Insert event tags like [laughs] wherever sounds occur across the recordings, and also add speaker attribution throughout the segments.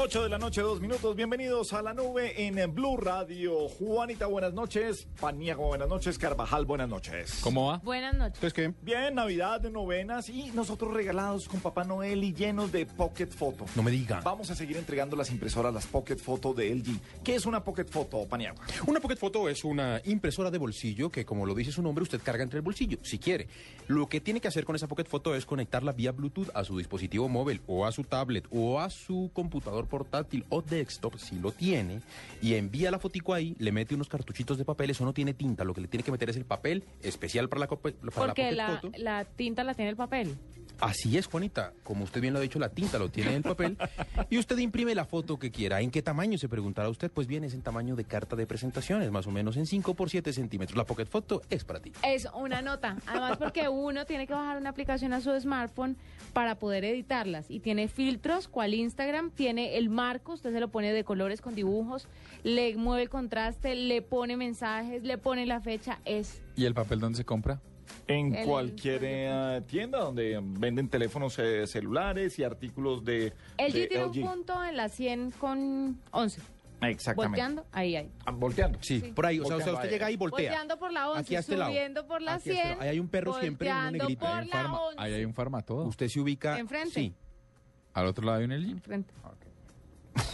Speaker 1: 8 de la noche, dos minutos. Bienvenidos a la nube en Blue Radio. Juanita, buenas noches. Paniego, buenas noches. Carvajal, buenas noches.
Speaker 2: ¿Cómo va?
Speaker 3: Buenas noches.
Speaker 2: ¿Entonces qué?
Speaker 1: Bien, Navidad de novenas y nosotros regalados con Papá Noel y llenos de Pocket Photo.
Speaker 2: No me diga.
Speaker 1: Vamos a seguir entregando las impresoras, las Pocket Photo de LG. ¿Qué es una Pocket Photo, Paniagua?
Speaker 2: Una Pocket Photo es una impresora de bolsillo que, como lo dice su nombre, usted carga entre el bolsillo, si quiere. Lo que tiene que hacer con esa Pocket Photo es conectarla vía Bluetooth a su dispositivo móvil o a su tablet o a su computador portátil o desktop, si lo tiene, y envía la fotico ahí, le mete unos cartuchitos de papel, eso no tiene tinta, lo que le tiene que meter es el papel especial para la, cope- para la
Speaker 3: Porque
Speaker 2: Pocket
Speaker 3: la,
Speaker 2: Photo.
Speaker 3: la tinta la tiene el papel.
Speaker 2: Así es, Juanita. Como usted bien lo ha dicho, la tinta lo tiene en el papel. Y usted imprime la foto que quiera. ¿En qué tamaño? Se preguntará usted. Pues bien, es en tamaño de carta de presentaciones, más o menos en 5 por 7 centímetros. La Pocket Photo es para ti.
Speaker 3: Es una nota. Además, porque uno tiene que bajar una aplicación a su smartphone para poder editarlas. Y tiene filtros, cual Instagram, tiene el marco, usted se lo pone de colores con dibujos, le mueve el contraste, le pone mensajes, le pone la fecha. Es
Speaker 4: ¿Y el papel dónde se compra?
Speaker 1: En
Speaker 3: El-
Speaker 1: cualquier eh, tienda donde venden teléfonos eh, celulares y artículos de
Speaker 3: el
Speaker 1: de
Speaker 3: G tiene un punto en la 100 con 11.
Speaker 1: Exactamente.
Speaker 3: Volteando, ahí, ahí.
Speaker 1: Ah, volteando.
Speaker 2: Sí,
Speaker 3: Sí.
Speaker 2: por ahí. O sea, o sea,
Speaker 1: Volteando
Speaker 2: usted
Speaker 1: ahí.
Speaker 2: llega ahí y voltea.
Speaker 3: Volteando por la 11,
Speaker 2: Aquí a este lado.
Speaker 3: subiendo por la
Speaker 2: Aquí a este
Speaker 3: 100.
Speaker 2: lado. Ahí hay un perro siempre en una
Speaker 3: volteando
Speaker 2: negrita,
Speaker 3: por
Speaker 4: Ahí hay un
Speaker 3: la
Speaker 4: farma-
Speaker 3: 11.
Speaker 4: Ahí hay un farmatodo.
Speaker 2: Usted se ubica.
Speaker 3: Enfrente.
Speaker 2: Sí.
Speaker 4: Al otro lado hay un LG.
Speaker 3: Frente.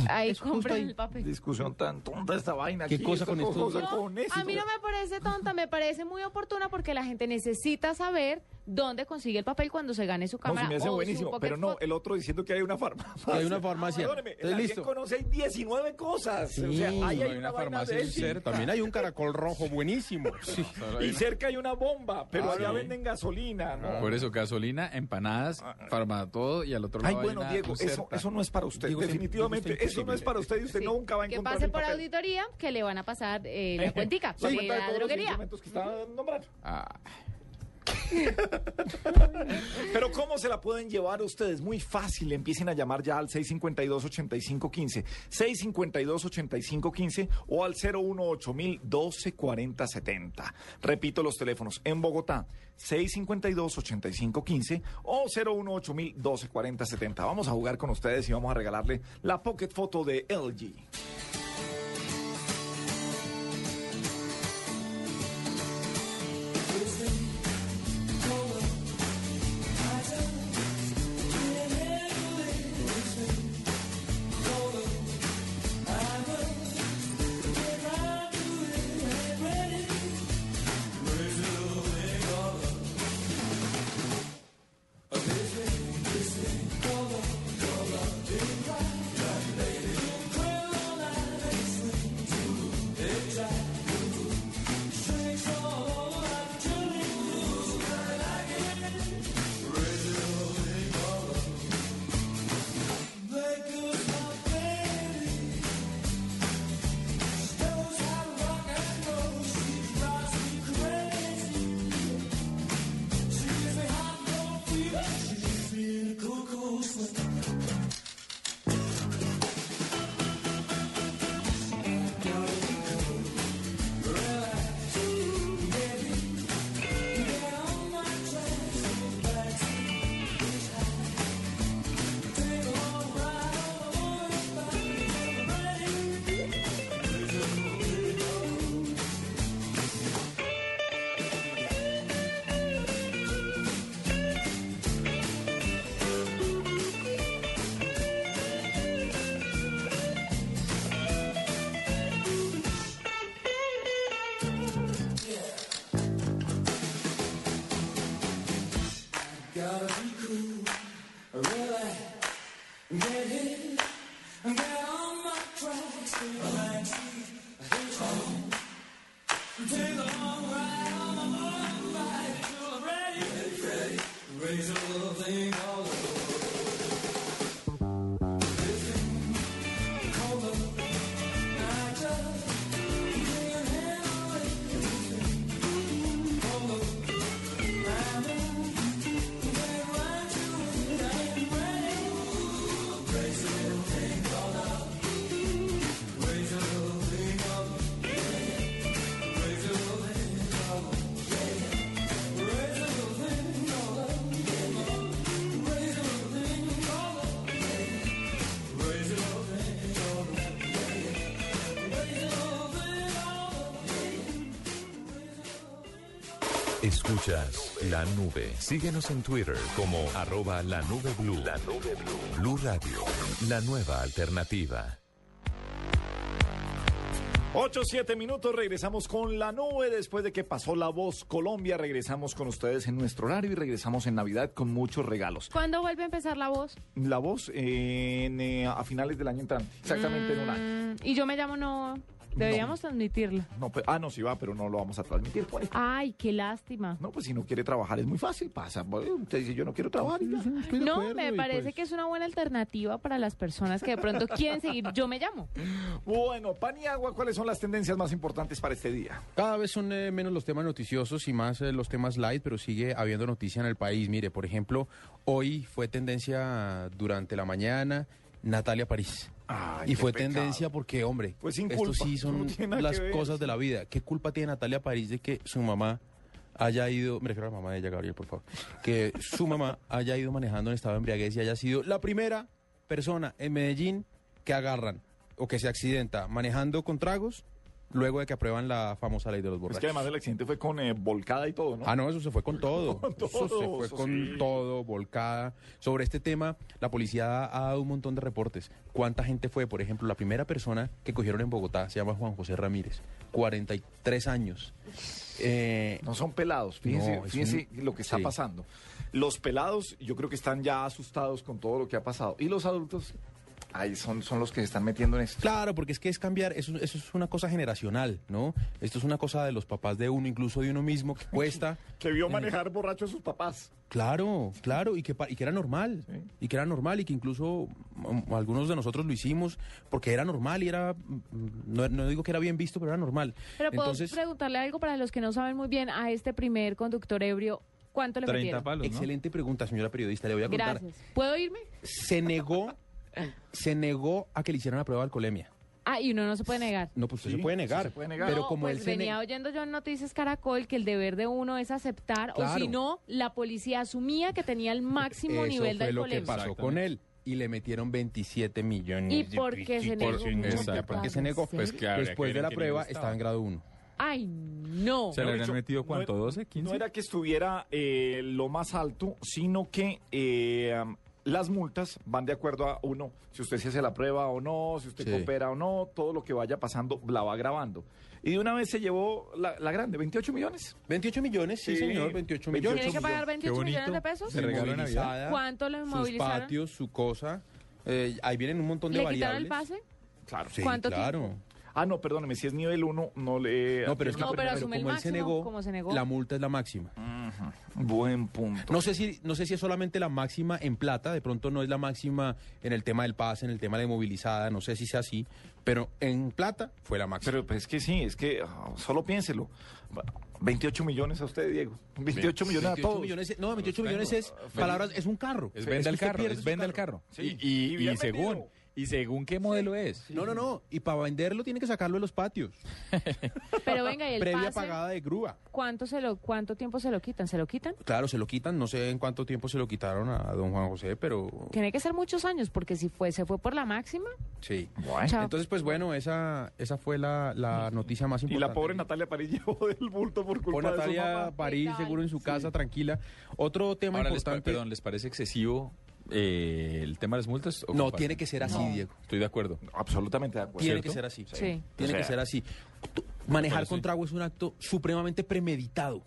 Speaker 3: Ahí compra el papel.
Speaker 1: Discusión tan tonta esta vaina.
Speaker 2: ¿Qué
Speaker 1: aquí,
Speaker 2: cosa
Speaker 1: esta
Speaker 2: con esto?
Speaker 1: cosa
Speaker 3: No,
Speaker 1: con esto.
Speaker 3: a mí no me parece tonta, me parece muy oportuna porque la gente necesita saber dónde consigue el papel cuando se gane su
Speaker 1: No,
Speaker 3: cámara.
Speaker 1: se me hace
Speaker 3: o su
Speaker 1: buenísimo,
Speaker 3: pocket
Speaker 1: pero no,
Speaker 3: phot.
Speaker 1: el otro diciendo que hay una farmacia.
Speaker 2: Que hay una farmacia.
Speaker 1: Perdóneme, en la
Speaker 2: Entonces,
Speaker 1: 100
Speaker 2: listo.
Speaker 1: conoce hay 19 cosas. o sea,
Speaker 2: Sí.
Speaker 1: ahí
Speaker 2: No
Speaker 1: hay,
Speaker 4: hay
Speaker 1: una,
Speaker 4: una
Speaker 1: vaina
Speaker 4: farmacia
Speaker 1: de
Speaker 4: en
Speaker 1: Elgin.
Speaker 4: Cerro.
Speaker 2: También hay un caracol
Speaker 1: [laughs]
Speaker 2: rojo buenísimo. Sí.
Speaker 1: Y cerca hay una bomba, pero
Speaker 4: Ah,
Speaker 1: allá
Speaker 4: sí.
Speaker 1: venden gasolina. ¿no?
Speaker 4: Por eso, gasolina, empanadas, farmatodo y al otro
Speaker 1: Ah, eh. Ay,
Speaker 4: lado
Speaker 1: bueno,
Speaker 4: hay una
Speaker 1: Diego, eso,
Speaker 4: Concerta.
Speaker 1: eso no es para usted.
Speaker 2: Diego,
Speaker 1: Definitivamente,
Speaker 2: Diego, está
Speaker 1: eso no es
Speaker 2: increíble.
Speaker 1: para usted y usted
Speaker 3: Sí.
Speaker 1: nunca va a
Speaker 3: Que
Speaker 1: encontrar
Speaker 3: pase
Speaker 1: el
Speaker 3: por
Speaker 1: papel.
Speaker 3: auditoría que le van a pasar eh,
Speaker 1: [laughs]
Speaker 3: la cuentica.
Speaker 1: Se da
Speaker 3: porque
Speaker 1: cuenta de
Speaker 3: la
Speaker 1: todos los
Speaker 3: droguería.
Speaker 1: instrumentos que está nombrando.
Speaker 4: Ah,
Speaker 1: Pero ¿cómo se la pueden llevar ustedes? Muy fácil, empiecen a llamar ya al 652-8515, 652-8515 o al 018-124070. Repito los teléfonos, en Bogotá, 652-8515 o 018-124070. Vamos a jugar con ustedes y vamos a regalarle la Pocket Photo de LG.
Speaker 5: I
Speaker 6: Escuchas la nube. Síguenos en Twitter como arroba la nube blue. La nube blue. Blue Radio, la nueva alternativa.
Speaker 1: 8, 7 minutos, regresamos con la nube después de que pasó la voz Colombia, regresamos con ustedes en nuestro horario y regresamos en Navidad con muchos regalos.
Speaker 3: ¿Cuándo vuelve a empezar la voz?
Speaker 1: La voz eh, en, eh, a finales del año entrante, exactamente en un año.
Speaker 3: Mm, y yo me llamo no. Deberíamos transmitirla.
Speaker 2: Mm.
Speaker 1: No, pues, ah, no, sí va, pero no lo vamos a transmitir. pues.
Speaker 3: Ay, qué lástima.
Speaker 1: No, pues si no quiere trabajar es muy fácil, pasa. pues, Usted dice, yo no quiero trabajar y pues ya.
Speaker 3: No, me parece que es una buena alternativa para las personas que de pronto quieren seguir. Yo me llamo.
Speaker 1: Bueno, pan y agua, ¿cuáles son las tendencias más importantes para este día?
Speaker 2: Cada vez son eh, menos los temas noticiosos y más eh, los temas light, pero sigue habiendo noticia en el país. Mire, por ejemplo, hoy fue tendencia durante la mañana Natalia París.
Speaker 1: Ay,
Speaker 2: y
Speaker 1: qué
Speaker 2: fue
Speaker 1: pecado.
Speaker 2: tendencia porque, hombre,
Speaker 1: Pues sin
Speaker 2: esto
Speaker 1: culpa, [laughs]
Speaker 2: sí
Speaker 1: no
Speaker 2: son
Speaker 1: tiene nada
Speaker 2: las
Speaker 1: que ver.
Speaker 2: cosas de la vida. ¿Qué culpa tiene Natalia París de que su mamá haya ido, me refiero a la mamá de ella, Gabriel, por favor, que su mamá haya ido manejando en estado de embriaguez y haya sido la primera persona en Medellín que agarran o que se accidenta manejando con tragos luego de que aprueban la famosa ley de los
Speaker 1: Es
Speaker 2: borrachos?
Speaker 1: que además el accidente fue con eh, volcada y todo, ¿no?
Speaker 2: Ah, no, eso se fue con todo.
Speaker 1: [laughs] Con todo,
Speaker 2: Eso se fue
Speaker 1: eso
Speaker 2: con
Speaker 1: sí.
Speaker 2: todo, volcada. Sobre este tema, la policía ha dado un montón de reportes. ¿Cuánta gente fue? Por ejemplo, la primera persona que cogieron en Bogotá se llama Juan José Ramírez, 43 años. Eh,
Speaker 1: No son pelados, Pues, fíjense,
Speaker 2: No, es
Speaker 1: fíjense
Speaker 2: un-
Speaker 1: lo que está
Speaker 2: sí.
Speaker 1: pasando. Los pelados yo creo que están ya asustados con todo lo que ha pasado. Y los adultos, ahí son, son los que se están metiendo en esto.
Speaker 2: Claro, porque es que es cambiar, eso, eso es una cosa generacional, ¿no? Esto es una cosa de los papás de uno, incluso de uno mismo, que cuesta.
Speaker 1: Que vio manejar borracho a sus papás.
Speaker 2: Claro, claro, y que, pa- y que era normal,
Speaker 1: Sí.
Speaker 2: y que era normal, y que incluso mm, algunos de nosotros lo hicimos porque era normal y era, mm, no, no digo que era bien visto, pero era normal.
Speaker 3: Pero puedo
Speaker 2: Entonces,
Speaker 3: preguntarle algo para los que no saben muy bien a este primer conductor ebrio. ¿Cuánto le
Speaker 4: 30
Speaker 3: metieron?
Speaker 4: palos, ¿no?
Speaker 2: excelente pregunta, señora periodista, le voy a contar.
Speaker 3: Gracias. ¿Puedo irme?
Speaker 2: Se negó, se negó a que le hicieran la prueba de alcoholemia.
Speaker 3: Ah, y uno no se puede negar.
Speaker 2: No, pues usted
Speaker 1: Sí,
Speaker 2: se puede
Speaker 1: sí
Speaker 2: negar,
Speaker 1: se puede negar.
Speaker 2: pero
Speaker 3: No,
Speaker 2: como
Speaker 3: pues
Speaker 2: él se
Speaker 3: venía
Speaker 2: negó...
Speaker 3: oyendo yo en Noticias Caracol que el deber de uno es aceptar o
Speaker 2: Claro.
Speaker 3: si no, la policía asumía que tenía el máximo
Speaker 2: Eso
Speaker 3: nivel de
Speaker 2: fue lo que
Speaker 3: alcoholemia.
Speaker 2: pasó con él. Y le metieron 27 millones.
Speaker 3: ¿Y
Speaker 2: de
Speaker 3: por qué se
Speaker 2: pesos.
Speaker 3: negó? Mucho
Speaker 2: Exacto, ¿por qué se
Speaker 3: plata,
Speaker 2: negó?
Speaker 3: ¿en Pues serio?
Speaker 4: que habría
Speaker 2: Después
Speaker 4: que ver
Speaker 2: de la
Speaker 4: a quién le
Speaker 2: prueba
Speaker 4: gustaba.
Speaker 2: estaba en grado 1.
Speaker 3: Ay, no.
Speaker 4: Se le
Speaker 1: Mejor
Speaker 4: habrían
Speaker 1: dicho,
Speaker 4: metido, ¿cuánto?
Speaker 1: no era-
Speaker 4: ¿12, 15?
Speaker 1: No era que estuviera eh, lo más alto, sino que eh, am, las multas van de acuerdo a uno, si usted se hace la prueba o no, si usted
Speaker 2: Sí.
Speaker 1: coopera o no, todo lo que vaya pasando la va grabando. Y de una vez se llevó la, la grande, 28 millones.
Speaker 2: 28 millones, sí,
Speaker 1: Sí.
Speaker 2: señor,
Speaker 1: 28
Speaker 2: 28 millones.
Speaker 3: ¿Tiene que pagar 28 millones de pesos?
Speaker 4: Se regaló en Navidad.
Speaker 2: Inmovilizada,
Speaker 3: ¿Cuánto lo
Speaker 2: Sus
Speaker 3: inmovilizaron?
Speaker 2: patios, su cosa. eh, ahí vienen un montón de
Speaker 3: ¿Le quitaron
Speaker 2: variables.
Speaker 3: el pase?
Speaker 1: Claro.
Speaker 2: Sí,
Speaker 3: ¿Cuánto
Speaker 2: claro.
Speaker 3: tiempo?
Speaker 1: Ah, no, perdóneme, si es nivel 1, no le...
Speaker 2: No, pero es que
Speaker 3: No, pero
Speaker 2: pero
Speaker 3: asume el
Speaker 2: como él se
Speaker 3: máximo,
Speaker 2: negó,
Speaker 3: como se negó.
Speaker 2: la multa es la máxima.
Speaker 1: Buen punto.
Speaker 2: No sé si no sé si es solamente la máxima en plata, de pronto no es la máxima en el tema del pase, en el tema de movilizada, no sé si sea así, pero en plata fue la máxima.
Speaker 1: Pero pues, es que sí, es que ah, solo piénselo. 28 millones a usted, Diego. 28 millones a
Speaker 2: 28
Speaker 1: todos.
Speaker 2: millones es- no, 28 millones es palabras, es un carro.
Speaker 4: Es venda
Speaker 2: al
Speaker 4: al carro, es venda al carro.
Speaker 1: Sí.
Speaker 4: Y, y-
Speaker 1: Y bien
Speaker 4: y según,
Speaker 1: vendido.
Speaker 4: y según qué modelo es.
Speaker 2: No, no, no, y para venderlo tiene que sacarlo de los patios,
Speaker 3: Pero venga, ¿y el
Speaker 2: previa
Speaker 3: pase?
Speaker 2: pagada de grúa.
Speaker 3: ¿Cuánto, se lo, ¿Cuánto tiempo se lo quitan? ¿Se lo quitan?
Speaker 2: Claro, se lo quitan, no sé en cuánto tiempo se lo quitaron a don Juan José, pero
Speaker 3: Tiene que ser muchos años, porque si fue, se fue por la máxima.
Speaker 2: sí.
Speaker 1: Bueno.
Speaker 3: Chao.
Speaker 2: Entonces, pues bueno, esa, esa fue la, la noticia más
Speaker 1: Y
Speaker 2: importante.
Speaker 1: la pobre Natalia París [laughs] llevó del bulto por
Speaker 2: Por
Speaker 1: culpa de su
Speaker 2: Natalia
Speaker 1: mamá.
Speaker 2: París,
Speaker 3: Legal,
Speaker 2: seguro en su casa, tranquila. Otro tema
Speaker 4: Ahora, les, pa-
Speaker 2: importante.
Speaker 4: perdón, ¿les parece excesivo eh, el tema de las multas?
Speaker 2: no,
Speaker 4: o comparten?
Speaker 2: tiene que ser así, Diego.
Speaker 4: Estoy de acuerdo.
Speaker 1: Absolutamente de acuerdo.
Speaker 2: Tiene
Speaker 4: ¿Cierto?
Speaker 2: que ser así.
Speaker 3: Sí.
Speaker 2: Tiene
Speaker 1: O sea,
Speaker 2: que ser así. Tú- Manejar
Speaker 4: parece-
Speaker 2: con trago es un acto supremamente premeditado.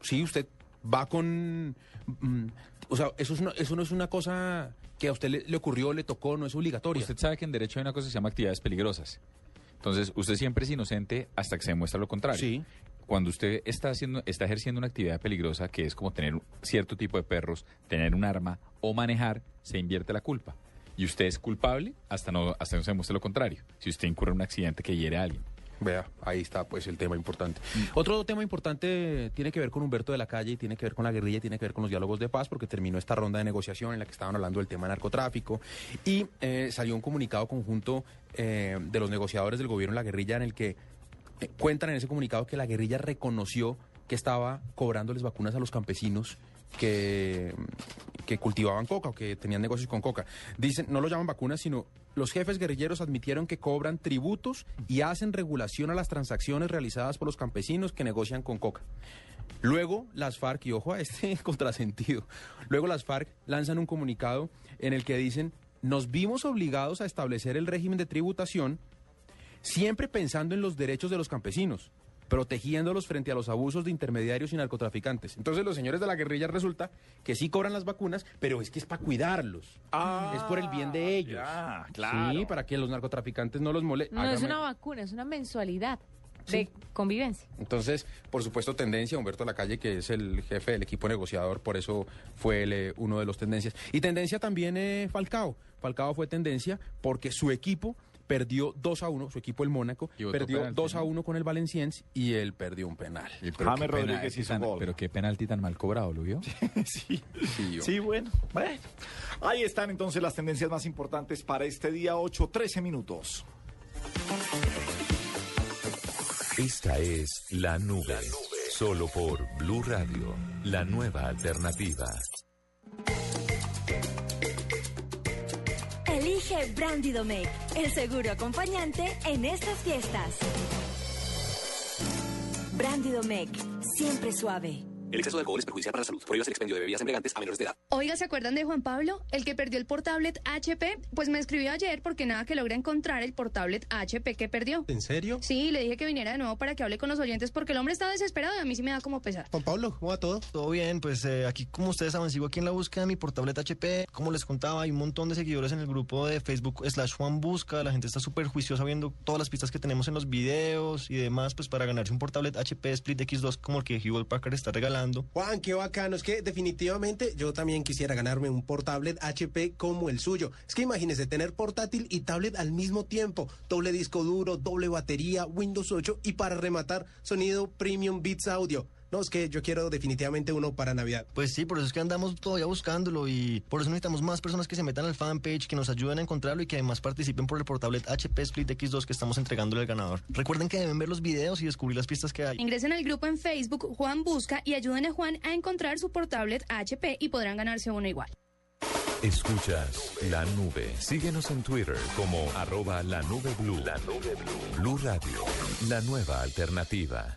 Speaker 2: Sí, usted va con... mm, o sea, eso, es una- eso no es una cosa que a usted le, le ocurrió, le tocó, no es obligatoria.
Speaker 4: Usted sabe que en derecho hay una cosa que se llama actividades peligrosas. Entonces, usted siempre es inocente hasta que se demuestra lo contrario.
Speaker 2: Sí.
Speaker 4: Cuando usted está haciendo, está ejerciendo una actividad peligrosa, que es como tener un cierto tipo de perros, tener un arma o manejar, se invierte la culpa. Y usted es culpable hasta no, hasta no se demuestre lo contrario. Si usted incurre en un accidente que hiere a alguien.
Speaker 2: Vea, ahí está pues el tema importante.
Speaker 5: Mm.
Speaker 2: Otro tema importante tiene que ver con Humberto de la Calle, tiene que ver con la guerrilla, tiene que ver con los diálogos de paz, porque terminó esta ronda de negociación en la que estaban hablando del tema narcotráfico y eh, salió un comunicado conjunto eh, de los negociadores del gobierno de la guerrilla en el que eh, cuentan en ese comunicado que la guerrilla reconoció que estaba cobrándoles vacunas a los campesinos que, que cultivaban coca o que tenían negocios con coca. Dicen, no lo llaman vacunas, sino los jefes guerrilleros admitieron que cobran tributos y hacen regulación a las transacciones realizadas por los campesinos que negocian con coca. Luego las FARC, y ojo a este [laughs] contrasentido, luego las FARC lanzan un comunicado en el que dicen, nos vimos obligados a establecer el régimen de tributación siempre pensando en los derechos de los campesinos, protegiéndolos frente a los abusos de intermediarios y narcotraficantes. Entonces los señores de la guerrilla resulta que sí cobran las vacunas, pero es que es para cuidarlos.
Speaker 1: Ah,
Speaker 2: es por el bien de ellos.
Speaker 1: ya, claro.
Speaker 2: Sí, para que los narcotraficantes no los molesten.
Speaker 3: No es una vacuna, es una mensualidad de convivencia.
Speaker 2: Entonces, por supuesto, tendencia, Humberto Lacalle, que es el jefe del equipo negociador, por eso fue el, eh, uno de los tendencias. Y tendencia también eh, Falcao. Falcao fue tendencia porque su equipo perdió 2 a 1, su equipo el Mónaco,
Speaker 5: Y votó
Speaker 2: perdió
Speaker 5: penalti,
Speaker 2: 2 a
Speaker 5: ¿no?
Speaker 2: 1 con el Valenciennes y él perdió un penal.
Speaker 5: Y
Speaker 1: James
Speaker 5: qué pena
Speaker 1: Rodríguez
Speaker 5: ese
Speaker 1: hizo
Speaker 5: tan-
Speaker 1: gol.
Speaker 5: Pero qué penalti tan mal cobrado, ¿lo vio?
Speaker 1: [laughs] Sí.
Speaker 2: Sí, yo.
Speaker 1: Sí, bueno. bueno. Ahí están entonces las tendencias más importantes para este día 8, 13 minutos.
Speaker 6: Esta es La Nube. Solo por Blue Radio, la nueva alternativa.
Speaker 7: Elige Brandidomec, el seguro acompañante en estas fiestas. Brandidomec, siempre suave.
Speaker 8: El exceso de alcohol es perjudicial para la salud. Prohíbas el expendio de bebidas embriagantes a menores de edad.
Speaker 9: Oiga, ¿se acuerdan de Juan Pablo? El que perdió el portablet HP. Pues me escribió ayer porque nada que logra encontrar el portablet HP que perdió.
Speaker 10: ¿En serio?
Speaker 9: Sí, le dije que viniera de nuevo para que hable con los oyentes porque el hombre está desesperado y a mí sí me da como pesar.
Speaker 10: Juan Pablo, ¿cómo va todo? Todo bien, pues eh, aquí como ustedes saben, sigo aquí en la búsqueda de mi portableta HP. Como les contaba, hay un montón de seguidores en el grupo de Facebook slash Juan Busca. La gente está súper juiciosa viendo todas las pistas que tenemos en los videos y demás, pues para ganarse un portablet HP Split X2 como el que Hewlett Packard está regalando.
Speaker 11: Juan, qué bacano. Es que definitivamente yo también quisiera ganarme un portablet HP como el suyo. Es que imagínese tener portátil y tablet al mismo tiempo. Doble disco duro, doble batería, Windows 8 y para rematar, sonido Premium Beats Audio. No, es que yo quiero definitivamente uno para Navidad.
Speaker 10: Pues sí, por eso es que andamos todavía buscándolo y por eso necesitamos más personas que se metan al fanpage, que nos ayuden a encontrarlo y que además participen por el portablet HP Split X2 que estamos entregándole al ganador. Recuerden que deben ver los videos y descubrir las pistas que hay.
Speaker 9: Ingresen al grupo en Facebook Juan Busca y ayuden a Juan a encontrar su portablet HP y podrán ganarse uno igual.
Speaker 6: Escuchas La Nube. Síguenos en Twitter como arroba la nube blue. La nube blue. Blue Radio, la nueva alternativa.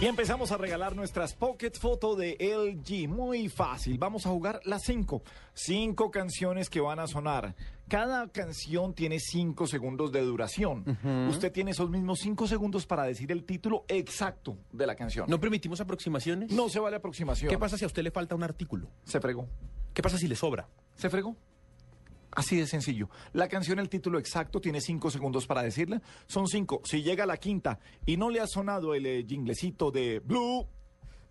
Speaker 1: Y empezamos a regalar nuestras Pocket Photo de LG. Muy fácil. Vamos a jugar las cinco. Cinco canciones que van a sonar. Cada canción tiene cinco segundos de duración. Usted tiene esos mismos cinco segundos para decir el título exacto de la canción.
Speaker 2: ¿No permitimos aproximaciones?
Speaker 1: No se vale aproximación.
Speaker 2: ¿Qué pasa si a usted le falta un artículo?
Speaker 1: Se fregó.
Speaker 2: ¿Qué pasa si le sobra?
Speaker 1: ¿Se fregó? Así de sencillo. La canción, el título exacto, tiene cinco segundos para decirla. Son cinco. Si llega la quinta y no le ha sonado el eh, jinglecito de Blue,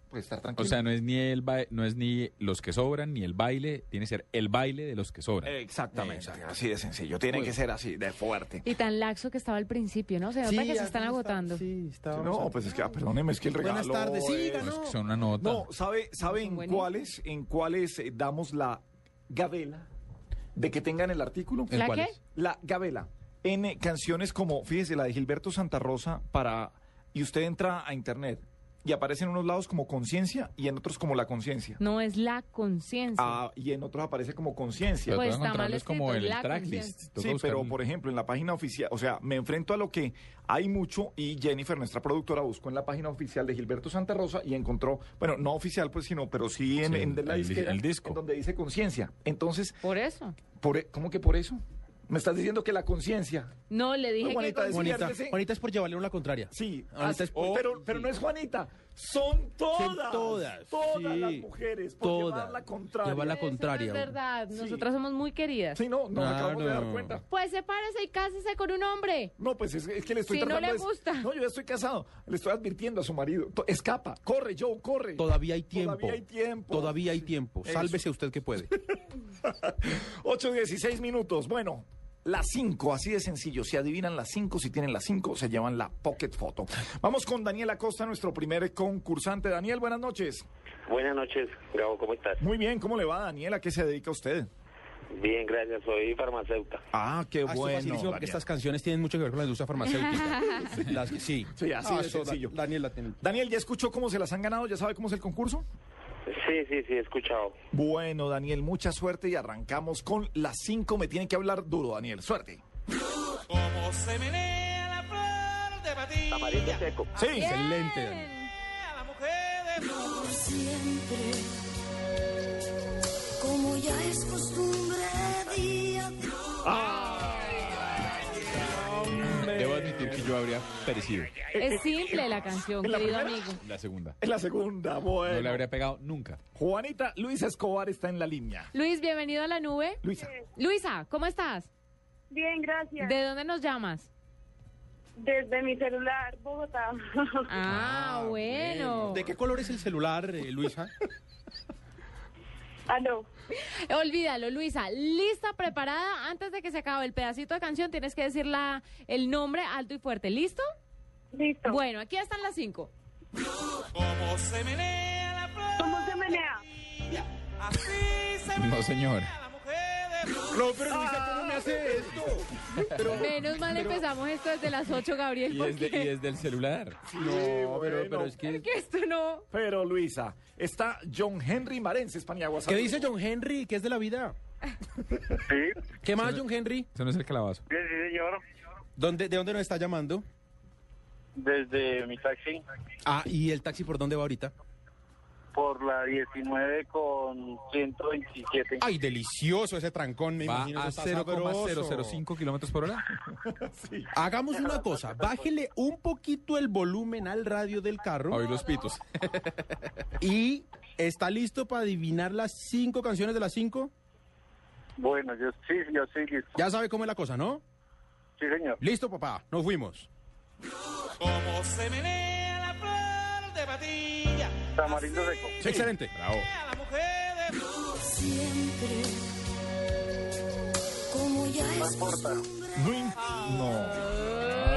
Speaker 1: puede estar
Speaker 5: O
Speaker 1: tranquilo.
Speaker 5: sea, no es ni el ba- no es ni los que sobran, ni el baile, tiene que ser el baile de los que sobran.
Speaker 1: Exactamente. Así de sencillo. Tiene que ser así, de fuerte.
Speaker 3: Y tan laxo que estaba al principio, ¿no? Se nota que se están agotando.
Speaker 11: Sí, está.
Speaker 1: No, pues es que, ah, perdóneme, es que el regalo.
Speaker 11: Buenas tardes. Sí,
Speaker 1: es-
Speaker 5: No, es
Speaker 11: ganó.
Speaker 5: que son una nota.
Speaker 1: No, ¿sabe, sabe en
Speaker 3: Buenas.
Speaker 1: cuáles, en cuáles eh, damos la gabela de que tengan el artículo?
Speaker 3: ¿La qué?
Speaker 1: La Gabela. En eh, canciones como, fíjese, la de Gilberto Santa Rosa para. Y usted entra a internet y aparece en unos lados como conciencia y en otros como la conciencia.
Speaker 3: No es la conciencia.
Speaker 1: Ah, y en otros aparece como conciencia.
Speaker 5: Pero
Speaker 3: Pues
Speaker 5: toca
Speaker 3: está mal
Speaker 5: encontrarlos como
Speaker 3: escrito,
Speaker 5: el
Speaker 3: la
Speaker 5: tracklist.
Speaker 3: conciencia.
Speaker 5: Toca
Speaker 1: Sí,
Speaker 5: buscar
Speaker 1: pero
Speaker 5: un-
Speaker 1: por ejemplo, en la página oficial, o sea, me enfrento a lo que hay mucho y Jennifer, nuestra productora, buscó en la página oficial de Gilberto Santa Rosa y encontró, bueno, no oficial pues, sino, pero sí en,
Speaker 5: Sí,
Speaker 1: en de la
Speaker 5: el di-
Speaker 1: disquera,
Speaker 5: el disco.
Speaker 1: en donde dice conciencia. Entonces,
Speaker 3: Por eso.
Speaker 1: por, e- ¿cómo que por eso? Me estás diciendo que la conciencia.
Speaker 3: No, le dije que...
Speaker 1: Juanita,
Speaker 3: con-
Speaker 1: decía-
Speaker 2: Juanita,
Speaker 1: Despiértese.
Speaker 2: Juanita es por llevarle una contraria.
Speaker 1: Sí,
Speaker 2: Ahorita
Speaker 1: así-
Speaker 2: es por-
Speaker 1: pero, pero no es Juanita, son todas,
Speaker 2: todas,
Speaker 1: todas
Speaker 2: sí,
Speaker 1: las mujeres, por
Speaker 2: todas.
Speaker 1: llevarla contraria.
Speaker 2: Lleva la
Speaker 3: Eso no
Speaker 2: contraria.
Speaker 3: Es verdad,
Speaker 1: Sí.
Speaker 3: nosotras somos muy queridas.
Speaker 1: Sí, no, no nos acabamos de dar
Speaker 2: Claro.
Speaker 1: cuenta.
Speaker 3: Pues sepárese y cásese con un hombre.
Speaker 1: No, pues es, es que le estoy
Speaker 3: Si no
Speaker 1: tratando
Speaker 3: le
Speaker 1: de-
Speaker 3: gusta.
Speaker 1: No, yo ya estoy casado. Le estoy advirtiendo a su marido. To- Escapa, corre, Joe, corre.
Speaker 2: Todavía hay tiempo.
Speaker 1: Todavía hay tiempo.
Speaker 2: Todavía hay tiempo.
Speaker 1: Eso.
Speaker 2: Sálvese usted que puede.
Speaker 1: 8.16 minutos. Bueno, las 5, así de sencillo. Si adivinan las 5, si tienen las 5, se llevan la pocket photo. Vamos con Daniel Acosta, nuestro primer concursante. Daniel, buenas noches.
Speaker 12: Buenas noches, Gabo, ¿cómo estás?
Speaker 1: Muy bien, ¿cómo le va, Daniel? ¿A qué se dedica usted?
Speaker 12: Bien, gracias, soy farmacéuta.
Speaker 1: Ah, qué
Speaker 2: Ah, esto es facilísimo porque
Speaker 1: Daniel.
Speaker 2: estas canciones tienen mucho que ver con la industria farmacéutica. [laughs] Las que- sí.
Speaker 1: [laughs] Sí, así de
Speaker 2: eso, Da-
Speaker 1: sencillo.
Speaker 2: Daniel la tiene.
Speaker 1: Daniel, ¿ya escuchó cómo se las han ganado? ¿Ya sabe cómo es el concurso?
Speaker 12: Sí, sí, sí, he escuchado.
Speaker 1: Bueno, Daniel, mucha suerte y arrancamos con las 5. Me tiene que hablar duro, Daniel. Suerte.
Speaker 12: Tamarindo seco.
Speaker 1: Sí.
Speaker 2: Excelente.
Speaker 3: Bien.
Speaker 2: Daniel.
Speaker 12: La mujer Por siempre, como ya es costumbre día.
Speaker 4: Debo admitir que yo habría perecido.
Speaker 3: Es simple la canción,
Speaker 1: eh, ¿En la
Speaker 3: querido
Speaker 1: primera?
Speaker 3: amigo.
Speaker 4: La segunda.
Speaker 1: Es la segunda, bueno.
Speaker 4: No le habría pegado nunca.
Speaker 1: Juanita Luisa Escobar está en la línea.
Speaker 3: Luis, bienvenido a la nube.
Speaker 1: Luisa.
Speaker 3: Luisa, ¿cómo estás?
Speaker 13: Bien, gracias.
Speaker 3: ¿De dónde nos llamas?
Speaker 13: Desde mi celular, Bogotá.
Speaker 3: Ah, bueno.
Speaker 2: ¿De qué color es el celular, eh, Luisa?
Speaker 13: Aló.
Speaker 3: Olvídalo, Luisa. ¿Lista, preparada? Antes de que se acabe el pedacito de canción, tienes que decir la- el nombre alto y fuerte. ¿Listo?
Speaker 13: Listo.
Speaker 3: Bueno, aquí están las cinco.
Speaker 12: Como se menea la flor.
Speaker 13: ¿Cómo se menea?
Speaker 12: Así se
Speaker 4: No, señor.
Speaker 2: No, pero Luisa, ¿cómo me hace esto?
Speaker 3: Menos mal
Speaker 2: pero-
Speaker 3: empezamos esto desde las ocho, Gabriel,
Speaker 4: Y es, de-
Speaker 3: porque,
Speaker 4: y es del celular.
Speaker 1: No, pero, es que...
Speaker 3: porque esto no...
Speaker 1: Pero Luisa, está John Henry Marense, Españagua.
Speaker 2: ¿Qué dice John Henry? ¿Qué es de la vida? ¿Qué más, John Henry?
Speaker 4: Eso no es el calabazo.
Speaker 14: Sí, sí, señor.
Speaker 2: ¿Dónde, ¿De dónde nos está llamando?
Speaker 14: Desde mi taxi,
Speaker 2: Ah, ¿y el taxi por dónde va ahorita?
Speaker 14: por la 19 con 127.
Speaker 2: Ay, delicioso ese trancón, me
Speaker 4: Va
Speaker 2: imagino.
Speaker 4: a
Speaker 2: eso está sabroso.
Speaker 4: 0,005 kilómetros
Speaker 2: [laughs]
Speaker 4: por hora.
Speaker 2: Hagamos una cosa, bájele un poquito el volumen al radio del
Speaker 4: A
Speaker 2: carro
Speaker 4: oír los pitos.
Speaker 2: y está listo para adivinar las cinco canciones de las cinco.
Speaker 14: Bueno, yo sí, yo sí, listo.
Speaker 2: Ya sabe cómo es la cosa, ¿no?
Speaker 14: Sí, señor.
Speaker 2: Listo, papá, nos fuimos.
Speaker 12: Como se menea la flor de patilla.
Speaker 14: Tamarindo seco.
Speaker 2: Excelente. Bravo.
Speaker 12: A la mujer de por siempre. Como ya es costumbre.
Speaker 1: No. in- No.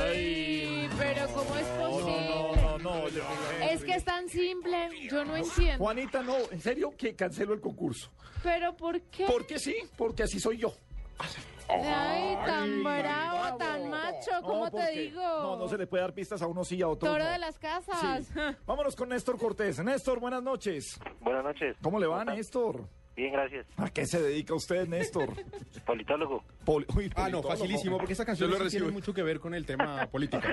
Speaker 3: Ay, pero ¿cómo es posible?
Speaker 1: No, no, no, John Henry.
Speaker 3: Es que es tan simple, yo no entiendo.
Speaker 1: Juanita, no, en serio que cancelo el concurso.
Speaker 3: ¿Pero por qué?
Speaker 1: ¿Por qué sí? Porque así soy yo.
Speaker 3: Ay, tan bravo, tan macho, ¿cómo
Speaker 1: No,
Speaker 3: te
Speaker 1: porque-
Speaker 3: digo?
Speaker 1: No, no se le puede dar pistas a uno sí y a otro.
Speaker 3: Toro
Speaker 1: no.
Speaker 3: de las casas. [laughs]
Speaker 1: Sí. Vámonos con Néstor Cortés. Néstor, buenas noches.
Speaker 14: Buenas noches.
Speaker 1: ¿Cómo le va,
Speaker 14: ¿Cómo está?
Speaker 1: Néstor?
Speaker 14: Bien, gracias.
Speaker 1: ¿A qué se dedica usted, Néstor?
Speaker 14: [laughs] Politólogo.
Speaker 1: Poli- Uy,
Speaker 2: Ah, no,
Speaker 1: politólogo.
Speaker 2: facilísimo, porque esta canción
Speaker 4: Yo lo
Speaker 2: sí tiene
Speaker 4: recibo.
Speaker 2: mucho que ver con el [laughs] tema político.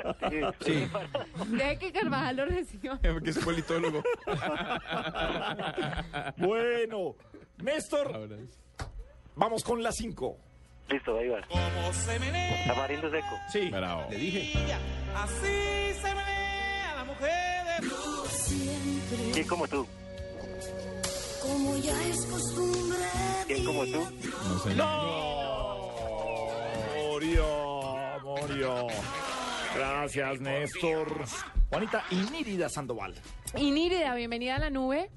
Speaker 2: Sí.
Speaker 3: [laughs] Deje que Carvajal lo reciba.
Speaker 4: [laughs] Porque es politólogo.
Speaker 1: [laughs] Bueno, Néstor,
Speaker 4: Ahora es-
Speaker 1: vamos con las cinco.
Speaker 14: Listo, ahí va.
Speaker 12: Como se menea.
Speaker 14: Tamarindo seco.
Speaker 1: Sí.
Speaker 4: Bravo.
Speaker 2: Le dije.
Speaker 12: Así se menea la mujer de por siempre.
Speaker 14: ¿Quién como tú?
Speaker 12: Como ya es costumbre.
Speaker 14: ¿Quién como tú?
Speaker 4: No, señor.
Speaker 1: Murió, murió. Gracias, Néstor. Juanita y Nírida Sandoval.
Speaker 3: Y Nírida, bienvenida a la nube.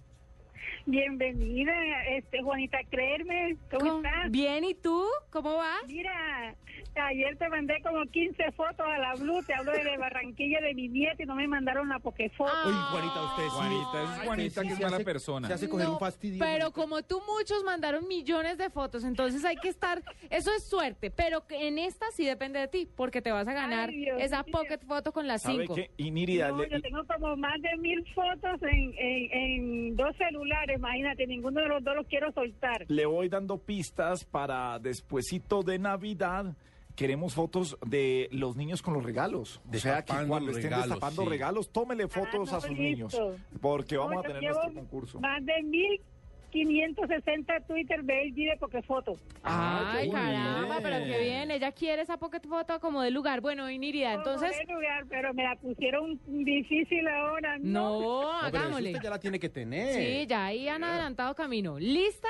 Speaker 13: Bienvenida, este Juanita Creerme. ¿Cómo,
Speaker 3: ¿Cómo-
Speaker 13: estás?
Speaker 3: Bien, ¿y tú? ¿Cómo vas?
Speaker 13: Mira, ayer te mandé como 15 fotos a la Blue. Te hablo de Barranquilla de mi nieta y no me mandaron la pokefoto.
Speaker 2: Uy,
Speaker 3: Ah.
Speaker 2: Juanita, usted sí.
Speaker 4: Juanita, es
Speaker 2: Ay,
Speaker 4: Juanita
Speaker 2: usted sí
Speaker 4: que es
Speaker 2: se
Speaker 4: mala
Speaker 2: hace-
Speaker 4: persona.
Speaker 2: Se hace coger
Speaker 3: No,
Speaker 2: un fastidio.
Speaker 3: Pero como tú, muchos mandaron millones de fotos, entonces hay que estar, eso es suerte, pero que en esta sí depende de ti, porque te vas a ganar
Speaker 13: Ay, Dios
Speaker 3: esa
Speaker 13: mío.
Speaker 3: pocket foto con las
Speaker 1: ¿Sabe
Speaker 3: cinco.
Speaker 1: qué? Y Nírida,
Speaker 13: No,
Speaker 1: le-
Speaker 13: yo tengo como más de mil fotos en, en, en dos celulares, imagínate, ninguno de los dos los quiero soltar.
Speaker 1: le voy dando pistas para despuesito de Navidad. Queremos fotos de los niños con los regalos. O sea, que
Speaker 2: Destapando
Speaker 1: cuando
Speaker 2: los
Speaker 1: estén
Speaker 2: regalos,
Speaker 1: destapando
Speaker 2: sí.
Speaker 1: regalos, tómele fotos
Speaker 13: no,
Speaker 1: a sus niños.
Speaker 13: listo.
Speaker 1: Porque vamos
Speaker 13: No,
Speaker 1: a
Speaker 13: yo
Speaker 1: tener
Speaker 13: llevo
Speaker 1: nuestro concurso.
Speaker 13: Más de 1560 Twitter de LG de Pokefoto.
Speaker 3: Ay,
Speaker 2: Ay,
Speaker 3: caramba,
Speaker 2: bien.
Speaker 3: pero qué bien, ella quiere esa pocket foto como de lugar. Bueno, y Nírida, entonces,
Speaker 13: Como de lugar, pero me la pusieron difícil ahora. No.
Speaker 3: no,
Speaker 2: No, pero eso
Speaker 3: hagámosle.
Speaker 2: usted ya la tiene que tener.
Speaker 3: Sí, ya ahí han adelantado camino. ¿Lista?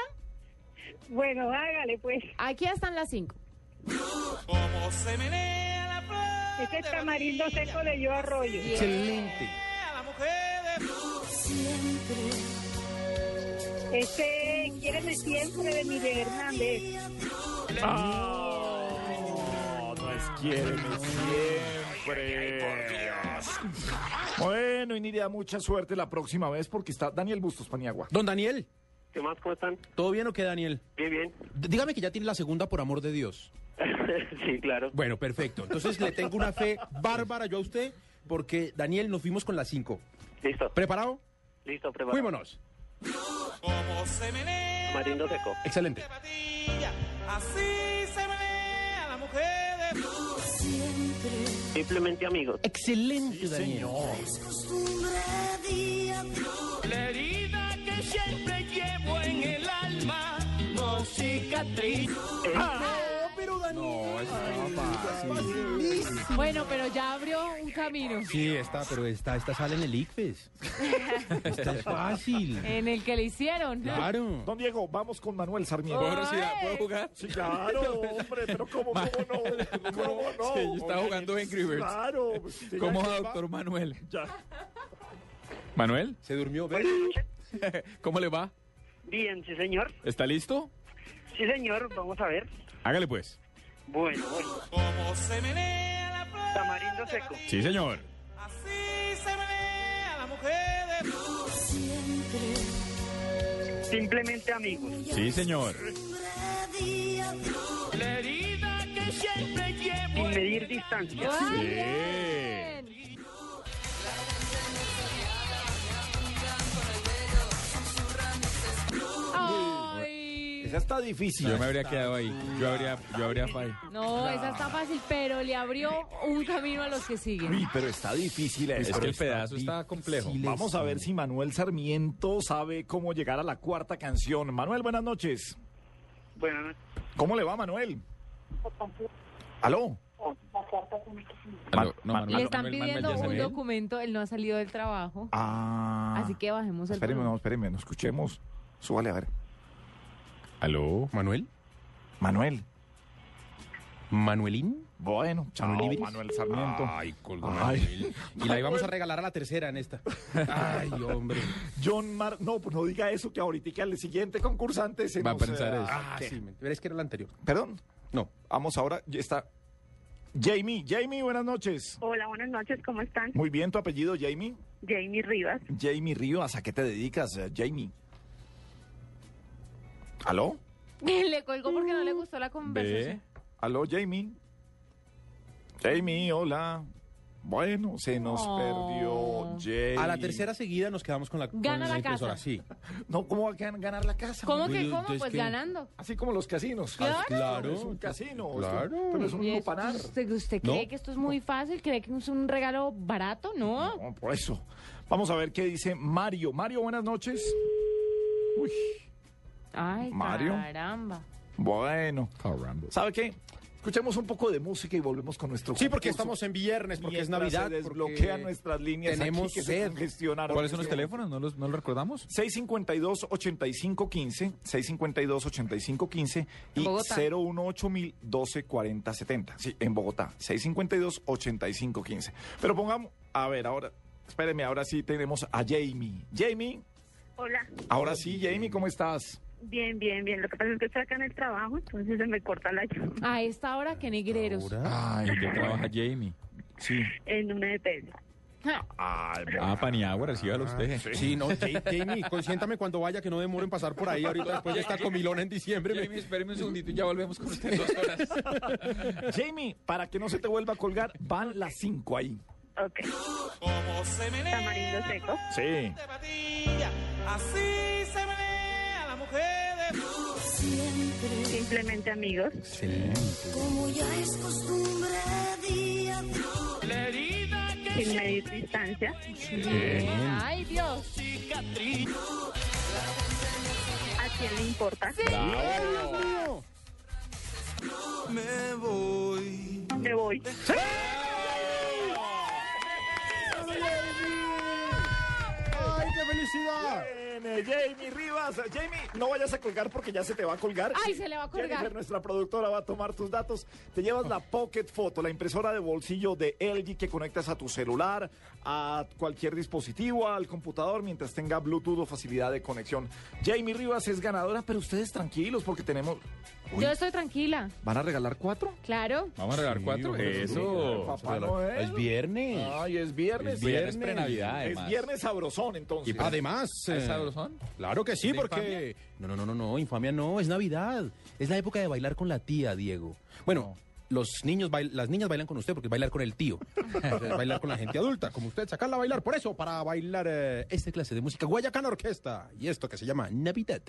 Speaker 13: Bueno, hágale pues.
Speaker 3: Aquí están las cinco.
Speaker 12: Como se menea la flor.
Speaker 13: Ese es
Speaker 12: de
Speaker 13: tamarindo
Speaker 12: vainilla.
Speaker 13: seco de yo arroyo.
Speaker 2: Excelente.
Speaker 12: A la mujer de por siempre.
Speaker 13: Este, quiéreme siempre de Miguel Hernández.
Speaker 1: No, Ah, no es quiéreme siempre. Bueno, Iniria, mucha suerte la próxima vez porque está Daniel Bustos Paniagua.
Speaker 2: Don Daniel,
Speaker 14: ¿Qué más? ¿Cómo están?
Speaker 2: ¿todo bien o qué, Daniel?
Speaker 14: Bien, bien.
Speaker 2: D- Dígame que ya tiene la segunda por amor de Dios.
Speaker 14: [laughs] sí, claro.
Speaker 2: Bueno, perfecto. Entonces le tengo una
Speaker 14: [laughs]
Speaker 2: fe bárbara yo a usted, porque Daniel nos fuimos con las cinco.
Speaker 14: Listo,
Speaker 2: ¿Preparado?
Speaker 14: listo, preparado.
Speaker 2: Fuímonos.
Speaker 12: Como se menea.
Speaker 14: Tamarindo seco.
Speaker 2: Excelente.
Speaker 12: de patilla. Así se menea la mujer de por siempre.
Speaker 14: Simplemente amigos.
Speaker 15: Excelente, Daniel.
Speaker 12: La herida que siempre llevo en el alma no cicatriz.
Speaker 15: Ah,
Speaker 12: pero Daniel.
Speaker 3: Bueno, pero ya abrió un camino
Speaker 2: Sí, está, pero esta, esta sale en el ICFES. Esta es fácil.
Speaker 3: en el que le hicieron.
Speaker 2: Claro.
Speaker 1: Don Diego, vamos con Manuel Sarmiento.
Speaker 3: ¿Puedo, Rosita? ¿Puedo
Speaker 4: jugar?
Speaker 1: Sí, claro, hombre, pero ¿cómo, cómo no? ¿Cómo no?
Speaker 4: Sí, yo estaba jugando Angry Birds.
Speaker 1: Claro. pues, usted ya
Speaker 4: ¿Cómo
Speaker 1: que
Speaker 4: va,
Speaker 1: va-
Speaker 4: doctor Manuel?
Speaker 1: Ya.
Speaker 4: ¿Manuel?
Speaker 2: Se durmió.
Speaker 4: [laughs] ¿Cómo le va?
Speaker 14: Bien, sí, señor.
Speaker 4: ¿Está listo?
Speaker 14: Sí, señor. Vamos a ver.
Speaker 4: Hágale pues.
Speaker 14: Bueno, bueno.
Speaker 12: Como se menea la flor
Speaker 14: Tamarindo seco.
Speaker 4: Sí, señor.
Speaker 12: Así se menea la mujer de Blue.
Speaker 14: Simplemente amigos.
Speaker 4: Sí, señor.
Speaker 12: La herida que siempre llevo
Speaker 14: Sin
Speaker 12: en
Speaker 14: medir distancia.
Speaker 3: Ah,
Speaker 1: Esa está difícil.
Speaker 4: Yo me habría quedado ahí. Yo habría, yo habría fallado.
Speaker 3: No, esa está fácil, pero le abrió un camino a los que siguen.
Speaker 1: Uy, pero está difícil
Speaker 4: Eh, Es
Speaker 1: esto.
Speaker 4: que el
Speaker 1: Está
Speaker 4: pedazo está complejo.
Speaker 1: Vamos a ver si Manuel Sarmiento sabe cómo llegar a la cuarta canción. Manuel, buenas noches.
Speaker 14: Buenas noches.
Speaker 1: ¿Cómo le va, Manuel? ¿Aló?
Speaker 4: Aló, no,
Speaker 1: Ma-
Speaker 4: Manuel,
Speaker 3: Le están
Speaker 4: Manuel, Manuel,
Speaker 3: pidiendo
Speaker 4: ya se
Speaker 3: un
Speaker 4: ve.
Speaker 3: documento, él no ha salido del trabajo,
Speaker 1: Ah.
Speaker 3: así que bajemos el
Speaker 1: Espéreme, no,
Speaker 3: volumen.
Speaker 1: espéreme, no escuchemos. Súbale, a ver.
Speaker 4: Aló.
Speaker 2: ¿Manuel?
Speaker 1: Manuel.
Speaker 2: ¿Manuelín?
Speaker 1: Bueno, chao,
Speaker 2: Manuel
Speaker 1: Manuel,
Speaker 2: Ives.
Speaker 1: Sarmiento.
Speaker 2: Ay, colgó
Speaker 1: Ay.
Speaker 2: Manuel. Y la íbamos a regalar a la tercera en esta. Ay, hombre.
Speaker 1: John Mar... No, pues no diga eso, que ahorita al siguiente concursante se
Speaker 4: Va a
Speaker 1: nos,
Speaker 4: pensar
Speaker 1: eh,
Speaker 4: eso.
Speaker 1: ah,
Speaker 2: Sí,
Speaker 1: sí.
Speaker 2: me- pero es que era la anterior.
Speaker 1: Perdón.
Speaker 2: No.
Speaker 1: Vamos ahora, ya está... Jamie, Jamie, buenas noches.
Speaker 13: Hola, buenas noches, ¿cómo están?
Speaker 1: Muy bien, ¿tu apellido, Jamie?
Speaker 13: Jamie Rivas.
Speaker 1: Jamie Rivas, ¿a qué te dedicas, eh, Jamie? ¿Aló?
Speaker 3: [laughs] Le colgó porque no le gustó la conversación.
Speaker 4: Ve.
Speaker 1: ¿Aló, Jamie? Jamie, hola. Bueno, se nos
Speaker 3: Oh.
Speaker 1: perdió Jamie.
Speaker 2: A la tercera seguida nos quedamos con la, con
Speaker 3: Gana la
Speaker 2: impresora.
Speaker 3: casa.
Speaker 2: Sí.
Speaker 1: No, ¿cómo va a gan- ganar la casa?
Speaker 3: ¿Cómo
Speaker 2: Uy,
Speaker 3: que cómo?
Speaker 2: entonces,
Speaker 3: Pues
Speaker 2: ¿qué?
Speaker 3: ganando.
Speaker 1: Así como los casinos.
Speaker 3: Claro.
Speaker 2: Claro.
Speaker 1: Es un casino. esto-
Speaker 2: Claro.
Speaker 1: Pero es un
Speaker 3: ¿Y esto-
Speaker 1: lupanar.
Speaker 3: ¿Usted, usted cree
Speaker 2: No.
Speaker 3: que esto es muy fácil? ¿Cree que es un regalo barato? No.
Speaker 1: No, por eso. Vamos a ver qué dice Mario. Mario, buenas noches. Uy,
Speaker 3: Ay,
Speaker 1: Mario.
Speaker 3: caramba.
Speaker 1: bueno.
Speaker 4: Caramba.
Speaker 1: ¿Sabe qué? Escuchemos un poco de música y volvemos con nuestro
Speaker 2: Sí, porque
Speaker 1: concurso.
Speaker 2: estamos en viernes, porque es
Speaker 1: Mientras
Speaker 2: Navidad.
Speaker 1: se
Speaker 2: porque
Speaker 1: desbloquean nuestras líneas
Speaker 2: Tenemos
Speaker 1: aquí que se
Speaker 2: sed.
Speaker 1: congestionaron.
Speaker 4: ¿Cuáles son los teléfonos? ¿No, los, no los recordamos?
Speaker 1: 652-8515, 652-8515 y
Speaker 3: Bogotá.
Speaker 1: 018-1240-70. Sí, en Bogotá, 652-8515. Pero pongamos, a ver, ahora, espéreme, ahora sí tenemos a Jamie. Jamie,
Speaker 13: Hola.
Speaker 1: ahora sí, Jamie, ¿cómo estás?
Speaker 13: Bien, bien, bien. Lo que pasa es que estoy acá en el trabajo, entonces se me corta la llama
Speaker 3: A esta hora, qué negreros.
Speaker 4: Ay, ¿en qué trabaja Jamie?
Speaker 1: Sí.
Speaker 13: en una EPS.
Speaker 3: Ja.
Speaker 1: Ay,
Speaker 4: Ah, Paniagua, recíbalo usted.
Speaker 2: Sí, no, Ja- Jamie, consiéntame cuando vaya que no demore en pasar por ahí
Speaker 4: [laughs]
Speaker 2: ahorita después de esta comilona en diciembre.
Speaker 4: Jamie, espéreme un segundito y ya volvemos con usted en dos horas.
Speaker 1: [laughs] Jamie, para que no se te vuelva a colgar, van las 5 ahí.
Speaker 13: Ok.
Speaker 12: Como se menea
Speaker 13: Tamarindo seco.
Speaker 1: Sí.
Speaker 12: de patilla. Así se menea la mujer de Blue.
Speaker 13: Simplemente amigos.
Speaker 12: La herida que
Speaker 13: Sin medir distancia.
Speaker 3: Ay, Dios.
Speaker 12: cicatriz.
Speaker 13: ¿A quién le importa?
Speaker 12: Me voy.
Speaker 13: Me voy.
Speaker 2: ¡Ay, qué felicidad!
Speaker 1: Viene Jamie Rivas, Jamie, no vayas a colgar porque ya se te va a colgar.
Speaker 3: Ay, se le va a colgar.
Speaker 1: Jennifer, nuestra productora va a tomar tus datos. Te llevas la Pocket Photo, la impresora de bolsillo de LG que conectas a tu celular, a cualquier dispositivo, al computador, mientras tenga Bluetooth o facilidad de conexión. Jamie Rivas es ganadora, pero ustedes tranquilos porque tenemos. Uy,
Speaker 3: Yo estoy tranquila.
Speaker 1: ¿Van a regalar cuatro?
Speaker 3: Claro.
Speaker 4: Vamos a regalar cuatro. Eso.
Speaker 1: Papá Noel.
Speaker 2: Es viernes.
Speaker 1: Ay, es viernes.
Speaker 4: Es viernes pre-Navidad,
Speaker 1: Es
Speaker 4: además.
Speaker 1: viernes sabrosón, entonces.
Speaker 4: Y
Speaker 2: Además,
Speaker 4: ¿Es
Speaker 2: eh,
Speaker 4: sabrosón?
Speaker 2: Claro que sí,
Speaker 4: ¿De
Speaker 2: porque... No, no, no, no, no, infamia no, es Navidad. Es la época de bailar con la tía, Diego. Bueno, los niños bail- las niñas bailan con usted porque es bailar con el tío. O sea, es bailar con la gente adulta, como usted, sacarla a bailar. Por eso, para bailar eh, esta clase de música, Guayacán Orquesta. Y esto que se llama Navidad.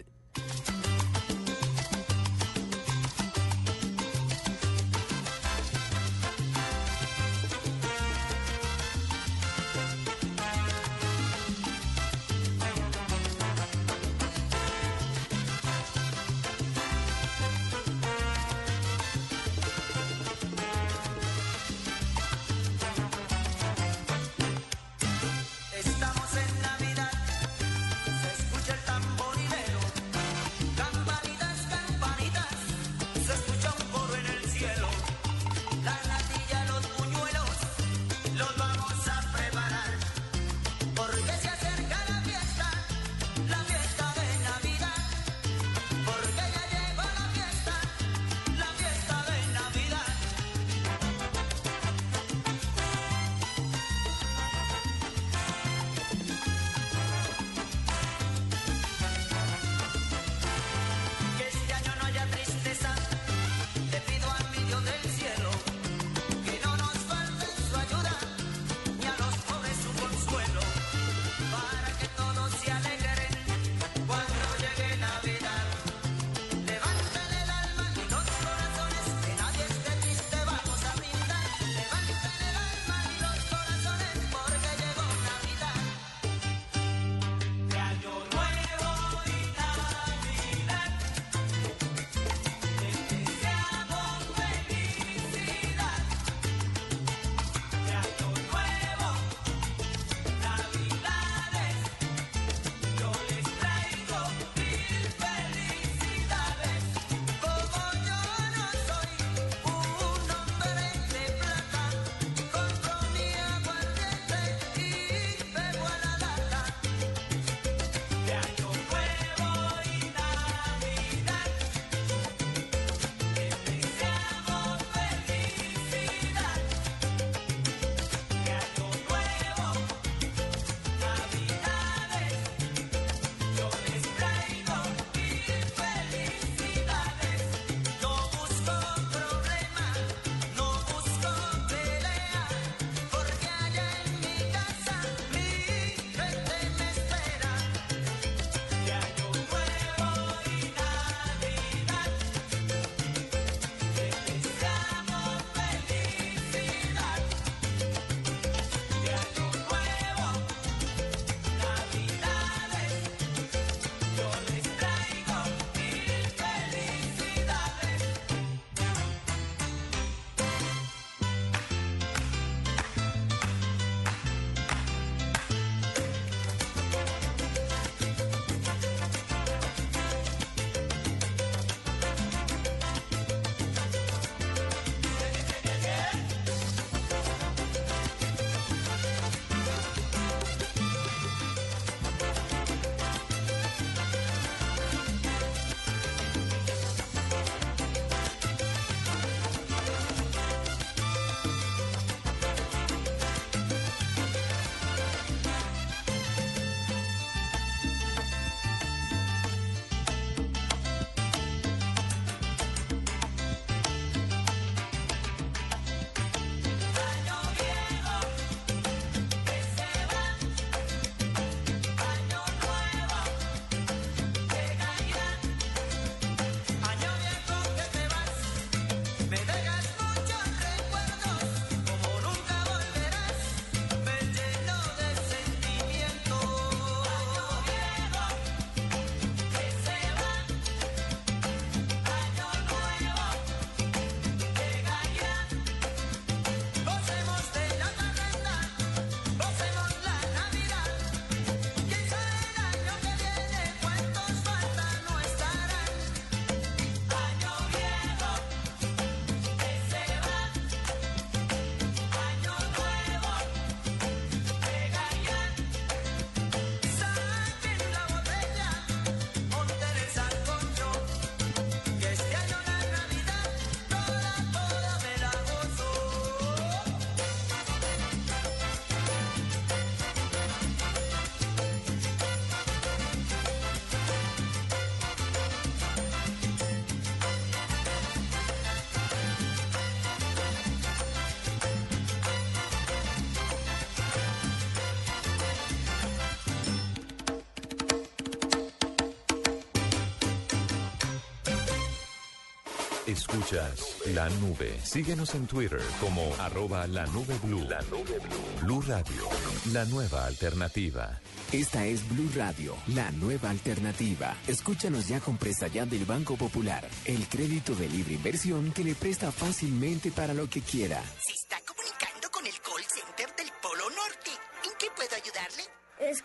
Speaker 6: Escuchas la nube. Síguenos en Twitter como arroba la nube blue. La nube blue. Blue Radio, la nueva alternativa.
Speaker 11: Esta es [laughs] Blue Radio, la nueva alternativa. Escúchanos ya con presta ya del Banco Popular, el crédito de libre inversión que le presta fácilmente para lo que quiera.
Speaker 7: Se está comunicando con el call center del Polo Norte. ¿En qué puedo ayudarle?
Speaker 9: Es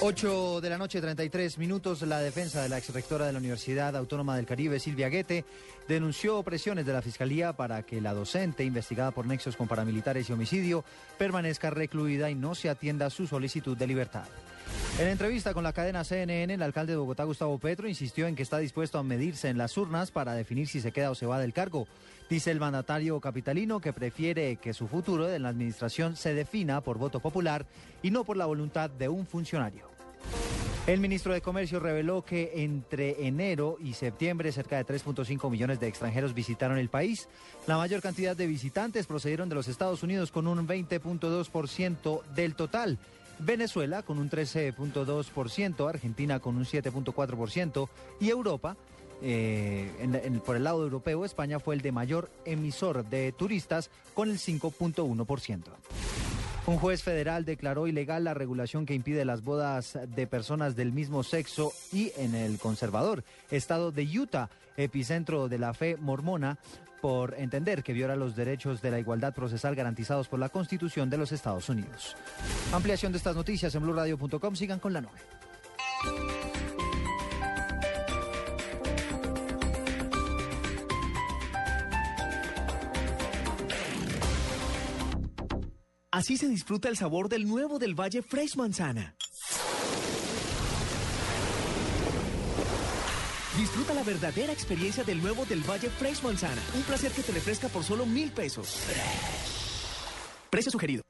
Speaker 16: 8 de la noche, 33 minutos. La defensa de la exrectora de la Universidad Autónoma del Caribe, Silvia Guete, denunció presiones de la Fiscalía para que la docente, investigada por nexos con paramilitares y homicidio, permanezca recluida y no se atienda su solicitud de libertad. En entrevista con la cadena CNN, el alcalde de Bogotá, Gustavo Petro, insistió en que está dispuesto a medirse en las urnas para definir si se queda o se va del cargo. Dice el mandatario capitalino que prefiere que su futuro en la administración se defina por voto popular y no por la voluntad de un funcionario. El ministro de Comercio reveló que entre enero y septiembre cerca de 3.5 millones de extranjeros visitaron el país. La mayor cantidad de visitantes procedieron de los Estados Unidos con un 20.2% del total. Venezuela con un 13.2%, Argentina con un 7.4% y Europa, eh, en- en- por el lado europeo, España fue el de mayor emisor de turistas con el 5.1%. Un juez federal declaró ilegal la regulación que impide las bodas de personas del mismo sexo y en el conservador estado de Utah, epicentro de la fe mormona, por entender que viola los derechos de la igualdad procesal garantizados por la Constitución de los Estados Unidos. Ampliación de estas noticias en blurradio.com. Sigan con la nube.
Speaker 17: Así se disfruta el sabor del nuevo del Valle Fresh Manzana. Disfruta la verdadera experiencia del nuevo del Valle Fresh Manzana. Un placer que te refresca por solo mil pesos. Precio sugerido.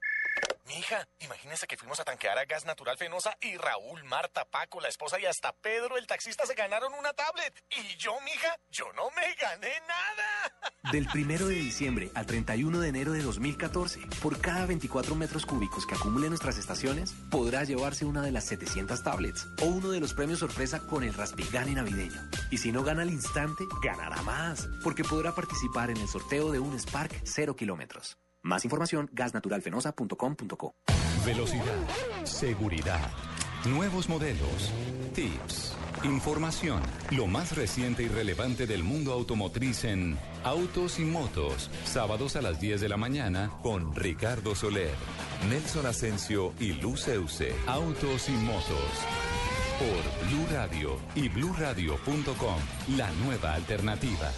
Speaker 1: Mija, imagínese que fuimos a tanquear a Gas Natural Fenosa y Raúl, Marta, Paco, la esposa y hasta Pedro, el taxista, se ganaron una tablet. Y yo, mija, yo no me gané nada.
Speaker 11: Del 1 de diciembre al 31 de enero de 2014, por cada 24 metros cúbicos que acumule nuestras estaciones, podrá llevarse una de las 700 tablets o uno de los premios sorpresa con el Raspigani navideño. Y si no gana al instante, ganará más, porque podrá participar en el sorteo de un Spark 0 kilómetros. Más información, gasnaturalfenosa.com.co.
Speaker 6: Velocidad, seguridad, nuevos modelos, tips, información, lo más reciente y relevante del mundo automotriz en Autos y Motos, sábados a las 10 de la mañana con Ricardo Soler, Nelson Asensio y Luz Euse. Autos y Motos por Blue Radio y bluradio.com, la nueva alternativa.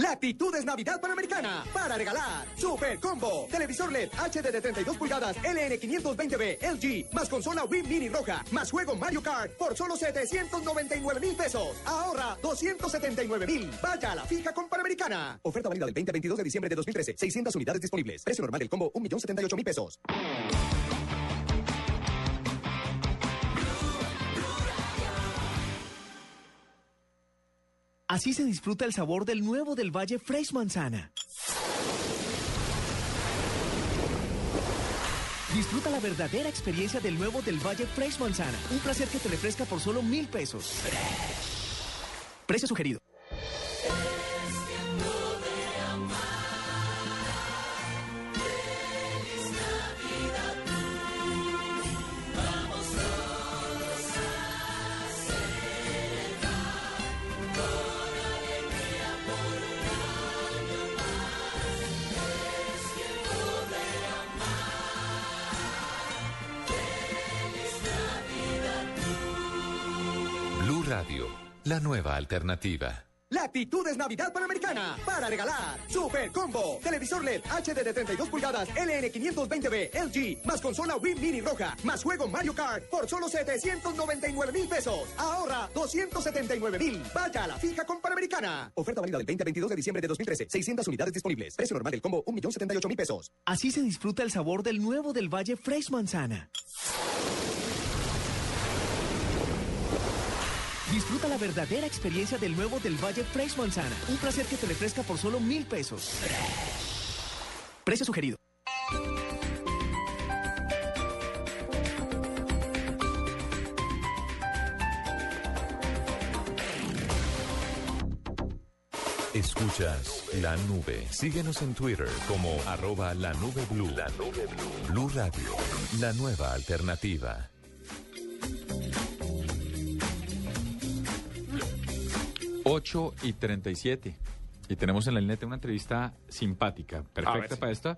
Speaker 18: La actitud es Navidad Panamericana para regalar Super Combo, televisor LED HD de 32 pulgadas LN520B LG, más consola Wii Mini roja, más juego Mario Kart por solo 799 mil pesos. Ahorra 279 mil. Vaya a la fija con Panamericana. Oferta válida del 20 al 22 de diciembre de 2013. 600 unidades disponibles. Precio normal del combo 1.078.000 pesos.
Speaker 17: Así se disfruta el sabor del nuevo del Valle Fresh Manzana. Disfruta la verdadera experiencia del nuevo del Valle Fresh Manzana. Un placer que te refresca por solo mil pesos. Precio sugerido.
Speaker 6: Blue Radio, la nueva alternativa.
Speaker 18: Latitud es Navidad Panamericana para regalar Super Combo, televisor LED HD de 32 pulgadas, LN520B, LG, más consola Win Mini Roja, más juego Mario Kart por solo 799 mil pesos. Ahorra 279 mil. Vaya a la fija con Panamericana. Oferta válida del 20 al 22 de diciembre de 2013. 600 unidades disponibles. Precio normal del combo 1.078.000 pesos.
Speaker 11: Así se disfruta el sabor del nuevo del Valle Fresh Manzana. Disfruta la verdadera experiencia del nuevo del Valle Fresh Manzana. Un placer que te refresca por solo mil pesos. Precio sugerido.
Speaker 6: Escuchas la nube. Síguenos en Twitter como arroba la nube blue. La nube blue. Blue Radio, la nueva alternativa.
Speaker 5: Ocho y 37. Y tenemos en la línea una entrevista simpática,
Speaker 1: A ver,
Speaker 5: perfecta
Speaker 1: sí.
Speaker 5: para esta.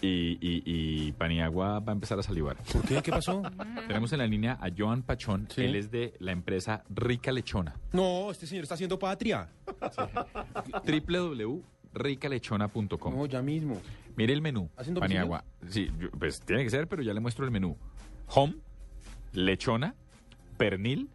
Speaker 5: Y, y, y Paniagua va a empezar a salivar. ¿Por
Speaker 2: qué? ¿Qué pasó?
Speaker 5: [laughs] Tenemos en la línea a Joan Pachón.
Speaker 2: Sí.
Speaker 5: Él es de la empresa Rica Lechona.
Speaker 2: No, este señor está haciendo patria.
Speaker 5: www.ricalechona.com. No,
Speaker 2: ya mismo.
Speaker 5: Mire el menú.
Speaker 2: ¿Haciendo
Speaker 5: Paniagua. Sí, yo- pues tiene que ser, pero ya le muestro el menú. Home, lechona, pernil,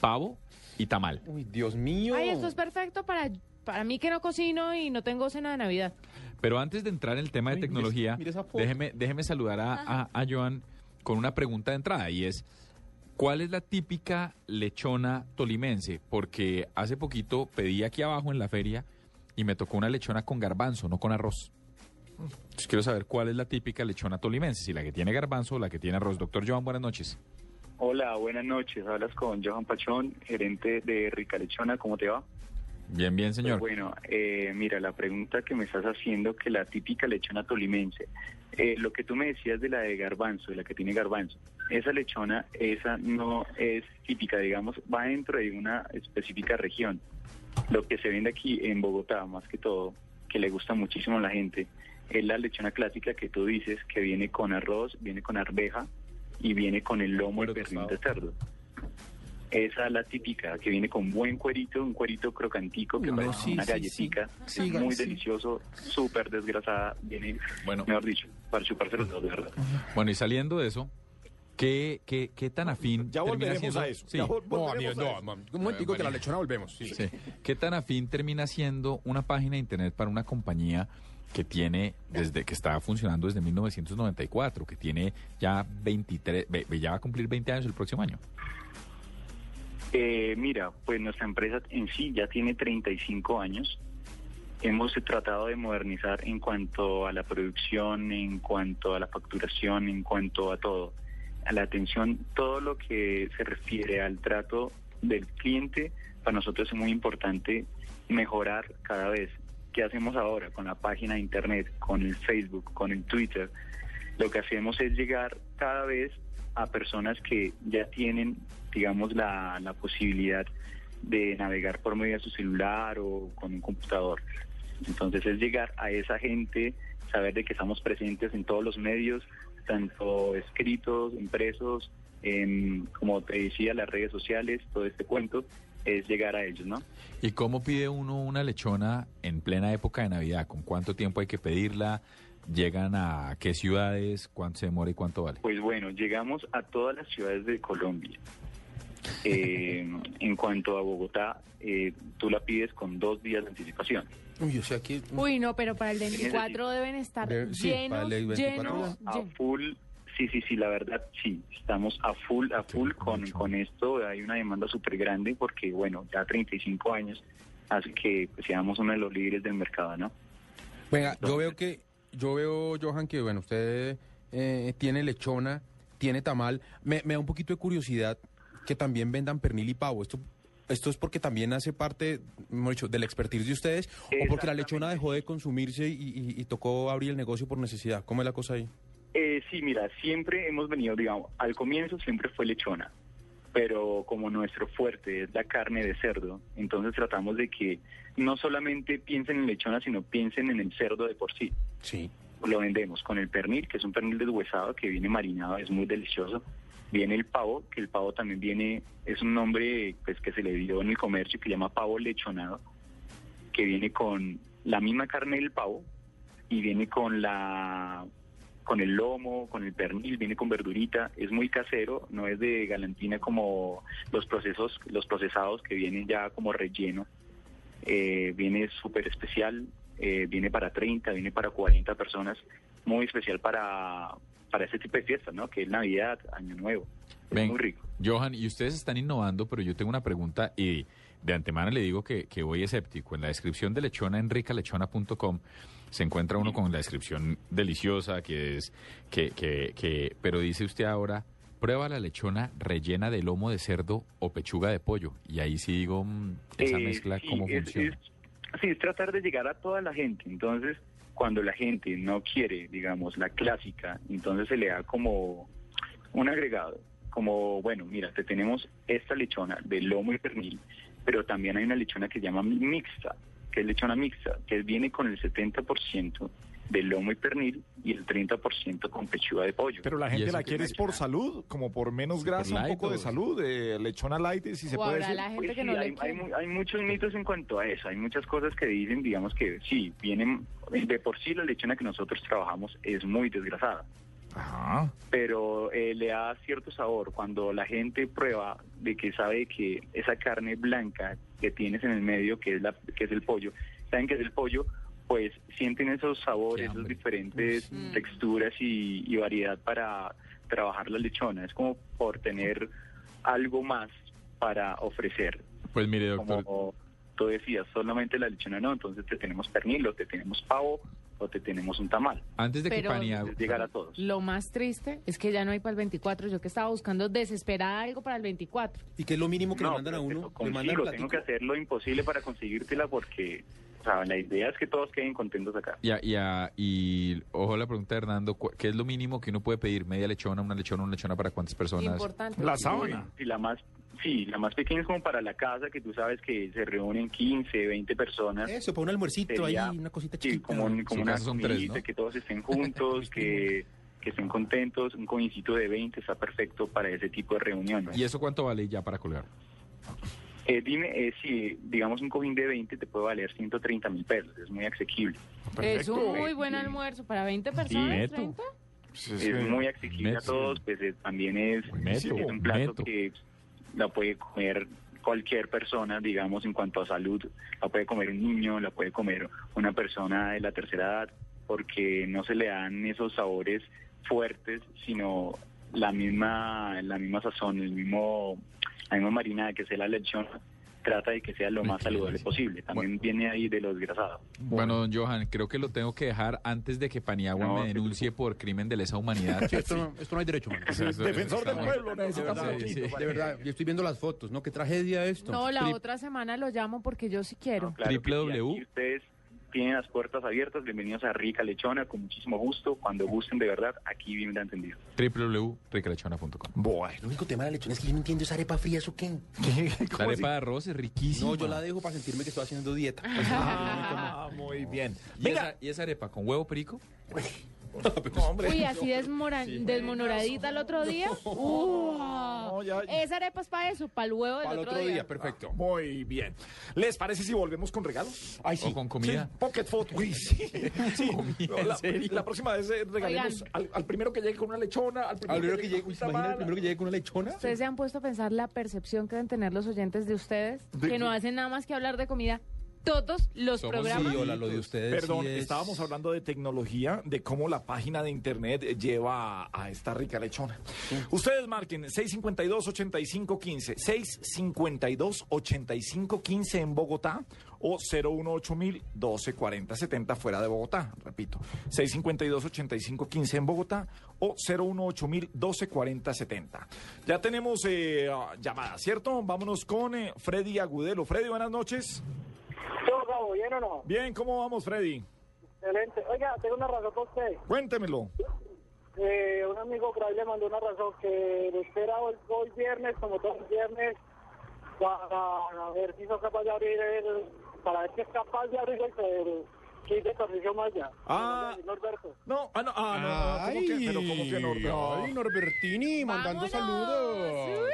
Speaker 5: pavo y tamal.
Speaker 2: Uy, Dios mío.
Speaker 3: Ay, esto es perfecto para, para mí que no cocino y no tengo cena de Navidad.
Speaker 5: Pero antes de entrar en el tema de tecnología,
Speaker 3: mire esa foto.
Speaker 5: déjeme, déjeme saludar a, a, a Joan con una pregunta de entrada y es, ¿cuál es la típica lechona tolimense? Porque hace poquito pedí aquí abajo en la feria y me tocó una lechona con garbanzo, no con arroz. Entonces quiero saber cuál es la típica lechona tolimense, si la que tiene garbanzo o la que tiene arroz. Doctor Joan, buenas noches.
Speaker 19: Hola, buenas noches. Hablas con Johan Pachón, gerente de Rica Lechona. ¿Cómo te va?
Speaker 5: Bien, bien, señor.
Speaker 19: Pues bueno, eh, mira, la pregunta que me estás haciendo, que la típica lechona tolimense, eh, lo que tú me decías de la de garbanzo, de la que tiene garbanzo, esa lechona, esa no es típica, digamos, va dentro de una específica región. Lo que se vende aquí en Bogotá, más que todo, que le gusta muchísimo a la gente, es la lechona clásica que tú dices, que viene con arroz, viene con arveja y viene con el lomo y pernil de cerdo. Esa es la típica, que viene con buen cuerito, un cuerito crocantico que
Speaker 5: No,
Speaker 19: parece
Speaker 5: sí,
Speaker 19: una
Speaker 5: sí,
Speaker 19: galletica,
Speaker 5: sí. Sí,
Speaker 19: muy
Speaker 5: sí.
Speaker 19: delicioso, súper desgrasada, viene,
Speaker 5: bueno.
Speaker 19: mejor dicho, para chuparse los dos, de verdad.
Speaker 5: Bueno, y saliendo de eso, ¿qué, qué, qué tan afín
Speaker 19: Ya
Speaker 5: termina
Speaker 19: volveremos
Speaker 5: siendo...
Speaker 19: a eso,
Speaker 5: Sí.
Speaker 19: ya vol-
Speaker 2: No, amigo, no, mam- un momentico que la lechona volvemos. sí.
Speaker 5: Sí. ¿Qué tan afín termina siendo una página de internet para una compañía que tiene, desde que está funcionando desde 1994, que tiene ya 23, ve- ve- ya va a cumplir 20 años el próximo año?
Speaker 19: Eh, mira, pues nuestra empresa en sí ya tiene 35 años. Hemos tratado de modernizar en cuanto a la producción, en cuanto a la facturación, en cuanto a todo, a la atención, todo lo que se refiere al trato del cliente, para nosotros es muy importante mejorar cada vez. ¿Qué hacemos ahora con la página de internet, con el Facebook, con el Twitter? lo que hacemos es llegar cada vez a personas que ya tienen, digamos, la, la posibilidad de navegar por medio de su celular o con un computador. Entonces es llegar a esa gente, saber de que estamos presentes en todos los medios, tanto escritos, impresos, en, como te decía, las redes sociales, todo este cuento, es llegar a ellos, ¿no?
Speaker 5: ¿Y cómo pide uno una lechona en plena época de Navidad? ¿Con cuánto tiempo hay que pedirla? ¿Llegan a qué ciudades? ¿Cuánto se demora y cuánto vale?
Speaker 19: Pues bueno, llegamos a todas las ciudades de Colombia.
Speaker 2: [laughs]
Speaker 19: Eh, en cuanto a Bogotá, eh, tú la pides con dos días de anticipación.
Speaker 2: Uy, o sea, aquí...
Speaker 3: Uy, no, pero para el 24 deben estar
Speaker 19: Debe- Mm. sí, para
Speaker 3: llenos,
Speaker 19: el 24
Speaker 3: llenos,
Speaker 19: a
Speaker 3: llenos.
Speaker 19: full. Sí, sí, sí, la verdad, sí. Estamos a full, a full con, con esto. Hay una demanda súper grande porque, bueno, ya 35 años hace que pues, seamos uno de los líderes del mercado, ¿no?
Speaker 2: Venga, yo veo que, yo veo, Johan, que bueno, usted eh, tiene lechona, tiene tamal. Me, me da un poquito de curiosidad que también vendan pernil y pavo. Esto, esto es porque también hace parte, mejor dicho, del expertise de ustedes, o porque la lechona dejó de consumirse y, y- y tocó abrir el negocio por necesidad. ¿Cómo es la cosa ahí?
Speaker 19: Eh, sí, mira, siempre hemos venido, digamos, al comienzo siempre fue lechona, pero como nuestro fuerte es la carne de cerdo, entonces tratamos de que no solamente piensen en lechona, sino piensen en el cerdo de por sí.
Speaker 2: Sí.
Speaker 19: Lo vendemos con el pernil, que es un pernil deshuesado que viene marinado, es muy delicioso. Viene el pavo, que el pavo también viene, es un nombre pues que se le dio en el comercio que se llama pavo lechonado que viene con la misma carne del pavo y viene con la con el lomo, con el pernil, viene con verdurita, es muy casero, no es de galantina como los procesos, los procesados que vienen ya como relleno. Eh, viene súper especial, eh, viene para 30, viene para 40 personas, muy especial para, para este tipo de fiestas, ¿no? Que es Navidad, Año Nuevo. Es
Speaker 5: Ven,
Speaker 19: muy rico.
Speaker 5: Johan, y ustedes están innovando, pero yo tengo una pregunta y de antemano le digo que, que voy escéptico. En la descripción de lechona en ricalechona.com se encuentra uno con la descripción deliciosa que es que, que, que pero dice usted ahora prueba la lechona rellena de lomo de cerdo o pechuga de pollo y ahí sí digo mm, esa
Speaker 19: Eh,
Speaker 5: mezcla
Speaker 19: sí,
Speaker 5: cómo
Speaker 19: es-
Speaker 5: funciona
Speaker 19: es- sí, es tratar de llegar a toda la gente. Entonces, cuando la gente no quiere, digamos, la clásica, entonces se le da como un agregado. Como, bueno, mira, te tenemos esta lechona de lomo y pernil, pero también hay una lechona que se llama mixta, que es lechona mixta, que viene con el 70% de lomo y pernil y el 30% con pechuga de pollo.
Speaker 1: Pero la gente la quiere es por salud, como por menos grasa, un
Speaker 19: light,
Speaker 1: poco de
Speaker 19: o-
Speaker 1: salud, eh, lechona light, si se
Speaker 3: O
Speaker 1: puede
Speaker 3: habrá
Speaker 1: decir.
Speaker 3: la gente
Speaker 19: Pues
Speaker 3: que
Speaker 19: sí,
Speaker 3: no le
Speaker 19: hay, hay
Speaker 3: quiere.
Speaker 19: mu- hay muchos mitos en cuanto a eso. Hay muchas cosas que dicen, digamos que sí, vienen de por sí la lechona que nosotros trabajamos es muy desgrasada,
Speaker 1: Ajá.
Speaker 19: pero eh, le da cierto sabor cuando la gente prueba de que sabe que esa carne blanca que tienes en el medio, que es la que es el pollo, saben que es el pollo, pues sienten esos sabores, esos diferentes texturas y, y variedad para trabajar la lechona. Es como por tener algo más para ofrecer
Speaker 5: pues mire doctor
Speaker 19: como tú decías, solamente la lechona no, entonces te tenemos pernil, o te tenemos pavo, o te tenemos un tamal.
Speaker 5: antes de que
Speaker 3: Pero-
Speaker 5: Paniagua
Speaker 19: Llegar a todos.
Speaker 3: Lo más triste es que ya no hay para el 24. Yo que estaba buscando desesperada algo para el 24.
Speaker 2: ¿Y qué es lo mínimo que
Speaker 19: No,
Speaker 2: le mandan a
Speaker 19: pero te lo
Speaker 2: uno? Le mandan
Speaker 19: Consigo, tengo
Speaker 2: platico.
Speaker 19: que hacer lo imposible para conseguírtela porque, o sea, la idea es que todos queden contentos acá.
Speaker 5: Y, a- y, a- y ojo a la pregunta de Hernando, ¿cu- ¿qué es lo mínimo que uno puede pedir? ¿Media lechona, una lechona, una lechona para cuántas personas?
Speaker 3: Importante.
Speaker 19: Y la más, sí, la más pequeña es como para la casa, que tú sabes que se reúnen 15, 20 personas.
Speaker 2: Eso, para un almuercito ahí,
Speaker 19: Sería-
Speaker 2: una cosita
Speaker 19: Sí,
Speaker 2: chiquita.
Speaker 19: como, un- como
Speaker 5: Su
Speaker 19: una
Speaker 5: casa son tres,
Speaker 19: comidita,
Speaker 5: ¿no?
Speaker 19: que todos
Speaker 2: [laughs]
Speaker 19: estén juntos, que, que estén contentos. Un coincito de 20 está perfecto para ese tipo de reuniones.
Speaker 5: ¿Y eso cuánto vale ya para colgar?
Speaker 19: Eh, dime eh, si, digamos, un cojín de 20 te puede valer 130 mil pesos. Es muy asequible.
Speaker 3: Es un muy buen almuerzo para 20 personas.
Speaker 19: Neto.
Speaker 3: 30.
Speaker 19: Es muy asequible a todos. Pues eh, también es,
Speaker 5: Neto,
Speaker 19: es un plato
Speaker 5: neto.
Speaker 19: que la puede comer cualquier persona, digamos, en cuanto a salud. La puede comer un niño, la puede comer una persona de la tercera edad, porque no se le dan esos sabores fuertes, sino la misma, la misma sazón, el mismo, la misma marinada que sea la lechona trata de que sea lo más saludable posible. También viene ahí de los desgrasados.
Speaker 5: Bueno, don Johan, creo que lo tengo que dejar antes de que Paniagua
Speaker 19: No,
Speaker 5: me
Speaker 19: qué
Speaker 5: denuncie por crimen de lesa humanidad.
Speaker 2: [laughs] Sí, esto, no- esto no hay derecho, mano.
Speaker 5: Eso- eso- [laughs] Defensor eso- del pueblo,
Speaker 2: De
Speaker 5: necesitamos
Speaker 2: verdad,
Speaker 5: aquí.
Speaker 2: sí, sí. De verdad, yo estoy viendo las fotos, ¿no? Qué tragedia esto.
Speaker 3: No, la
Speaker 2: Pri-
Speaker 3: otra semana lo llamo porque yo sí quiero.
Speaker 19: Claro que sí, aquí ustedes tienen las puertas abiertas. Bienvenidos a Rica Lechona, con muchísimo gusto. Cuando gusten, de verdad, aquí bien entendido.
Speaker 5: www.ricalechona.com
Speaker 2: El único tema de la lechona es que yo no entiendo esa arepa fría, ¿eso qué?
Speaker 5: La arepa de arroz es riquísima.
Speaker 2: No, yo la dejo para sentirme que estoy
Speaker 5: [laughs]
Speaker 2: haciendo dieta.
Speaker 1: Ah, muy bien.
Speaker 5: ¿Y esa, ¿Y esa arepa con huevo perico? [laughs]
Speaker 3: Uy, así desmora- desmonoradita el otro día. Uh, Esa arepa es para eso, para el huevo del
Speaker 1: Al
Speaker 3: otro, día.
Speaker 1: perfecto. Ah, Muy bien. ¿Les parece si volvemos con regalos?
Speaker 5: Ay, sí. O con comida.
Speaker 1: Sí, pocket photo. Uy, sí. Sí. la, la próxima vez eh, regalemos
Speaker 3: Oigan.
Speaker 1: al, al primero que llegue con una lechona, al primero,
Speaker 2: Al primero que llegue,
Speaker 1: con
Speaker 2: uy,
Speaker 1: un
Speaker 2: ¿se imagina el
Speaker 1: tamal.
Speaker 2: primero que llegue con una lechona?
Speaker 3: ¿Ustedes se han puesto a pensar la percepción que deben tener los oyentes de ustedes?
Speaker 1: ¿De
Speaker 3: que no
Speaker 1: qué?
Speaker 3: hacen nada más que hablar de comida todos los programas.
Speaker 2: lo de ustedes
Speaker 1: Perdón,
Speaker 2: sí es-
Speaker 1: estábamos hablando de tecnología, de cómo la página de internet lleva a, a esta rica lechona. Ustedes marquen 652-8515, 652-8515 en Bogotá o 018000 1240 70 fuera de Bogotá, repito, 652-8515 en Bogotá o 018000 1240 70. Ya tenemos eh, ah, llamada, ¿cierto? Vámonos con eh, Freddy Agudelo. Freddy, buenas noches.
Speaker 20: ¿Todo, Gabo, bien o no?
Speaker 1: Bien, ¿cómo vamos, Freddy?
Speaker 20: Excelente. Oiga, tengo una razón para usted.
Speaker 1: Cuéntemelo.
Speaker 20: Eh, un amigo por ahí le mandó una razón que lo espera hoy, hoy viernes, como todos los viernes, para ver si son capaz de abrir el... para ver si es capaz de abrir el- el kit de Tarcisio Maya.
Speaker 1: Ah.
Speaker 20: Norberto.
Speaker 1: No, ah, no, ah, no, no, ¿cómo que? Pero ¿cómo que no?
Speaker 2: Ay, Norbertini, mandando
Speaker 20: Vámonos.
Speaker 2: saludos.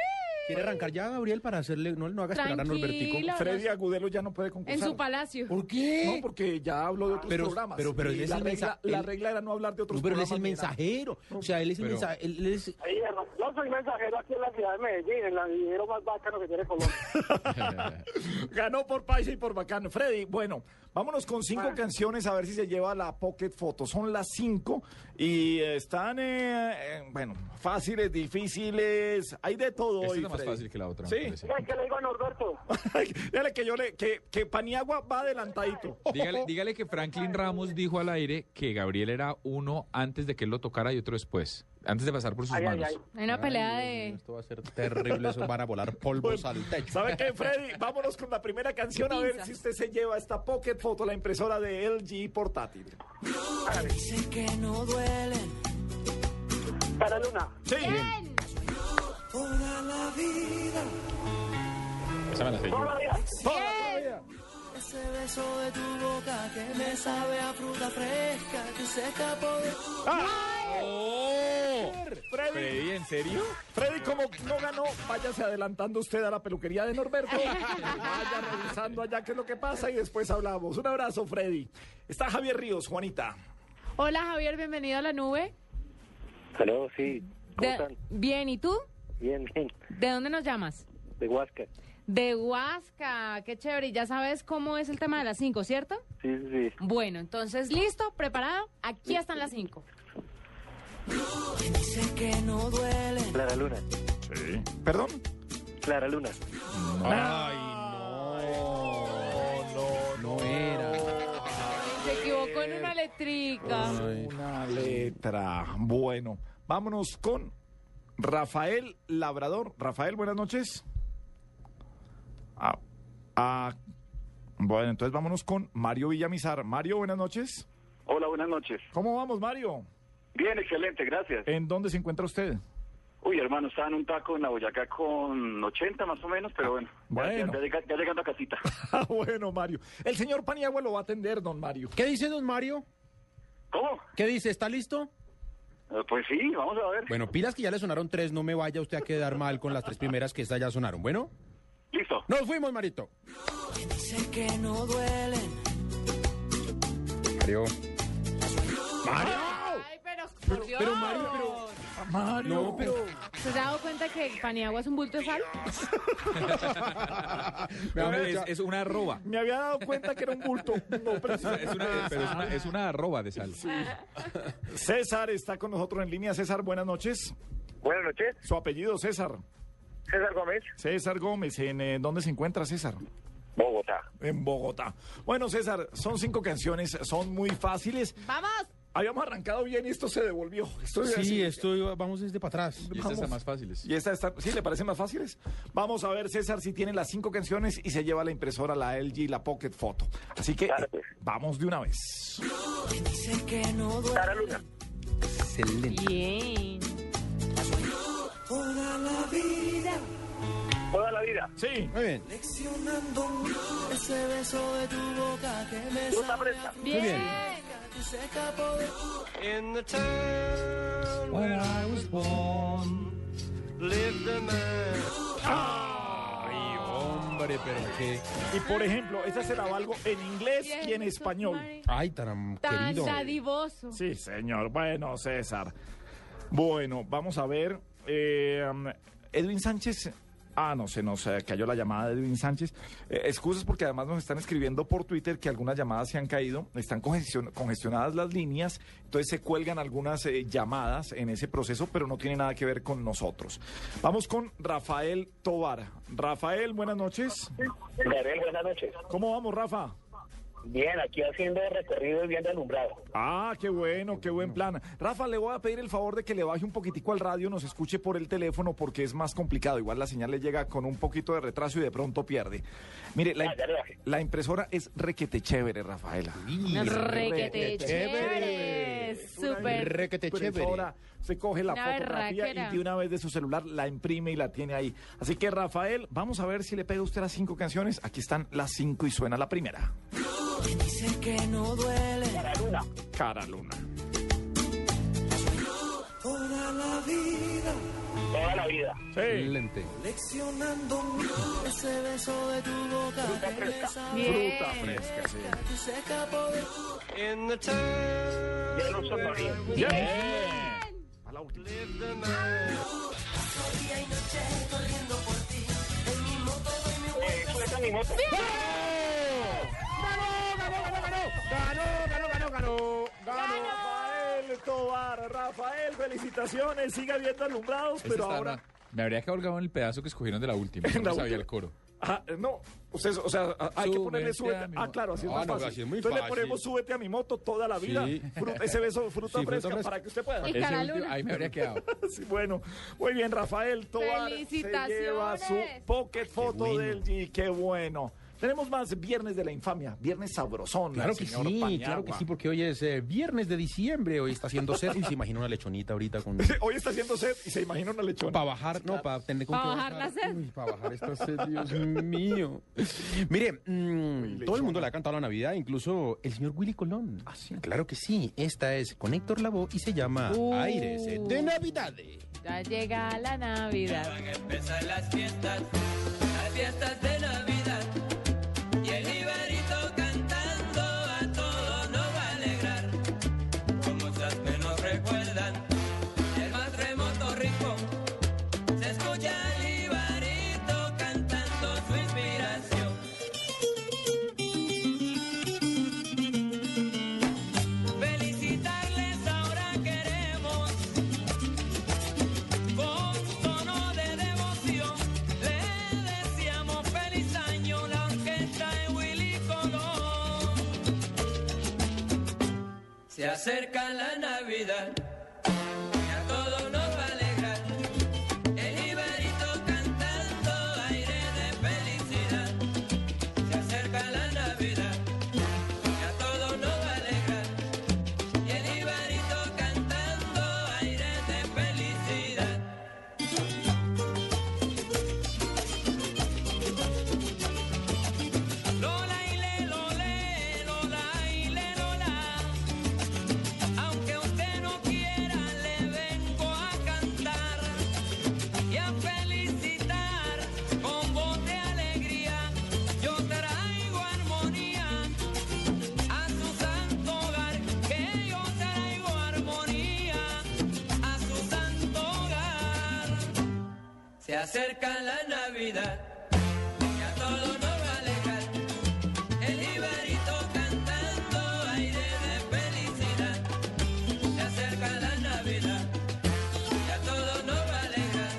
Speaker 2: ¿Quiere arrancar ya, Gabriel, para hacerle... No, no haga esperar a Norbertico.
Speaker 3: Tranquilo,
Speaker 1: Freddy Agudelo ya no puede concursar.
Speaker 3: En su palacio.
Speaker 1: ¿Por qué? No, porque ya habló de otros
Speaker 2: Pero-
Speaker 1: programas.
Speaker 2: pero- pero
Speaker 1: Y
Speaker 2: él es
Speaker 1: la,
Speaker 2: el
Speaker 1: regla,
Speaker 2: mensa-
Speaker 1: la
Speaker 2: él-
Speaker 1: regla era no hablar de otros
Speaker 2: No, pero él es el
Speaker 1: programas.
Speaker 2: mensajero. O sea, él es el
Speaker 1: Pero-
Speaker 2: mensajero. Él es...
Speaker 5: Ahí, hermano, Yo soy mensajero aquí en la ciudad de Medellín, el naviguero más bacano que tiene Colombia.
Speaker 1: [laughs] Ganó por Paisa y por Bacano. Freddy, bueno, vámonos con
Speaker 5: Ah.
Speaker 1: cinco canciones a ver si se lleva la Pocket Photo. Son las cinco y están, eh, eh, bueno, fáciles, difíciles, hay de todo.
Speaker 4: Esta
Speaker 1: hoy,
Speaker 4: es la más
Speaker 1: Freddy.
Speaker 4: fácil que la otra. me
Speaker 1: Sí.
Speaker 4: parece.
Speaker 5: ¿Qué le digo a
Speaker 1: [laughs]
Speaker 5: Norberto?
Speaker 1: Ay, Dale que yo le, que, que Paniagua va adelantadito.
Speaker 4: Dígale, dígale que Franklin Ramos dijo al aire que Gabriel era uno antes de que él lo tocara y otro después. Antes de pasar por sus
Speaker 5: Ay, ay,
Speaker 4: manos.
Speaker 5: ay.
Speaker 3: Hay una pelea de...
Speaker 2: Esto va a ser terrible. Eso van a volar polvos al techo.
Speaker 1: ¿Sabe qué,
Speaker 3: [laughs]
Speaker 1: Freddy? Vámonos con la primera canción a ver
Speaker 3: Pinzas.
Speaker 1: si usted se lleva esta Pocket Photo, la impresora de LG portátil.
Speaker 12: Dicen que no duelen
Speaker 5: Para Luna.
Speaker 1: Sí.
Speaker 12: toda la vida.
Speaker 4: Esa me la sé yo.
Speaker 5: Todavía.
Speaker 1: Todavía.
Speaker 12: Ese beso de tu boca que me sabe a fruta fresca que se escapó de
Speaker 1: Ah.
Speaker 4: ¡Oh!
Speaker 1: Freddy,
Speaker 4: Freddy, ¿en serio?
Speaker 1: Freddy, como no ganó, váyase adelantando usted a la peluquería de Norberto. Vaya revisando allá qué es lo que pasa y después hablamos. Un abrazo, Freddy. Está Javier Ríos, Juanita.
Speaker 3: Hola Javier, bienvenido a la nube.
Speaker 14: Aló, Oh, sí. ¿Cómo
Speaker 3: De-
Speaker 14: están?
Speaker 3: Bien, ¿y tú?
Speaker 14: Bien, bien.
Speaker 3: ¿De dónde nos llamas?
Speaker 14: De Huasca.
Speaker 3: De Huasca, qué chévere. Y Ya sabes cómo es el tema de las cinco, ¿cierto?
Speaker 14: Sí, sí, sí.
Speaker 3: Bueno, entonces, ¿listo? ¿Preparado? Aquí están las cinco.
Speaker 12: Dicen que no duelen.
Speaker 14: Clara Luna.
Speaker 1: ¿Perdón?
Speaker 14: Clara Luna.
Speaker 1: Ah.
Speaker 2: Ay, no. No, no era.
Speaker 3: Se equivocó en una eléctrica.
Speaker 1: Una letra. Bueno, vámonos con Rafael Labrador. Rafael, buenas noches. Ah, ah, bueno, entonces vámonos con Mario Villamizar. Mario, buenas noches.
Speaker 21: Hola, buenas noches.
Speaker 1: ¿Cómo vamos, Mario?
Speaker 21: Bien, excelente, gracias.
Speaker 1: ¿En dónde se encuentra usted? [laughs]
Speaker 21: Uy, hermano, estaba en un taco en la Boyacá con 80 más o menos, pero bueno. ya-
Speaker 1: Ah, Bueno.
Speaker 21: Ya, llega- ya llegando a
Speaker 19: [laughs]
Speaker 21: casita.
Speaker 1: Ah, bueno, Mario. El señor Paniagua lo va a atender, don Mario.
Speaker 2: ¿Qué dice don Mario?
Speaker 21: ¿Cómo?
Speaker 2: ¿Qué dice? ¿Está listo?
Speaker 21: Eh, Pues sí, vamos a ver.
Speaker 2: Bueno, pilas que ya le sonaron tres. No me vaya usted a quedar mal con las tres primeras que estas ya sonaron. Bueno,
Speaker 21: Listo.
Speaker 2: nos fuimos, Marito.
Speaker 12: Dicen que no duelen.
Speaker 2: Mario.
Speaker 3: Ay, pero por Dios.
Speaker 2: Pero Mario, pero.
Speaker 1: Mario.
Speaker 2: No, pero.
Speaker 3: ¿Se has dado cuenta que Paniagua es un bulto de sal?
Speaker 2: [laughs] Me
Speaker 4: No,
Speaker 2: han
Speaker 4: es,
Speaker 2: hecho-
Speaker 4: es una arroba.
Speaker 1: Me había dado cuenta que era un bulto. Ah, No,
Speaker 2: [laughs]
Speaker 4: Es una, es una- Eh, pero es una, es una arroba de sal.
Speaker 1: [laughs] César está con nosotros en línea. César, buenas noches.
Speaker 14: Buenas noches,
Speaker 1: Su apellido, César.
Speaker 14: César Gómez,
Speaker 1: César Gómez. ¿En eh, dónde se encuentra César?
Speaker 14: Bogotá.
Speaker 1: En Bogotá. Bueno, César, son cinco canciones, son muy fáciles.
Speaker 3: ¡Vamos!
Speaker 1: Habíamos arrancado bien y esto se devolvió. Esto es
Speaker 2: Sí,
Speaker 1: así.
Speaker 2: estoy. Vamos desde para atrás.
Speaker 4: Y estas
Speaker 1: Vamos.
Speaker 4: están más fáciles.
Speaker 1: ¿Y esta está, sí le parecen más fáciles? Vamos a ver, César, si tiene las cinco canciones y se lleva la impresora, la LG, la Pocket Photo. Así que
Speaker 14: Claro.
Speaker 1: eh, vamos de una vez.
Speaker 12: Dicen que no
Speaker 14: Clara
Speaker 12: duelen.
Speaker 14: Luna.
Speaker 2: Excelente.
Speaker 3: Bien.
Speaker 12: Toda la vida.
Speaker 14: Toda la vida.
Speaker 1: Sí.
Speaker 2: Muy bien.
Speaker 12: Leccionando ese beso de tu boca que me
Speaker 14: Fruta
Speaker 12: sabe
Speaker 14: fresca.
Speaker 3: Bien.
Speaker 2: bien.
Speaker 12: a- que se escapó de
Speaker 11: In the town where I was born, lived a man.
Speaker 2: Ay, hombre, pero qué.
Speaker 1: Y por ejemplo, esta se la valgo en inglés y en español.
Speaker 2: Ay, tan
Speaker 3: Tan
Speaker 2: querido.
Speaker 3: dadivoso.
Speaker 1: Sí, señor. Bueno, César. Bueno, vamos a ver. eh, um, Edwin Sánchez. Ah, no, se nos eh, cayó la llamada de Edwin Sánchez. Eh, excusas porque además nos están escribiendo por Twitter que algunas llamadas se han caído, están congestion- congestionadas las líneas, entonces se cuelgan algunas eh, llamadas en ese proceso, pero no tiene nada que ver con nosotros. Vamos con Rafael Tobar. Rafael, buenas noches.
Speaker 5: Gabriel, buenas noches.
Speaker 1: ¿Cómo vamos, Rafa?
Speaker 5: Bien, aquí haciendo recorrido y bien alumbrado.
Speaker 1: Ah, qué bueno, qué buen plan. Rafa, le voy a pedir el favor de que le baje un poquitico al radio, nos escuche por el teléfono porque es más complicado. Igual la señal le llega con un poquito de retraso y de pronto pierde. Mire, la,
Speaker 5: Ah, ya le bajé.
Speaker 1: la impresora es requete chévere, Rafaela.
Speaker 3: Requete
Speaker 2: chévere.
Speaker 3: chévere. Súper.
Speaker 2: Requete chévere.
Speaker 1: Impresora, se coge la
Speaker 3: Una
Speaker 1: fotografía
Speaker 3: berraquera.
Speaker 1: y de una vez de su celular la imprime y la tiene ahí. Así que, Rafael, vamos a ver si le pega usted las cinco canciones. Aquí están las cinco y suena la primera.
Speaker 12: Dicen que no duelen.
Speaker 5: Para Luna.
Speaker 1: Cara Luna.
Speaker 12: Toda la vida.
Speaker 5: Toda la
Speaker 14: la vida.
Speaker 2: Excelente.
Speaker 22: Leccionando ese beso de tu boca. Fruta fresca.
Speaker 14: Fruta fresca, sí.
Speaker 22: In the time
Speaker 14: Hielo submarino.
Speaker 22: Bien.
Speaker 14: A la última. Eh, suelta mi moto.
Speaker 1: ganó, ganó, ganó. Ganó Rafael Tobar. Rafael, felicitaciones. Siga viendo alumbrados,
Speaker 5: Ese
Speaker 1: pero
Speaker 5: estaba-
Speaker 1: ahora.
Speaker 5: Me habría colgado en el pedazo que escogieron de la última.
Speaker 1: [laughs] En la
Speaker 5: No sabía
Speaker 1: última.
Speaker 5: el coro.
Speaker 1: Ah, no, ustedes, o sea, ah, hay que
Speaker 5: Súbete
Speaker 1: ponerle suerte.
Speaker 5: a mi
Speaker 1: Ah,
Speaker 5: mo-
Speaker 1: claro, así
Speaker 5: No,
Speaker 1: es más
Speaker 5: no,
Speaker 1: fácil.
Speaker 5: así es muy
Speaker 1: Entonces le
Speaker 5: fácil.
Speaker 1: ponemos súbete a mi moto toda la vida.
Speaker 5: Sí.
Speaker 1: Fruta- ese beso, fruta,
Speaker 5: Sí, fruta
Speaker 1: fresca,
Speaker 5: fresca.
Speaker 1: para que usted pueda.
Speaker 5: Y Ese Caraluna. último, ahí me habría quedado.
Speaker 1: [laughs] sí, bueno, muy bien, Rafael Tobar se lleva su
Speaker 3: ¡Felicitaciones!
Speaker 1: pocket foto
Speaker 2: bueno.
Speaker 1: del G. Qué bueno. Tenemos más Viernes de la Infamia, Viernes Sabrosón.
Speaker 2: Claro que sí,
Speaker 1: señor Paniagua.
Speaker 2: claro que sí, porque hoy es eh, viernes de diciembre, hoy está haciendo
Speaker 1: [laughs]
Speaker 2: sed. Uy, se imagina una lechonita ahorita con...
Speaker 1: Hoy está haciendo sed y se imagina una lechona.
Speaker 2: Para bajar, no, para tener con
Speaker 3: Para
Speaker 2: qué
Speaker 3: bajar la sed.
Speaker 2: Uy, para bajar esta sed, Dios mío. Mire, mm, todo el mundo le ha cantado la Navidad, incluso el señor Willy Colón. Claro que sí, esta es con Héctor Lavoe y se llama
Speaker 3: Uh.
Speaker 2: Aires de Navidades.
Speaker 3: Ya llega la Navidad.
Speaker 22: Empezar las fiestas, las fiestas de Navidad. Y el Ibarito cantando a todos nos va a alegrar. Con muchas que nos recuerdan, el más remoto rico. Se escucha el Ibarito cantando su inspiración. Felicitarles ahora queremos. Con tono de devoción le deseamos feliz año la orquesta de Willy Colón. Se acerca la Navidad y a todos nos va a alegrar. El Ibarito cantando aire de felicidad. Se acerca la Navidad y a todos nos va a alegrar. Y el Ibarito cantando aire de felicidad. Lola y le, lole, Lola y le, Lola. Aunque usted no quiera, le vengo a cantar y a felicitar con voz de alegría. Yo traigo armonía a su santo hogar, que yo traigo armonía a su santo hogar. Se acerca la Navidad y a todos nos va a alegrar. El Ibarito cantando aire de felicidad. Se acerca la Navidad y a todos nos va a alegrar.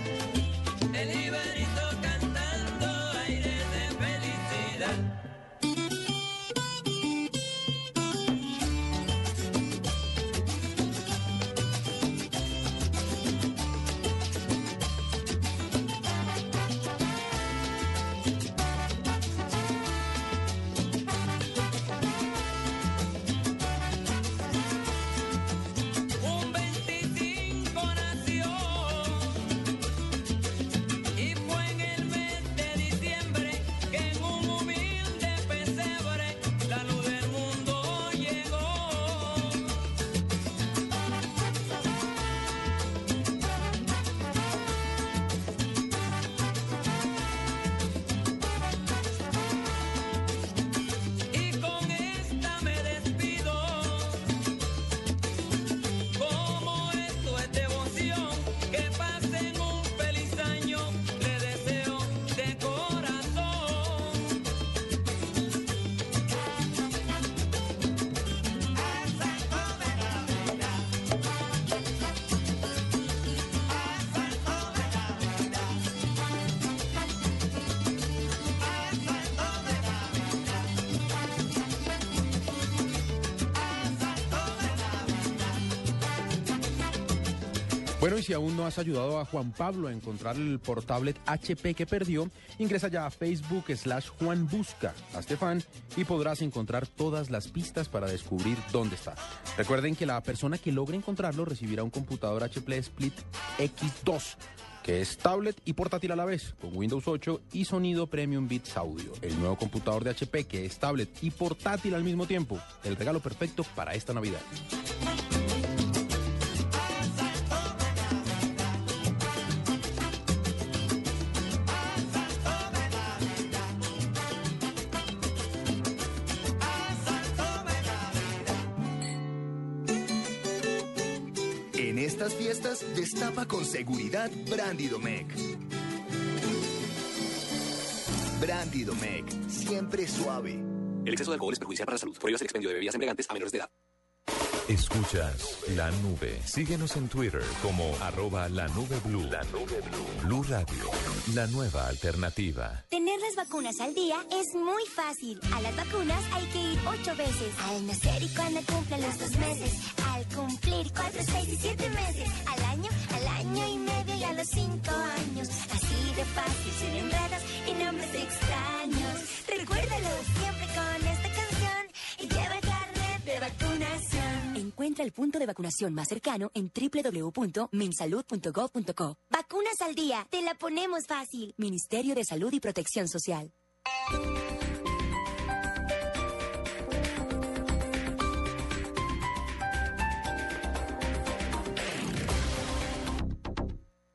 Speaker 22: El Ibarito cantando aire de felicidad. Un 25 nació y fue en el mes de diciembre que en un humilde pesebre la luz del mundo llegó. Y con esta me despido. Como esto es devoción, que pasen un feliz año, le deseo de corazón.
Speaker 2: Bueno, y si aún no has ayudado a Juan Pablo a encontrar el portablet HP que perdió, ingresa ya a Facebook slash Juan Busca, hazte fan, y podrás encontrar todas las pistas para descubrir dónde está. Recuerden que la persona que logre encontrarlo recibirá un computador HP Split X2, que es tablet y portátil a la vez, con Windows 8 y sonido Premium Beats Audio. El nuevo computador de HP que es tablet y portátil al mismo tiempo. El regalo perfecto para esta Navidad.
Speaker 23: En estas fiestas, destapa con seguridad Brandidomec. Brandidomec, siempre suave.
Speaker 24: El exceso de alcohol es perjudicial para la salud. Prohíbas el expendio de bebidas embriagantes a menores de edad.
Speaker 6: Escuchas la nube. Síguenos en Twitter como arroba la nube blue. La nube blue. Blue Radio, la nueva alternativa.
Speaker 25: Tener las vacunas al día es muy fácil. A las vacunas hay que ir ocho veces. Al nacer y cuando cumplan los dos meses. Al cumplir cuatro, seis y siete meses. Al año, al año y medio y a los cinco años. Así de fácil, sin enredos y nombres extraños. Recuérdalo siempre con esta canción y lleva el carnet de vacunación.
Speaker 7: Encuentra el punto de vacunación más cercano en www.minsalud.gov.co.
Speaker 25: Vacunas al día, te la ponemos fácil.
Speaker 7: Ministerio de Salud y Protección Social.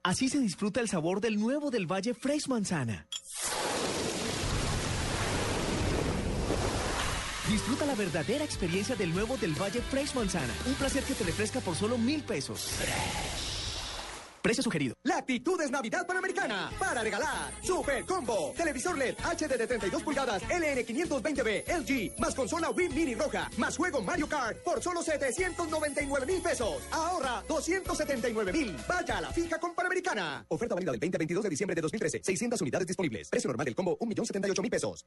Speaker 11: Así se disfruta el sabor del nuevo del Valle Fresh Manzana. Disfruta la verdadera experiencia del nuevo del Valle Fresh Manzana. Un placer que te refresca por solo mil pesos. Precio sugerido.
Speaker 18: La actitud es Navidad Panamericana para regalar Super Combo, televisor LED HD de 32 pulgadas, LN520B, LG, más consola Win Mini Roja, más juego Mario Kart por solo 799 mil pesos. Ahorra 279 mil. Vaya a la fija con Panamericana. Oferta válida del 20 al 22 de diciembre de 2013. 600 unidades disponibles. Precio normal del combo 1.078.000 pesos.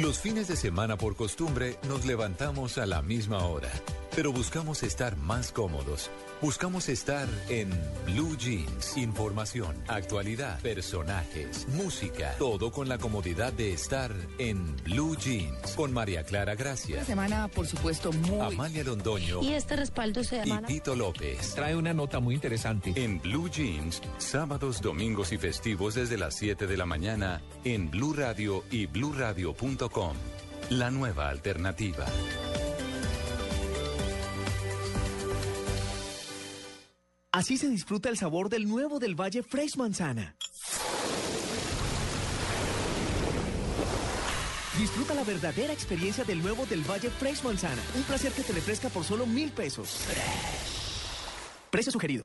Speaker 6: Los fines de semana por costumbre nos levantamos a la misma hora, pero buscamos estar más cómodos. Buscamos estar en Blue Jeans. Información, actualidad, personajes, música, todo con la comodidad de estar en Blue Jeans con María Clara Gracia,
Speaker 12: Una semana, por supuesto, muy...
Speaker 6: Amalia Londoño
Speaker 12: Y este respaldo se
Speaker 6: y
Speaker 12: llama...
Speaker 6: Tito López. Trae una nota muy interesante. En Blue Jeans, sábados, domingos y festivos desde las 7 de la mañana en Blue Radio y bluradio.com. La nueva alternativa.
Speaker 11: Así se disfruta el sabor del nuevo del Valle Fresh Manzana. Disfruta la verdadera experiencia del nuevo del Valle Fresh Manzana. Un placer que te refresca por solo mil pesos. Precio sugerido.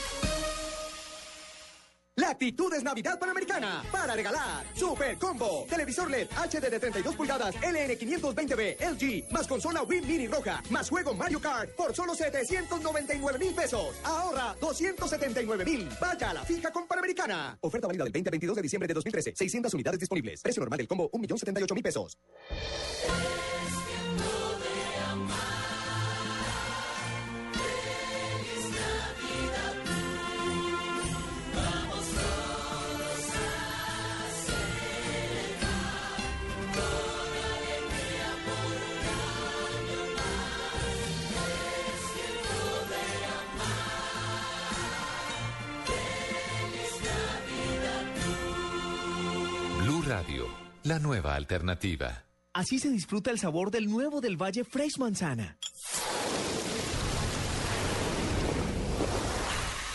Speaker 18: La actitud es Navidad Panamericana para regalar Super Combo, televisor LED HD de 32 pulgadas, LN520B, LG, más consola Win Mini Roja, más juego Mario Kart por solo 799 mil pesos. Ahorra 279 mil. Vaya a la fija con Panamericana. Oferta válida del 20 al 22 de diciembre de 2013. 600 unidades disponibles. Precio normal del combo 1.078.000 pesos.
Speaker 14: Vamos todos a celebrar con alegría por un año más. Es tiempo de amar. Feliz Navidad tú.
Speaker 6: Blue Radio, la nueva alternativa.
Speaker 11: Así se disfruta el sabor del nuevo del Valle Fresh Manzana.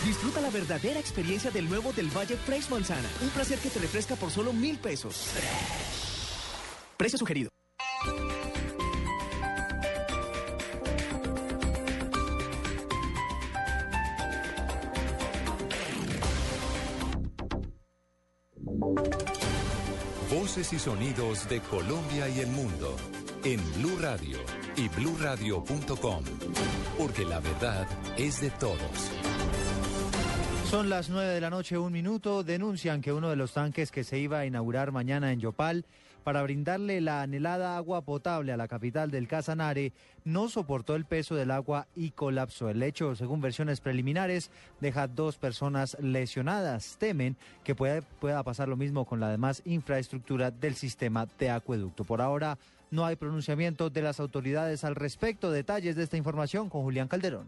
Speaker 11: Disfruta la verdadera experiencia del nuevo del Valle Fresh Manzana. Un placer que te refresca por solo mil pesos. Precio sugerido.
Speaker 6: Voces y sonidos de Colombia y el mundo en Blue Radio y bluradio.com. Porque la verdad es de todos.
Speaker 16: Son las 9 de la noche, un minuto. Denuncian que uno de los tanques que se iba a inaugurar mañana en Yopal para brindarle la anhelada agua potable a la capital del Casanare no soportó el peso del agua y colapsó. El hecho, según versiones preliminares, deja dos personas lesionadas. Temen que pueda, pueda pasar lo mismo con la demás infraestructura del sistema de acueducto. Por ahora no hay pronunciamiento de las autoridades al respecto. Detalles de esta información con Julián Calderón.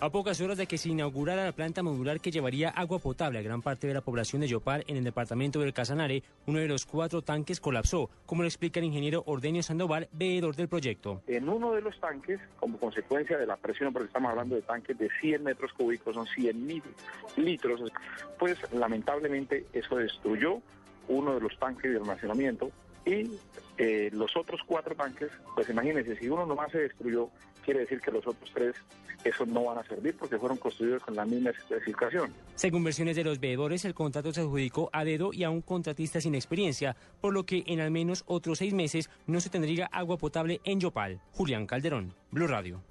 Speaker 26: A pocas horas de que se inaugurara la planta modular que llevaría agua potable a gran parte de la población de Yopal en el departamento del Casanare, uno de los cuatro tanques colapsó, como lo explica el ingeniero Ordenio Sandoval, veedor del proyecto.
Speaker 19: En uno de los tanques, como consecuencia de la presión, porque estamos hablando de tanques de 100 metros cúbicos, son 100 mil litros, pues lamentablemente eso destruyó uno de los tanques de almacenamiento y eh, los otros cuatro tanques, pues imagínense, si uno nomás se destruyó, quiere decir que los otros tres, esos no van a servir porque fueron construidos con la misma especificación.
Speaker 26: Según versiones de los veedores, el contrato se adjudicó a dedo y a un contratista sin experiencia, por lo que en al menos otros seis meses no se tendría agua potable en Yopal. Julián Calderón, Blue Radio.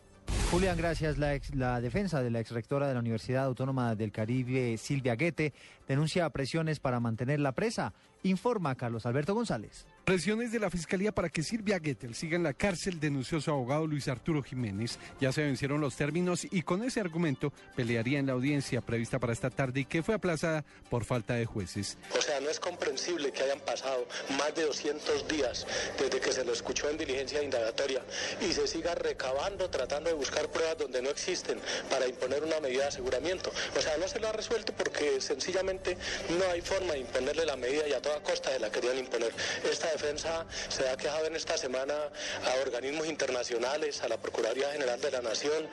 Speaker 16: Julián, gracias. La, ex- la defensa de la exrectora de la Universidad Autónoma del Caribe, Silvia Guete, denuncia presiones para mantener la presa. Informa Carlos Alberto González.
Speaker 13: Presiones de la Fiscalía para que Silvia Gettel siga en la cárcel denunció su abogado Luis Arturo Jiménez. Ya se vencieron los términos y con ese argumento pelearía en la audiencia prevista para esta tarde y que fue aplazada por falta de jueces.
Speaker 15: O sea, no es comprensible que hayan pasado más de 200 días desde que se lo escuchó en diligencia indagatoria y se siga recabando, tratando de buscar pruebas donde no existen para imponer una medida de aseguramiento. O sea, no se lo ha resuelto porque sencillamente no hay forma de imponerle la medida y a toda costa se la querían imponer. Esta defensa se ha quejado en esta semana a organismos internacionales, a la Procuraduría General de la Nación,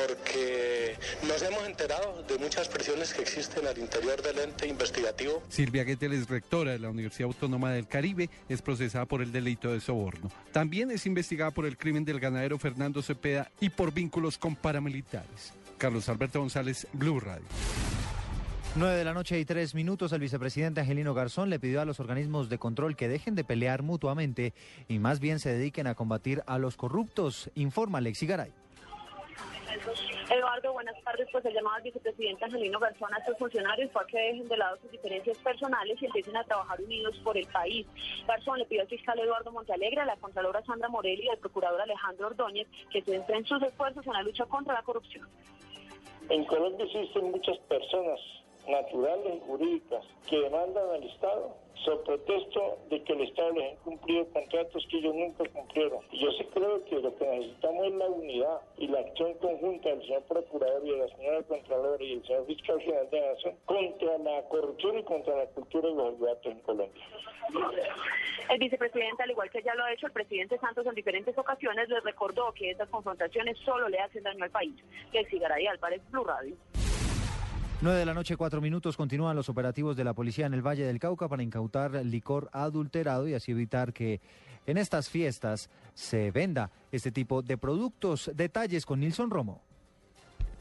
Speaker 15: porque nos hemos enterado de muchas presiones que existen al interior del ente investigativo.
Speaker 13: Silvia Gettel es rectora de la Universidad Autónoma del Caribe, es procesada por el delito de soborno. También es investigada por el crimen del ganadero Fernando Cepeda y por vínculos con paramilitares. Carlos Alberto González, Blue Radio.
Speaker 16: 9 de la noche y 3 minutos, el vicepresidente Angelino Garzón le pidió a los organismos de control que dejen de pelear mutuamente y más bien se dediquen a combatir a los corruptos, informa Alexi Garay.
Speaker 27: Eduardo, buenas tardes. Pues el llamado al vicepresidente Angelino Garzón a sus funcionarios fue a que dejen de lado sus diferencias personales y empiecen a trabajar unidos por el país. Garzón le pidió al fiscal Eduardo Montealegre, a la contralora Sandra Morelli y al procurador Alejandro Ordóñez que centren sus esfuerzos en la lucha contra la corrupción.
Speaker 12: En Colombia existen muchas personas naturales y jurídicas que demandan al Estado sobre pretexto de que el Estado
Speaker 14: eh,
Speaker 12: les ha cumplido contratos que ellos nunca cumplieron. Y yo sí creo que lo que necesitamos es la unidad y la acción conjunta del señor Procurador y de la señora Contralora y del señor Fiscal General de la Nación contra la corrupción y contra la cultura de los olvidatos en Colombia.
Speaker 27: El vicepresidente, al igual que ya lo ha hecho el presidente Santos en diferentes ocasiones, les recordó que estas confrontaciones solo le hacen daño al país. Lexi Garay Álvarez, Blue Radio.
Speaker 16: 9 de la noche, 4 minutos, continúan los operativos de la policía en el Valle del Cauca para incautar licor adulterado y así evitar que en estas fiestas se venda este tipo de productos. Detalles con Nilson Romo.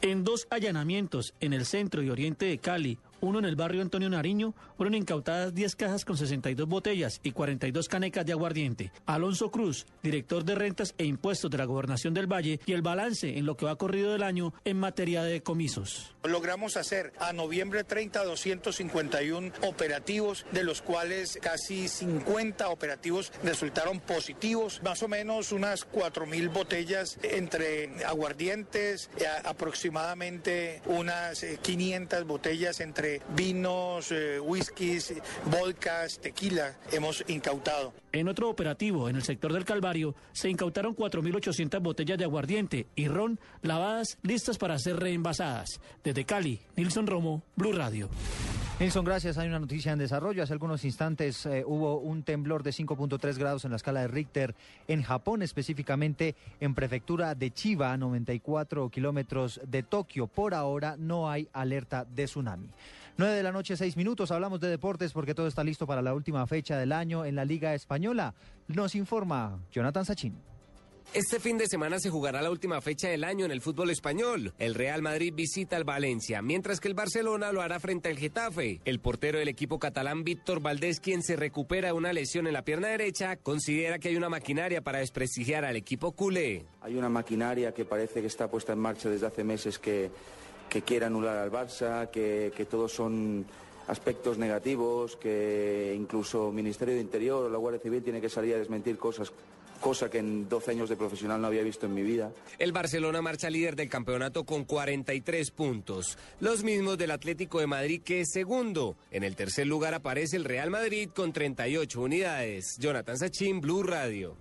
Speaker 20: En dos allanamientos en el centro y oriente de Cali, uno en el barrio Antonio Nariño, fueron incautadas 10 cajas con 62 botellas y 42 canecas de aguardiente. Alonso Cruz, director de rentas e impuestos de la Gobernación del Valle, y el balance en lo que va corrido del año en materia de decomisos.
Speaker 28: Logramos hacer a noviembre 30 251 operativos, de los cuales casi 50 operativos resultaron positivos, más o menos unas 4.000 botellas entre aguardientes, eh, aproximadamente unas eh, 500 botellas entre vinos, eh, whiskies, vodkas, tequila hemos incautado.
Speaker 20: En otro operativo, en el sector del Calvario, se incautaron 4.800 botellas de aguardiente y ron lavadas listas para ser reenvasadas. Desde Cali, Nilson Romo, Blue Radio.
Speaker 16: Nilson, gracias. Hay una noticia en desarrollo. Hace algunos instantes eh, hubo un temblor de 5.3 grados en la escala de Richter en Japón, específicamente en prefectura de Chiba, a 94 kilómetros de Tokio. Por ahora no hay alerta de tsunami. 9 de la noche, 6 minutos. Hablamos de deportes porque todo está listo para la última fecha del año en la Liga Española. Nos informa Jonathan Sachin.
Speaker 29: Este fin de semana se jugará la última fecha del año en el fútbol español. El Real Madrid visita al Valencia, mientras que el Barcelona lo hará frente al Getafe. El portero del equipo catalán Víctor Valdés, quien se recupera de una lesión en la pierna derecha, considera que hay una maquinaria para desprestigiar al equipo culé.
Speaker 30: Hay una maquinaria que parece que está puesta en marcha desde hace meses que, que quiere anular al Barça, que, que todos son aspectos negativos, que incluso Ministerio de Interior o la Guardia Civil tiene que salir a desmentir cosas cosa que en 12 años de profesional no había visto en mi vida.
Speaker 29: El Barcelona marcha líder del campeonato con 43 puntos, los mismos del Atlético de Madrid que es segundo. En el tercer lugar aparece el Real Madrid con 38 unidades. Jonathan Sachin, Blue Radio.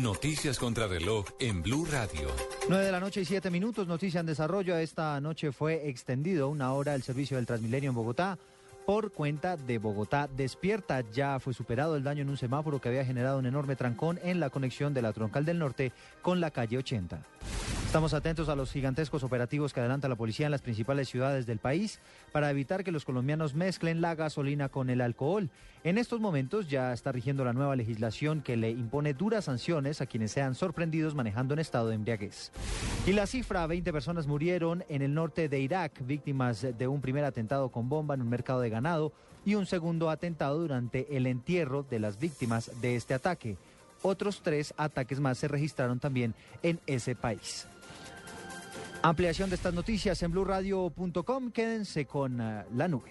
Speaker 6: Noticias contra reloj en Blue Radio.
Speaker 16: 9 de la noche y 7 minutos, noticia en desarrollo. Esta noche fue extendido una hora el servicio del Transmilenio en Bogotá por cuenta de Bogotá Despierta. Ya fue superado el daño en un semáforo que había generado un enorme trancón en la conexión de la Troncal del Norte con la calle 80. Estamos atentos a los gigantescos operativos que adelanta la policía en las principales ciudades del país para evitar que los colombianos mezclen la gasolina con el alcohol. En estos momentos ya está rigiendo la nueva legislación que le impone duras sanciones a quienes sean sorprendidos manejando en estado de embriaguez. Y la cifra, 20 personas murieron en el norte de Irak, víctimas de un primer atentado con bomba en un mercado de ganado y un segundo atentado durante el entierro de las víctimas de este ataque. Otros tres ataques más se registraron también en ese país. Ampliación de estas noticias en blurradio.com. Quédense con uh, la nube.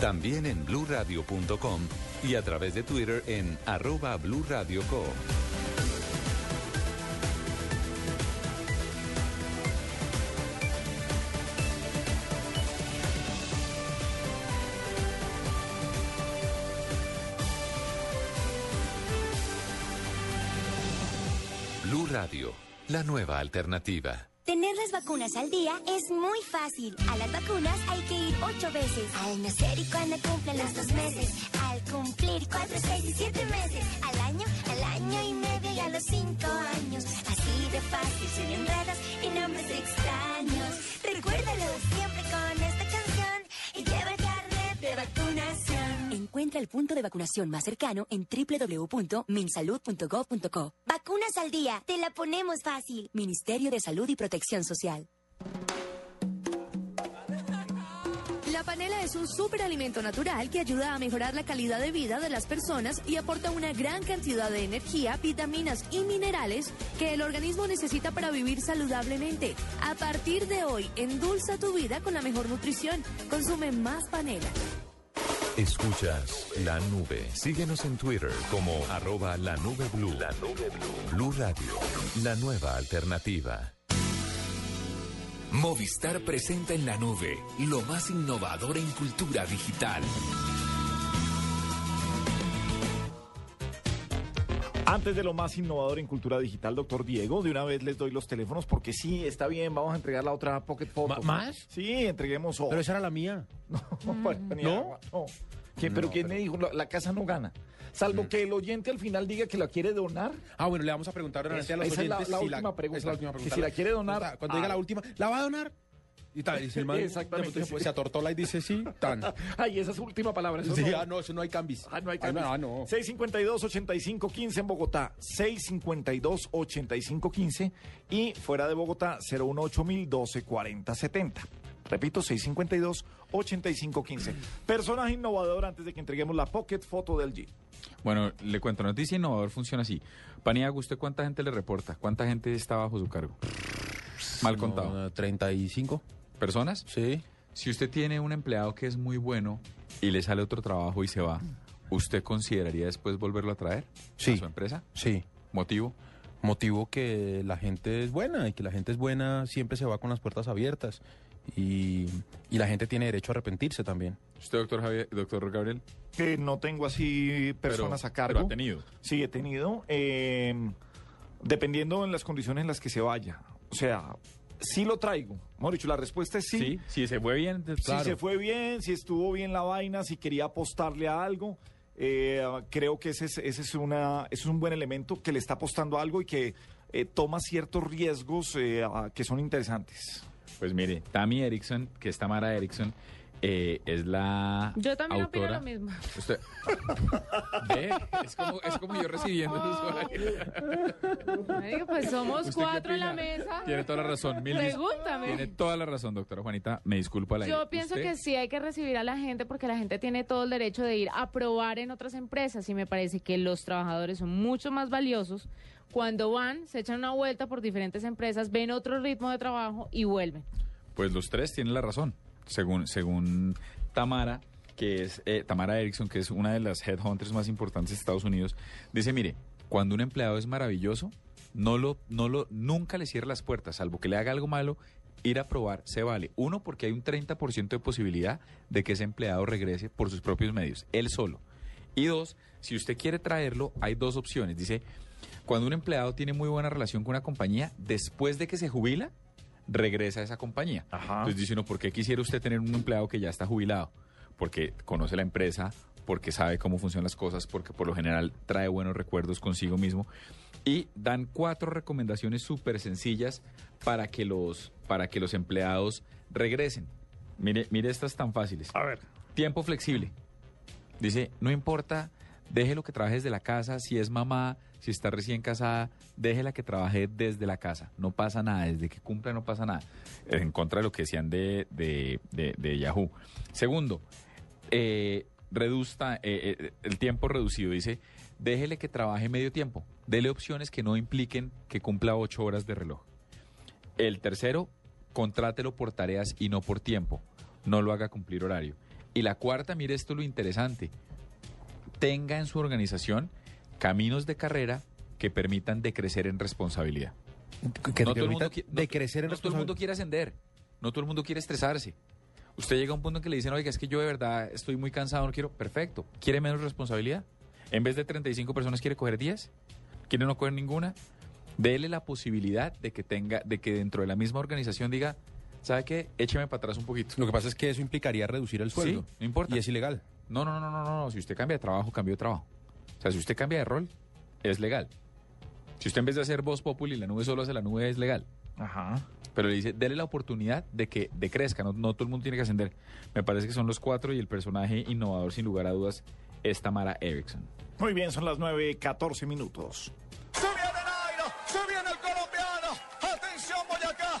Speaker 6: También en bluradio.com y a través de Twitter en arroba blurradioco. Blue Radio, la nueva alternativa.
Speaker 25: Tener las vacunas al día es muy fácil. A las vacunas hay que ir ocho veces. Al nacer y cuando cumplan los dos meses. Al cumplir cuatro, seis y siete meses. Al año, al año y medio y a los cinco años. Así de fácil, sin enredos y nombres extraños. Recuérdalo siempre con esta canción y lleva el carnet de vacunación.
Speaker 7: Encuentra el punto de vacunación más cercano en www.minsalud.gov.co.
Speaker 25: Vacunas al día, te la ponemos fácil.
Speaker 7: Ministerio de Salud y Protección Social.
Speaker 9: La panela es un superalimento natural que ayuda a mejorar la calidad de vida de las personas y aporta una gran cantidad de energía, vitaminas y minerales que el organismo necesita para vivir saludablemente. A partir de hoy, endulza tu vida con la mejor nutrición. Consume más panela.
Speaker 6: Escuchas la nube. Síguenos en Twitter como arroba la nube blue. La nube blue. Blue Radio, la nueva alternativa.
Speaker 31: Movistar presenta en la nube lo más innovador en cultura digital.
Speaker 1: Antes de lo más innovador en cultura digital, doctor Diego, de una vez les doy los teléfonos porque sí, está bien, vamos a entregar la otra Pocket Photo.
Speaker 2: ¿Más?
Speaker 1: Sí, entreguemos otra.
Speaker 2: Pero esa era la mía.
Speaker 1: [laughs] No, María,
Speaker 2: ¿No?
Speaker 1: no. ¿Qué- pero
Speaker 2: No,
Speaker 1: quién
Speaker 2: pero- Mm.
Speaker 1: me dijo? La, la casa no gana. Salvo que el oyente al final diga que la quiere donar.
Speaker 2: Ah, bueno, le vamos a preguntar ahora a los
Speaker 1: Esa es la-
Speaker 2: oyentes
Speaker 1: la
Speaker 2: si
Speaker 1: última pregunta.
Speaker 2: esa es la última
Speaker 1: Que
Speaker 2: pregunta.
Speaker 1: si la quiere donar,
Speaker 2: Cuando- Cuando
Speaker 1: ah.
Speaker 2: diga la última, ¿la va a donar? Y tal, dice el man,
Speaker 1: Exactamente,
Speaker 2: de pronto
Speaker 1: sí.
Speaker 2: se atortola y dice sí, tan.
Speaker 1: Ay, esa es su última palabra. eso
Speaker 2: Sí,
Speaker 1: no.
Speaker 2: ah, no, eso no hay cambis.
Speaker 1: Ah, no hay
Speaker 2: Ah,
Speaker 1: cambios.
Speaker 2: no, ah, no.
Speaker 1: 652-8515 en Bogotá. 652-8515. Y fuera de Bogotá, 018-1240-70. Repito, 652-8515. Personaje innovador antes de que entreguemos la pocket foto del G.
Speaker 5: Bueno, le cuento, noticia innovador funciona así. Paniagua, ¿usted cuánta gente le reporta? ¿Cuánta gente está bajo su cargo? Mal contado. 35. ¿Personas? Sí. Si usted tiene un empleado que es muy bueno y le sale otro trabajo y se va, ¿usted consideraría después volverlo a traer a su empresa?
Speaker 2: Sí.
Speaker 5: ¿Motivo?
Speaker 2: Motivo que la gente es buena y que la gente es buena siempre se va con las puertas abiertas y, y la gente tiene derecho a arrepentirse también.
Speaker 5: ¿Usted, doctor, Javier, doctor Gabriel?
Speaker 1: Que no tengo así personas
Speaker 5: Pero-
Speaker 1: a cargo.
Speaker 5: pero ha tenido.
Speaker 1: Sí, he tenido. eh, dependiendo en las condiciones en las que se vaya. O sea, sí lo traigo. Mejor dicho, la respuesta es sí.
Speaker 5: Sí, si se fue bien. claro.
Speaker 1: Si se fue bien, si estuvo bien la vaina, si quería apostarle a algo. eh, creo que ese es, ese es una, ese es un buen elemento que le está apostando a algo y que eh, toma ciertos riesgos eh, a- que son interesantes.
Speaker 5: Pues mire, Tammy Erickson, que es Tamara Erickson, eh, es la
Speaker 3: Yo también opino
Speaker 5: autora.
Speaker 3: lo mismo.
Speaker 5: Usted- [laughs] Ve, es como, es como yo recibiendo el
Speaker 3: [laughs]
Speaker 5: usuario.
Speaker 3: Marica, pues somos
Speaker 5: ¿Usted qué
Speaker 3: cuatro en la
Speaker 5: opina?
Speaker 3: mesa.
Speaker 5: Tiene toda la razón. Mil dis-
Speaker 3: Pregúntame.
Speaker 5: Tiene toda la razón, doctora Juanita. Me disculpa la
Speaker 3: Yo pienso que sí hay que recibir a la gente porque la gente tiene todo el derecho de ir a probar en otras empresas y me parece que los trabajadores son mucho más valiosos cuando van, se echan una vuelta por diferentes empresas, ven otro ritmo de trabajo y vuelven.
Speaker 5: Pues los tres tienen la razón, según, según Tamara, que es eh, Tamara Erickson, que es una de las headhunters más importantes de Estados Unidos, dice, mire, cuando un empleado es maravilloso, no lo, no lo, nunca le cierre las puertas, salvo que le haga algo malo, ir a probar se vale. Uno, porque hay un 30% de posibilidad de que ese empleado regrese por sus propios medios, él solo. Y dos, si usted quiere traerlo, hay dos opciones. Dice, cuando un empleado tiene muy buena relación con una compañía, después de que se jubila, regresa a esa compañía. Entonces dice uno, ¿por qué quisiera usted tener un empleado que ya está jubilado? Porque conoce la empresa, porque sabe cómo funcionan las cosas, porque por lo general trae buenos recuerdos consigo mismo. Y dan cuatro recomendaciones súper sencillas para que, los, para que los empleados regresen. Mire, mire estas tan fáciles. A ver. Tiempo flexible. Dice, no importa, déjelo que trabaje desde la casa, si es mamá, si está recién casada, déjela que trabaje desde la casa. No pasa nada, desde que cumpla no pasa nada. eh, En contra de lo que decían de, de, de- de Yahoo. Segundo, eh, reduzca, eh, eh, el tiempo reducido. Dice, déjele que trabaje medio tiempo. Dele opciones que no impliquen que cumpla ocho horas de reloj. El tercero, contrátelo por tareas y no por tiempo. No lo haga cumplir horario. Y la cuarta, mire esto lo interesante. Tenga en su organización caminos de carrera que permitan decrecer en responsabilidad.
Speaker 2: que
Speaker 5: no, todo el
Speaker 2: permita
Speaker 5: mundo, qui- no-
Speaker 2: decrecer en
Speaker 5: no todo el mundo
Speaker 2: responsabilidad.
Speaker 5: quiere ascender. No todo el mundo quiere estresarse. Usted llega a un punto en que le dicen, oiga, es que yo de verdad estoy muy cansado, no quiero. Perfecto. ¿Quiere menos responsabilidad? En vez de 35 personas, ¿quiere coger 10? ¿Quiere no coger ninguna? Dele la posibilidad de que tenga, de que dentro de la misma organización diga, ¿sabe qué? Écheme para atrás un poquito.
Speaker 2: Lo que pasa es que eso implicaría reducir el sueldo.
Speaker 5: Sí, no importa. Y es ilegal. No, no, no, no, no, no. Si usted cambia de trabajo, cambio de trabajo. O sea, si usted cambia de rol, es legal. Si usted en vez de hacer voz populi, la nube solo hace la nube, es legal. Ajá. Pero le dice, dele la oportunidad de que decrezca. No, no todo el mundo tiene que ascender. Me parece que son los cuatro y el personaje innovador, sin lugar a dudas, es Tamara Erickson.
Speaker 1: Muy bien, son las 9.14 minutos.
Speaker 32: ¡Se viene el colombiano! ¡Atención, Boyacá!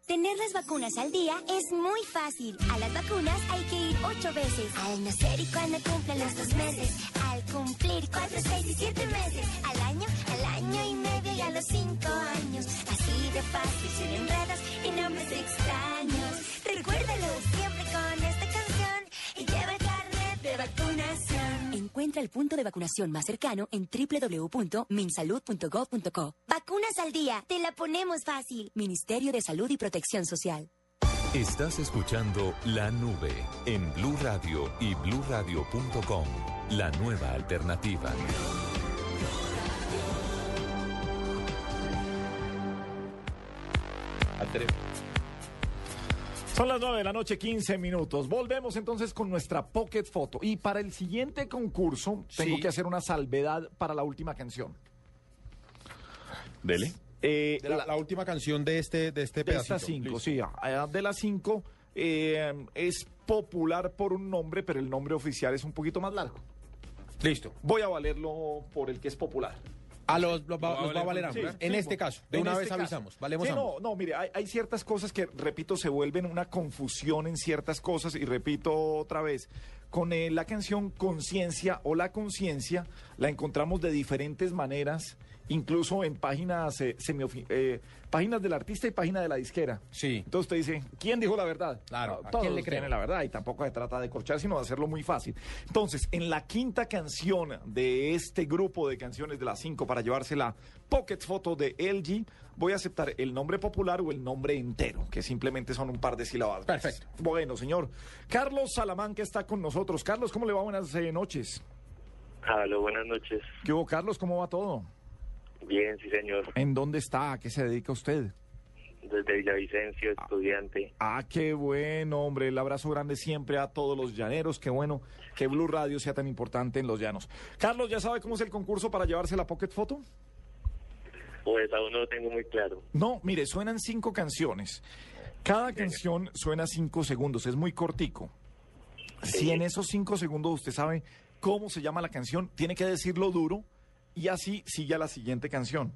Speaker 25: Tener las vacunas al día es muy fácil. A las vacunas hay que ir ocho veces. Al nacer y cuando cumplan los dos meses. Al cumplir cuatro, seis y siete meses. Al año, al año y medio y a los cinco años. Así de fácil, sin enredos y nombres extraños. Recuérdalo siempre con esta canción y lleva el carnet de vacunación.
Speaker 7: Encuentra el punto de vacunación más cercano en www.minsalud.gov.co.
Speaker 25: Vacunas al día, te la ponemos fácil.
Speaker 7: Ministerio de Salud y Protección Social.
Speaker 6: Estás escuchando La Nube en Blue Radio y bluradio.com. La nueva alternativa.
Speaker 1: Son las 9 de la noche, 15 minutos. Volvemos entonces con nuestra Pocket Photo. Y para el siguiente concurso, tengo que hacer una salvedad para la última canción.
Speaker 5: Dele.
Speaker 2: De la, la última canción de este, de este
Speaker 1: Eh, De estas
Speaker 2: pedacito.
Speaker 1: cinco,
Speaker 2: Listo.
Speaker 1: sí. ah. a- a- De las cinco eh, es popular por un nombre, pero el nombre oficial es un poquito más largo.
Speaker 2: Listo.
Speaker 1: Voy a valerlo por el que es popular.
Speaker 2: A los, los va- los va a valer ambos. en este caso, de
Speaker 1: en
Speaker 2: una
Speaker 1: este
Speaker 2: vez
Speaker 1: caso.
Speaker 2: avisamos. Valemos
Speaker 1: Sí,
Speaker 2: ambos.
Speaker 1: no, no, mire, hay, hay ciertas cosas que, repito, se vuelven una confusión en ciertas cosas y repito otra vez. Con eh, la canción Conciencia o La Conciencia la encontramos de diferentes maneras, incluso en páginas, eh, semiofi- eh, páginas del artista y página de la disquera.
Speaker 2: Sí.
Speaker 1: Entonces usted dice, ¿quién dijo la verdad?
Speaker 2: Claro, ¿a
Speaker 1: todos
Speaker 2: quién le creo?
Speaker 1: tienen la verdad y tampoco se trata de corchar, sino de hacerlo muy fácil. Entonces, en la quinta canción de este grupo de canciones de las cinco para llevarse la Pocket Photo de LG, voy a aceptar el nombre popular o el nombre entero, que simplemente son un par de sílabas. Perfecto. Bueno, señor. Carlos Salamanca está con nosotros. Carlos, ¿cómo le va? Buenas eh, noches.
Speaker 19: Aló, buenas noches.
Speaker 1: ¿Qué hubo, Carlos? ¿Cómo va todo?
Speaker 19: Bien, sí, señor.
Speaker 1: ¿En dónde está? ¿A qué se dedica usted?
Speaker 19: Desde Villavicencio, estudiante.
Speaker 1: Ah, qué bueno, hombre. El abrazo grande siempre a todos los llaneros. Qué bueno que Blue Radio sea tan importante en los llanos. Carlos, ¿ya sabe cómo es el concurso para llevarse la Pocket Photo?
Speaker 19: Pues aún no lo tengo muy claro.
Speaker 1: No, mire, suenan cinco canciones. Cada canción suena cinco segundos, es muy cortico. Si en esos cinco segundos usted sabe cómo se llama la canción, tiene que decirlo duro y así sigue a la siguiente canción.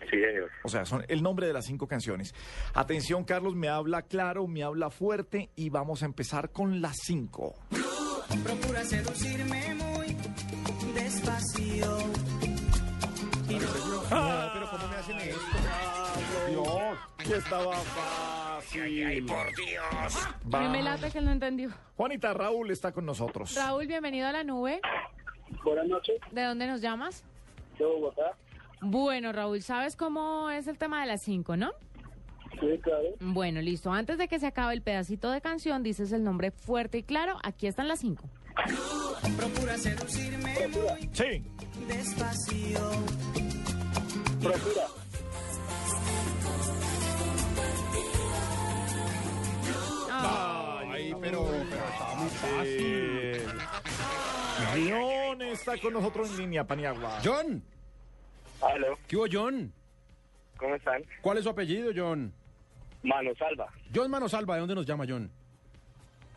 Speaker 19: Sí, señor.
Speaker 1: O sea, son el nombre de las cinco canciones. Atención, Carlos, me habla claro, me habla fuerte y vamos a empezar con las cinco.
Speaker 12: Procura seducirme muy despacio. Y no-
Speaker 1: No, Ah, pero ¿cómo me hacen esto? Dios, que estaba fácil. por Dios.
Speaker 3: Me, me late que él no entendió.
Speaker 1: Juanita, Raúl está con nosotros.
Speaker 3: Raúl, bienvenido a la nube.
Speaker 19: Buenas noches.
Speaker 3: ¿De dónde nos llamas?
Speaker 19: De Bogotá.
Speaker 3: Bueno, Raúl, ¿sabes cómo es el tema de las cinco, no?
Speaker 19: Sí, claro.
Speaker 3: Bueno, listo. Antes de que se acabe el pedacito de canción, dices el nombre fuerte y claro. Aquí están las cinco.
Speaker 12: Procura seducirme muy
Speaker 1: sí.
Speaker 12: despacio.
Speaker 19: Procura.
Speaker 1: Ay, pero, pero está muy fácil. John está con nosotros en línea, Paniagua.
Speaker 2: John.
Speaker 19: Aló.
Speaker 2: ¿Qué hubo, John?
Speaker 19: ¿Cómo están?
Speaker 2: ¿Cuál es su apellido, John?
Speaker 19: Mano Salva.
Speaker 2: John Manosalva, ¿de dónde nos llama, John?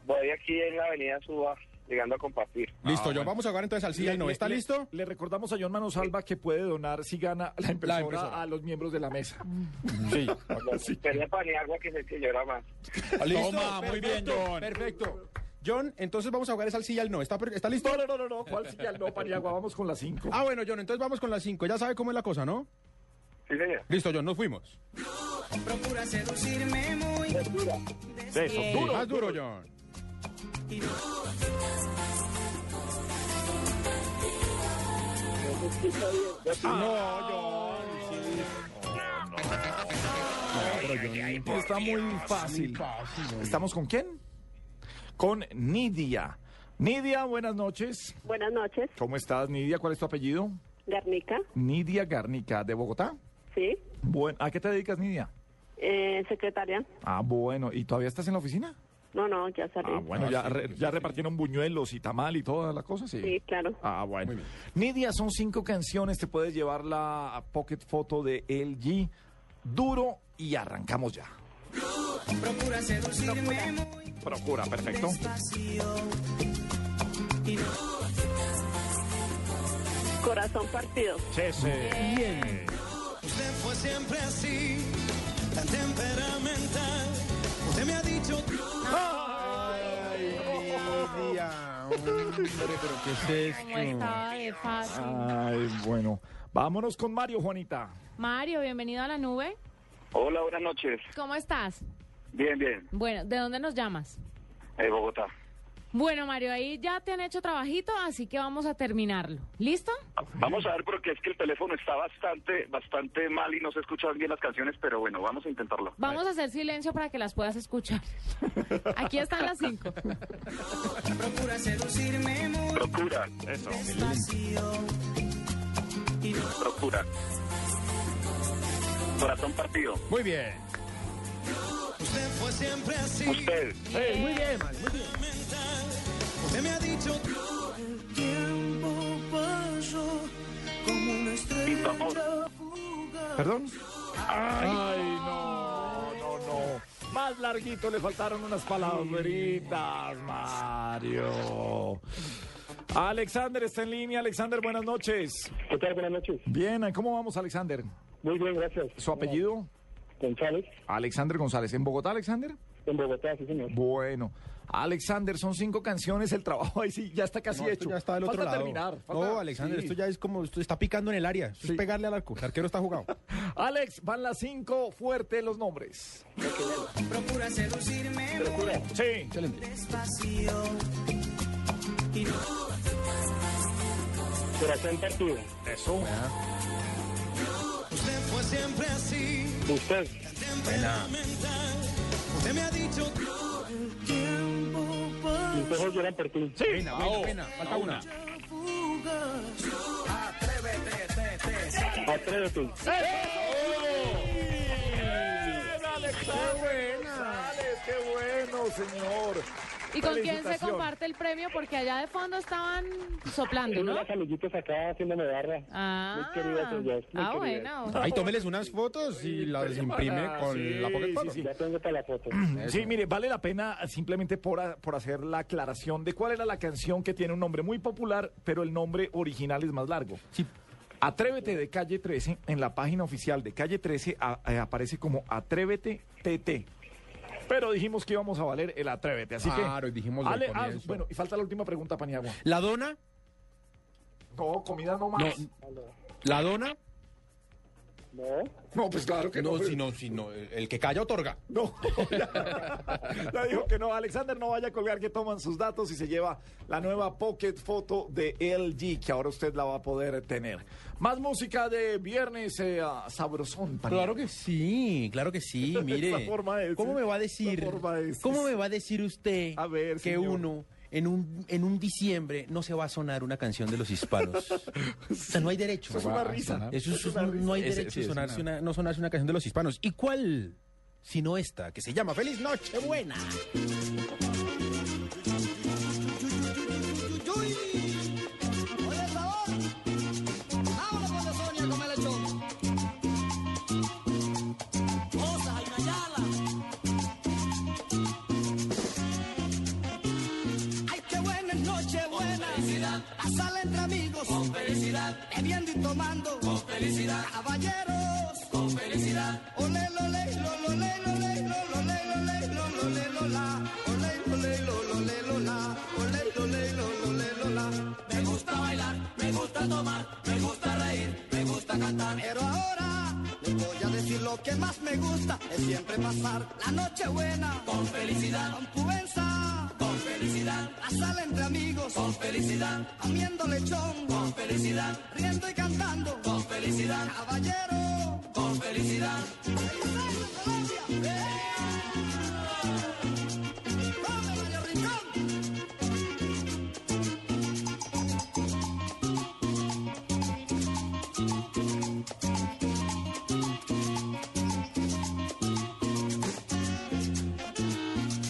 Speaker 19: Voy aquí en la avenida Suba, llegando a compartir.
Speaker 2: Listo, John. Vamos a jugar entonces al sí y
Speaker 1: Le-
Speaker 2: al no.
Speaker 1: le-
Speaker 2: ¿Está
Speaker 1: le-
Speaker 2: listo?
Speaker 1: Le recordamos a John Manosalva que puede donar si gana la impresora,
Speaker 2: impresora. Mm.
Speaker 1: a los miembros de la mesa.
Speaker 2: Sí.
Speaker 19: Sería Paniagua que es el que llora más.
Speaker 2: Ah, ¿Listo?
Speaker 19: Toma, muy bien,
Speaker 2: Perfecto,
Speaker 19: John.
Speaker 2: Perfecto. John, entonces vamos a jugar es al sí y al no. ¿Está, per- ¿está listo?
Speaker 1: No, no, no, no. ¿Cuál sí y al no, Paniagua? Vamos con las cinco.
Speaker 2: Ah, bueno, John, entonces vamos con las cinco. Ya sabe cómo es la cosa, ¿no?
Speaker 19: Sí, señor.
Speaker 2: Listo, John, nos fuimos.
Speaker 12: Procura seducirme muy
Speaker 2: De eso,
Speaker 12: despacio.
Speaker 2: duro, más duro, John.
Speaker 1: No, John. Está muy fácil. ¿Estamos con quién? Con Nidia. Nidia, buenas noches.
Speaker 27: Buenas noches,
Speaker 1: ¿Cómo estás, Nidia? ¿Cuál es tu apellido?
Speaker 27: Garnica,
Speaker 1: Nidia Garnica, de Bogotá.
Speaker 27: ¿sí?
Speaker 1: Bueno, ¿A qué te dedicas, Nidia?
Speaker 27: Eh, secretaria.
Speaker 1: Ah, bueno. ¿Y todavía estás en la oficina?
Speaker 27: No, no, ya salí.
Speaker 1: Ah, bueno, ya, re- ya repartieron buñuelos y tamal y toda la cosa, sí.
Speaker 27: Sí, claro.
Speaker 1: Ah, bueno. Nidia, son cinco canciones. Te puedes llevar la pocket photo de LG. Duro y arrancamos ya.
Speaker 12: Procura seducirme muy
Speaker 1: Procura, perfecto.
Speaker 12: despacio. Y no-
Speaker 27: Corazón partido.
Speaker 1: Sí, sí.
Speaker 27: Bien.
Speaker 12: Usted fue siempre así, tan temperamental. Usted me ha dicho.
Speaker 1: ¿Qué es
Speaker 3: ¿Cómo estaba de fácil?
Speaker 27: Ah.
Speaker 1: Ay, bueno. Vámonos con Mario, Juanita.
Speaker 3: Mario, bienvenido a la nube.
Speaker 19: Hola, buenas noches.
Speaker 3: ¿Cómo estás?
Speaker 19: Bien, bien.
Speaker 3: Bueno, ¿de dónde nos llamas?
Speaker 19: De Bogotá.
Speaker 3: Bueno, Mario, ahí ya te han hecho trabajito, así que vamos a terminarlo. ¿Listo?
Speaker 27: Ah, pues.
Speaker 19: Vamos a ver porque es que el teléfono está bastante, bastante mal y no se escuchan bien las canciones, pero bueno, vamos a intentarlo.
Speaker 3: Vamos a hacer silencio para que las puedas
Speaker 27: [laughs]
Speaker 3: escuchar. Aquí están las cinco.
Speaker 12: Procura seducirme muy
Speaker 19: Procura. Eso.
Speaker 12: despacio. Y no-
Speaker 19: Procura. Corazón partido.
Speaker 2: Muy bien.
Speaker 12: Usted fue siempre así.
Speaker 19: Usted.
Speaker 2: muy bien, muy
Speaker 12: bien. Usted me ha dicho. El tiempo pasó como una estrella fugaz.
Speaker 1: ¿Perdón? Ay, no, no, no. Más larguito le faltaron unas palabritas, Mario. Alexander está en línea. Alexander, buenas noches.
Speaker 14: ¿Qué tal? Buenas noches.
Speaker 1: Bien, ¿cómo vamos, Alexander?
Speaker 14: Muy bien, gracias.
Speaker 1: ¿Su apellido?
Speaker 14: González.
Speaker 1: Alexander González. ¿En Bogotá, Alexander?
Speaker 14: En Bogotá, sí, señor.
Speaker 1: Bueno. Alexander, son cinco canciones, el trabajo ahí sí, ya está casi
Speaker 2: No, esto
Speaker 1: hecho.
Speaker 2: Ya está del otro
Speaker 1: Falta
Speaker 2: lado.
Speaker 1: terminar.
Speaker 2: no, Alexander, esto ya es como, esto está picando en el área. Esto es pegarle al arco. El arquero está jugado.
Speaker 1: Alex, van las cinco, fuerte los nombres.
Speaker 12: Procura seducirme muy
Speaker 1: Sí. Excelente.
Speaker 12: despacio. Y no-
Speaker 14: Corazón partido.
Speaker 1: Eso.
Speaker 12: Usted fue siempre así.
Speaker 14: Usted.
Speaker 12: temperamental. Usted me ha dicho. El tiempo
Speaker 14: Mis ojos lloran por ti.
Speaker 1: Sí.
Speaker 14: Buena,
Speaker 1: buena, buena.
Speaker 14: Falta una.
Speaker 12: fugaz. arrugas.
Speaker 14: Atrévete, te, te,
Speaker 27: Atrévete.
Speaker 1: ¡Qué bueno, señor!
Speaker 3: ¿Y con quién se
Speaker 27: Felicitación.
Speaker 3: comparte el premio? Porque allá de fondo estaban soplando,
Speaker 27: Tengo
Speaker 3: ¿no?
Speaker 27: unas amiguitas acá haciéndome barra.
Speaker 3: Ah.
Speaker 27: Muy queridas ellas. muy
Speaker 3: Ah,
Speaker 27: queridas.
Speaker 3: bueno.
Speaker 2: Ahí tómeles unas fotos y las imprime con
Speaker 1: Sí,
Speaker 2: la Pocket
Speaker 1: sí,
Speaker 2: Photo.
Speaker 1: sí.
Speaker 27: Ya tengo para la foto.
Speaker 1: [clears throat] Sí, mire, vale la pena simplemente por, a- por hacer la aclaración de cuál era la canción que tiene un nombre muy popular, pero el nombre original es más largo. Atrévete de Calle 13, en la página oficial de Calle 13 a- eh, aparece como Atrévete TT. Pero dijimos que íbamos a valer el Atrévete, así que...
Speaker 2: Claro, y dijimos del
Speaker 1: Ale, ah,
Speaker 2: comienzo.
Speaker 1: bueno, y falta la última pregunta, Paniagua.
Speaker 2: ¿La dona?
Speaker 1: No, comida no más.
Speaker 2: ¿La dona?
Speaker 27: No.
Speaker 1: No, pues claro que no,
Speaker 2: No,
Speaker 1: pero-
Speaker 2: si no, si no. El que calla otorga.
Speaker 1: No. Ya dijo que no. Alexander no vaya a colgar que toman sus datos y se lleva la nueva Pocket Photo de LG, que ahora usted la va a poder tener. Más música de viernes eh, ah, sabrosón. Panini.
Speaker 2: Claro que sí, claro que sí, mire. [laughs]
Speaker 1: La forma de decir,
Speaker 2: ¿Cómo me va a decir?
Speaker 1: la forma de decir.
Speaker 2: ¿Cómo me va a decir usted que
Speaker 1: señor. [laughs]
Speaker 2: uno en un en un diciembre no se va a sonar una canción de los hispanos? o sea, no hay derecho.
Speaker 1: Eso es una risa.
Speaker 2: Eso es-
Speaker 1: Eso es una risa.
Speaker 2: no hay
Speaker 1: Ese-
Speaker 2: derecho
Speaker 1: sí,
Speaker 2: a
Speaker 1: es
Speaker 2: sonarse
Speaker 1: una-
Speaker 2: una- no sonarse una canción de los hispanos. ¿Y cuál? Sino esta, que se llama Feliz Noche Buena.
Speaker 12: Yuy. Oye, el sabor. Vámonos con la Sonia a comer lechón. Osa, Jaime Ayala. Ay, qué buena es noche buena. A sala entre amigos. Con felicidad. Bebiendo y tomando. Con felicidad. Caballeros. Con felicidad. Ole, lo, le, lo, lo, le, lo, le, lo, lo, le, lo, le, lo, lo, le, lo, la. Ole, lo, le, lo, lo, le, lo, la. Ole, lo, le, lo, lo, le, lo, la. Me gusta bailar, me gusta tomar, me gusta reír, me gusta cantar. Pero ahora les voy a decir lo que más me gusta. Es siempre pasar la noche buena. Con felicidad. Con puenza. Con felicidad. A sala entre amigos. Con felicidad. Comiendo lechón. Con felicidad. Riendo y cantando. Con felicidad. Caballero. Con felicidad.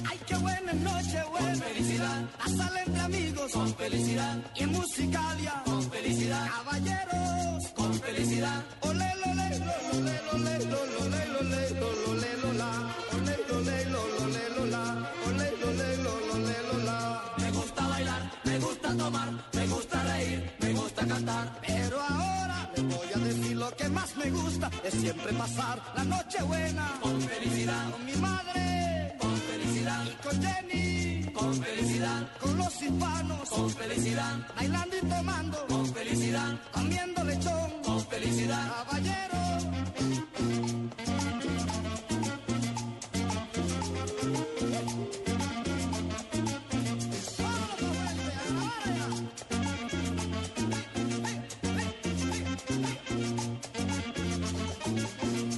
Speaker 12: Ay, qué buena noche, buena. Con felicidad. A sala entre amigos. Con felicidad. Y en musicalia. Con felicidad. Caballeros. Con felicidad. Ole, lo, le, lo, lo, le, lo, le, lo, lo, le, lo, le, lo, lo, le, lo, la. Ole, lo, le, lo, lo, le, lo, la. Ole, lo, le, lo, lo, le, lo, la. Me gusta bailar, me gusta tomar, me gusta reír, me gusta cantar. Pero ahora les voy a decir lo que más me gusta. Es siempre pasar la noche buena. Con felicidad. Con mi madre con felicidad. Y con Jenny, con felicidad. Con los hispanos, con felicidad. Bailando y tomando, con felicidad. Comiendo lechón, con felicidad. Caballero.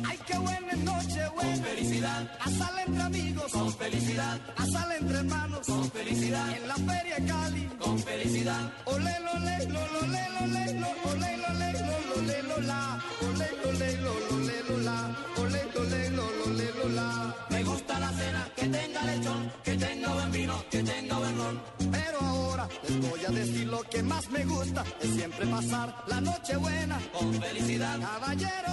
Speaker 12: Ay, qué buena noche, buena. Con felicidad. A sala entre amigos. Con felicidad. A sala entre hermanos. Con felicidad. En la feria de Cali. Con felicidad. Ole, lo, le, lo, lo, le, lo, le, lo, ole, lo, le, lo, lo, le, lo, la. Ole, lo, le, lo, lo, le, lo, la. Ole, lo, le, lo, lo, le, lo, la. Me gusta la cena que tenga lechón, que tenga buen vino, que tenga buen ron. Pero ahora les voy a decir lo que más me gusta. Es siempre pasar la noche buena. Con felicidad. Caballero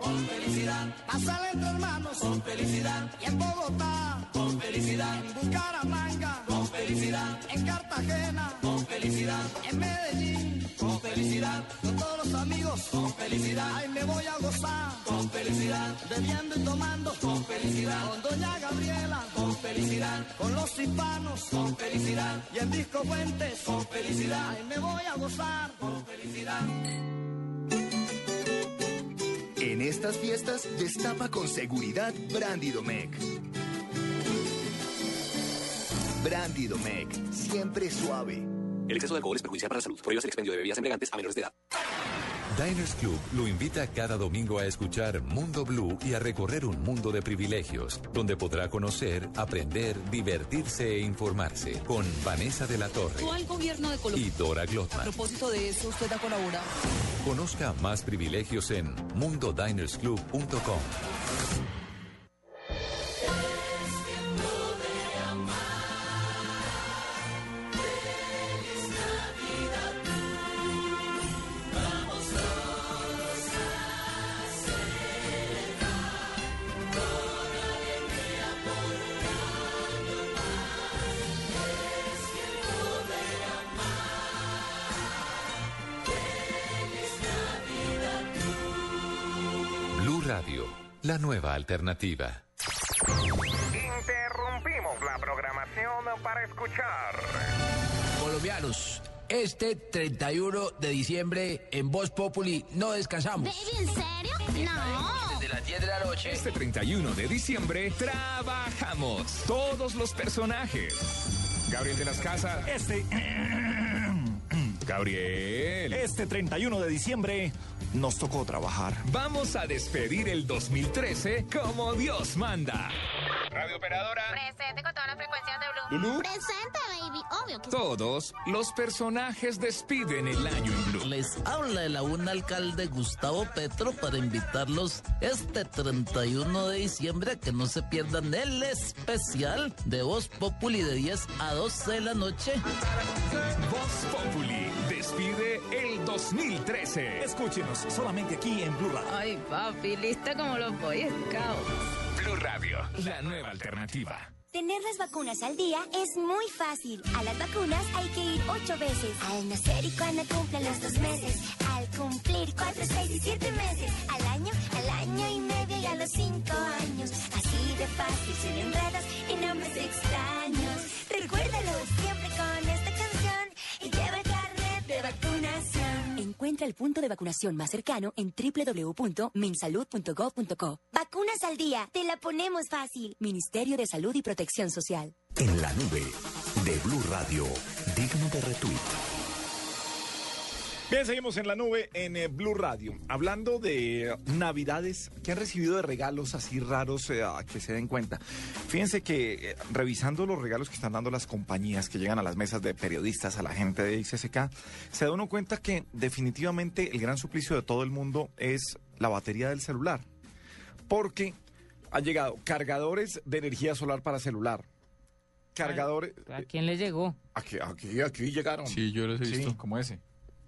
Speaker 12: con felicidad. Pasar entre hermanos, con felicidad. Y en Bogotá, con felicidad. En Bucaramanga, con felicidad. En Cartagena, con felicidad. En Medellín, con felicidad. Con todos los amigos, con felicidad. Ay, me voy a gozar, con felicidad. Bebiendo y tomando, con felicidad. Con Doña Gabriela, con felicidad. Con los hispanos, con felicidad. Y en Disco Fuentes, con felicidad. Ay, me voy a gozar, con felicidad.
Speaker 23: En estas fiestas, destapa con seguridad Brandidomec. Brandidomec, siempre suave.
Speaker 11: El exceso de alcohol es perjudicial para la salud. Prohíbas el expendio de bebidas embriagantes a menores de edad.
Speaker 6: Diners Club lo invita cada domingo a escuchar Mundo Blue y a recorrer un mundo de privilegios, donde podrá conocer, aprender, divertirse e informarse con Vanessa de la Torre
Speaker 33: al gobierno de
Speaker 6: y Dora
Speaker 33: A
Speaker 6: Glotman.
Speaker 33: propósito de eso, usted ha colaborado.
Speaker 6: Conozca más privilegios en mundodinersclub.com.
Speaker 14: Vamos todos a celebrar con alegría por un año más. Es tiempo de amar. Feliz Navidad tú.
Speaker 6: Blue Radio, la nueva alternativa.
Speaker 29: Interrumpimos la programación para escuchar.
Speaker 30: Colombianos, este 31 de diciembre en Voz Populi no descansamos.
Speaker 25: ¿En serio? No.
Speaker 30: Desde las 10 de la noche.
Speaker 23: Este 31 de diciembre trabajamos todos los personajes. Gabriel de las Casas. Este. Gabriel.
Speaker 1: Este 31 de diciembre nos tocó trabajar.
Speaker 23: Vamos a despedir el 2013 como Dios manda. Radio operadora.
Speaker 25: Presente con todas las frecuencias de
Speaker 23: Blue. ¿Blue?
Speaker 25: Presente, baby. Obvio que
Speaker 23: Todos los personajes despiden el año en Blue.
Speaker 12: Les habla el aún alcalde Gustavo Petro para invitarlos este 31 de diciembre a que no se pierdan el especial de Voz Populi de 10 a 12 de la noche.
Speaker 23: Voz Populi despide el 2013.
Speaker 1: Escúchenos solamente aquí en Blue Radio.
Speaker 34: Ay, papi, lista como los Boy Scouts.
Speaker 23: Blue Radio, la nueva alternativa.
Speaker 25: Tener las vacunas al día es muy fácil. A las vacunas hay que ir ocho veces. Al nacer y cuando cumplan los dos meses. Al cumplir cuatro, seis y siete meses. Al año, al año y medio y a los cinco años. Así de fácil, sin enredos y nombres extraños. Recuérdalo siempre con esta canción y lleva el carnet de vacunación.
Speaker 7: Encuentra el punto de vacunación más cercano en www.minsalud.gov.co.
Speaker 25: Vacunas al día, te la ponemos fácil.
Speaker 7: Ministerio de Salud y Protección Social.
Speaker 35: En la nube de Blue Radio, digno de retweet.
Speaker 1: Bien, seguimos en la nube en eh, Blue Radio. Hablando de eh, navidades, ¿qué han recibido de regalos así raros eh, a que se den cuenta? Fíjense que eh, revisando los regalos que están dando las compañías que llegan a las mesas de periodistas, a la gente de ICSK, se da uno cuenta que definitivamente el gran suplicio de todo el mundo es la batería del celular. Porque han llegado cargadores de energía solar para celular. Cargadores...
Speaker 3: ¿A quién le llegó?
Speaker 1: Aquí, aquí, aquí llegaron.
Speaker 5: Sí, yo los he
Speaker 1: Sí.
Speaker 5: visto, como ese.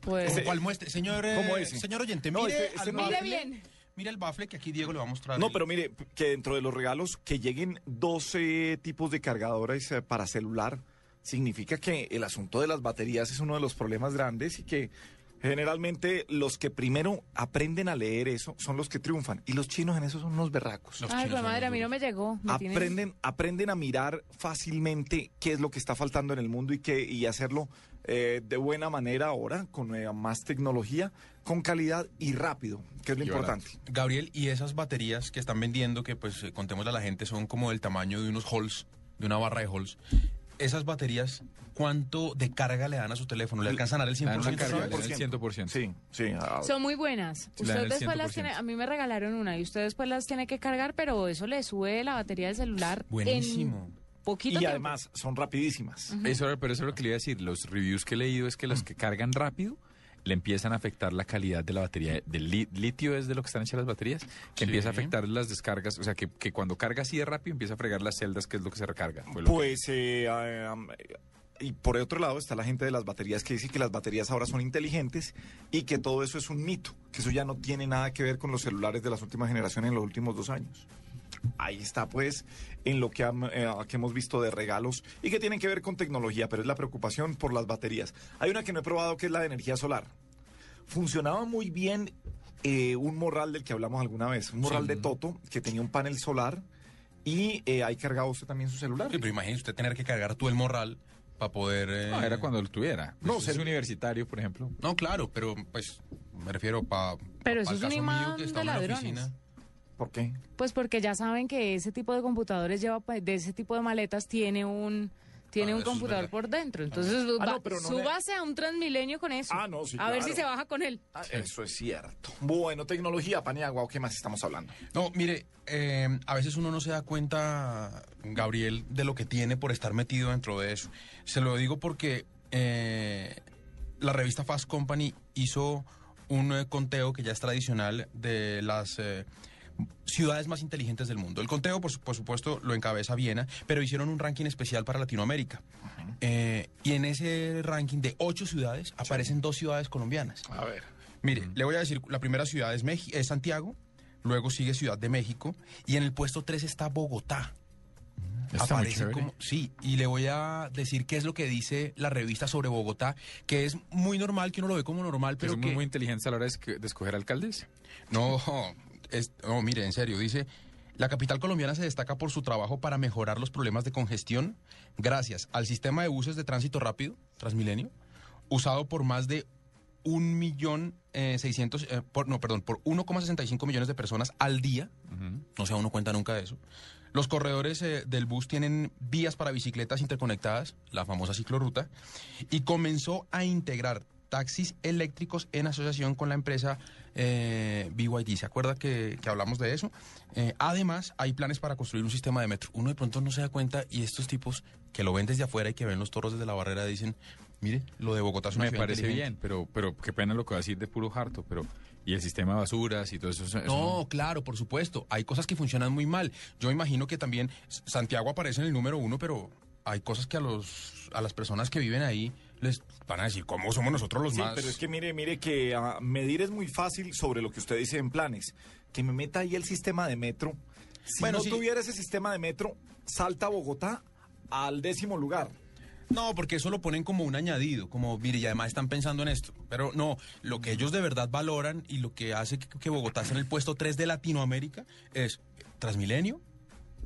Speaker 3: Pues.
Speaker 1: Ese-
Speaker 2: ¿Cuál muestre? Señor, eh,
Speaker 1: ¿Cómo ese?
Speaker 2: señor oyente,
Speaker 1: No,
Speaker 2: mire,
Speaker 1: ese- ese
Speaker 2: al
Speaker 1: no-
Speaker 2: bafle,
Speaker 1: Mire
Speaker 2: mire el bafle que aquí Diego lo va a mostrar.
Speaker 1: No, pero mire, que dentro de los regalos que lleguen 12 tipos de cargadores eh, para celular, significa que el asunto de las baterías es uno de los problemas grandes y que generalmente los que primero aprenden a leer eso son los que triunfan. Y los chinos en eso son unos berracos.
Speaker 3: Ay, pues madre, a mí no me llegó. Me tienen-
Speaker 1: Aprenden, aprenden a mirar fácilmente qué es lo que está faltando en el mundo y, que, y hacerlo eh, de buena manera ahora, con eh, más tecnología, con calidad y rápido, que es lo importante.
Speaker 2: Gabriel, y esas baterías que están vendiendo, que pues eh, contémosle a la gente, son como del tamaño de unos halls, de una barra de halls. Esas baterías, ¿cuánto de carga le dan a su teléfono? ¿Le alcanzan a dar el 100%?
Speaker 5: Dan una carga, le dan el
Speaker 2: 100%.
Speaker 1: Sí, sí.
Speaker 3: Son muy buenas.
Speaker 2: Sí, la
Speaker 3: Usted
Speaker 2: del
Speaker 3: después las
Speaker 2: 100%.
Speaker 3: tiene, a mí me regalaron una y usted después las tiene que cargar, pero eso le sube la batería del celular. en
Speaker 5: Buenísimo.
Speaker 3: poquito
Speaker 1: y
Speaker 3: tiempo.
Speaker 1: además son rapidísimas.
Speaker 5: Eso, era- pero eso es lo que le iba a decir. Los reviews que he leído es que los que cargan rápido le empiezan a afectar la calidad de la batería. Del li- litio es de lo que están hechas las baterías, que empieza a afectar las descargas. O sea, que, que cuando carga así de rápido empieza a fregar las celdas, que es lo que se recarga. Fue lo que-
Speaker 1: Pues, eh, ah, am, eh, y por otro lado está la gente de las baterías que dice que las baterías ahora son inteligentes y que todo eso es un mito, que eso ya no tiene nada que ver con los celulares de las últimas generaciones en los últimos dos años. Ahí está, pues, en lo que, am- eh, que hemos visto de regalos y que tienen que ver con tecnología, pero es la preocupación por las baterías. Hay una que no he probado que es la de energía solar. Funcionaba muy bien eh, un morral del que hablamos alguna vez, un morral de Toto que tenía un panel solar y eh, ahí cargaba usted también su celular.
Speaker 2: Sí, pero imagínese usted tener que cargar tú el morral para poder... eh, Pues
Speaker 5: Ah, era cuando lo tuviera.
Speaker 2: No,
Speaker 5: no, ser universitario, por ejemplo.
Speaker 2: No, claro, pero pues me refiero para...
Speaker 3: Pero eso es un imán de ladrones.
Speaker 1: ¿Por qué?
Speaker 3: Pues porque ya saben que ese tipo de computadores lleva, pa- de ese tipo de maletas tiene un Tiene
Speaker 1: Ah,
Speaker 3: un
Speaker 1: eso es
Speaker 3: computador
Speaker 1: verdad.
Speaker 3: por dentro. Entonces,
Speaker 1: Ah,
Speaker 3: va-
Speaker 1: no, pero no me-
Speaker 3: súbase a un Transmilenio con eso.
Speaker 1: Ah, no, sí,
Speaker 3: A ver si
Speaker 1: claro.
Speaker 3: se baja con él.
Speaker 1: Ah, Eso es cierto. Bueno, tecnología, Paniagua, ¿o qué más estamos hablando?
Speaker 2: No, mire, eh, a veces uno no se da cuenta, Gabriel, de lo que tiene por estar metido dentro de eso. Se lo digo porque eh, la revista Fast Company hizo un eh, conteo que ya es tradicional de las eh, ciudades más inteligentes del mundo. El conteo, por, su- por supuesto, lo encabeza Viena, pero hicieron un ranking especial para Latinoamérica. Eh, y en ese ranking de ocho ciudades aparecen dos ciudades colombianas.
Speaker 1: A ver.
Speaker 2: Mire, le voy a decir, la primera ciudad es, Meji- es Santiago, luego sigue Ciudad de México, y en el puesto 3 está Bogotá.
Speaker 5: Está muy chévere.
Speaker 2: Sí, y le voy a decir qué es lo que dice la revista sobre Bogotá, que es muy normal, que uno lo ve como normal, pero
Speaker 5: ¿Es
Speaker 2: que...
Speaker 5: muy, muy inteligente a la hora de esque- de escoger alcaldes?
Speaker 2: No, [laughs] es- no, mire, en serio, dice, la capital colombiana se destaca por su trabajo para mejorar los problemas de congestión gracias al sistema de buses de tránsito rápido, Transmilenio, usado por más de un millón eh, seiscientos, eh, por, no, perdón, por 1,65 millones de personas al día. No se da uno cuenta nunca de eso. Los corredores eh, del bus tienen vías para bicicletas interconectadas, la famosa ciclorruta, y comenzó a integrar taxis eléctricos en asociación con la empresa eh, BYD. ¿Se acuerda que, que hablamos de eso? Eh, además, hay planes para construir un sistema de metro. Uno de pronto no se da cuenta y estos tipos que lo ven desde afuera y que ven los toros desde la barrera dicen, mire, lo de Bogotá es una
Speaker 5: Me
Speaker 2: ciudad
Speaker 5: parece
Speaker 2: inteligente".
Speaker 5: bien, pero, pero qué pena lo que va a decir de puro harto, pero... Y el sistema de basuras y todo eso... eso
Speaker 2: No, claro, por supuesto. Hay cosas que funcionan muy mal. Yo imagino que también S- Santiago aparece en el número uno, pero hay cosas que a los a las personas que viven ahí les van a decir cómo somos nosotros los
Speaker 1: sí,
Speaker 2: más.
Speaker 1: pero es que mire, mire que ah, medir es muy fácil sobre lo que usted dice en planes. Que me meta ahí el sistema de metro. Si
Speaker 2: Bueno,
Speaker 1: no
Speaker 2: sí.
Speaker 1: tuviera ese sistema de metro, salta Bogotá al décimo lugar.
Speaker 2: No, porque eso lo ponen como un añadido, como mire, y además están pensando en esto. Pero no, lo que ellos de verdad valoran y lo que hace que, que Bogotá esté en el puesto 3 de Latinoamérica es Transmilenio,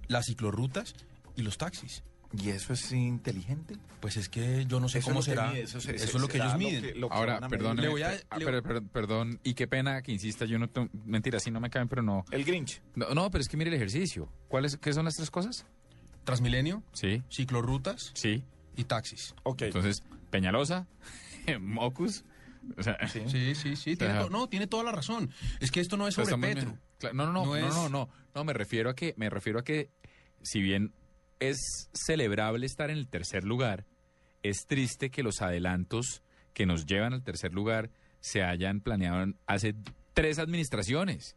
Speaker 2: las ciclorrutas y los taxis.
Speaker 1: ¿Y eso es inteligente?
Speaker 2: Pues es que yo no sé
Speaker 1: Eso es
Speaker 2: cómo
Speaker 1: lo que
Speaker 2: será.
Speaker 1: mide, eso se-
Speaker 2: es lo que
Speaker 1: será
Speaker 2: ellos
Speaker 1: lo
Speaker 2: miden.
Speaker 1: que- lo que
Speaker 5: Ahora, ah,
Speaker 1: van a medir.
Speaker 5: perdón,
Speaker 1: Le voy a- le-
Speaker 5: perdón, y qué pena que insista, yo no... tengo- Mentira, sí no me caben, pero no...
Speaker 1: El Grinch.
Speaker 5: No, no, pero es que mire el ejercicio. ¿Cuáles, ¿Qué son las tres cosas?
Speaker 2: Transmilenio,
Speaker 5: sí.
Speaker 2: ciclorrutas
Speaker 5: sí.
Speaker 2: y taxis.
Speaker 1: Ok.
Speaker 5: Entonces, Peñalosa, [laughs] Mocus... O sea, sí,
Speaker 2: sí, sí, tiene to- no, tiene toda la razón. Es que esto no es sobre
Speaker 5: Estamos-
Speaker 2: Petro.
Speaker 5: Cla- No, no, no, no,
Speaker 2: No es-
Speaker 5: no, no, no, me refiero a que, me refiero a que, si bien es celebrable estar en el tercer lugar, es triste que los adelantos que nos llevan al tercer lugar se hayan planeado en- hace tres administraciones.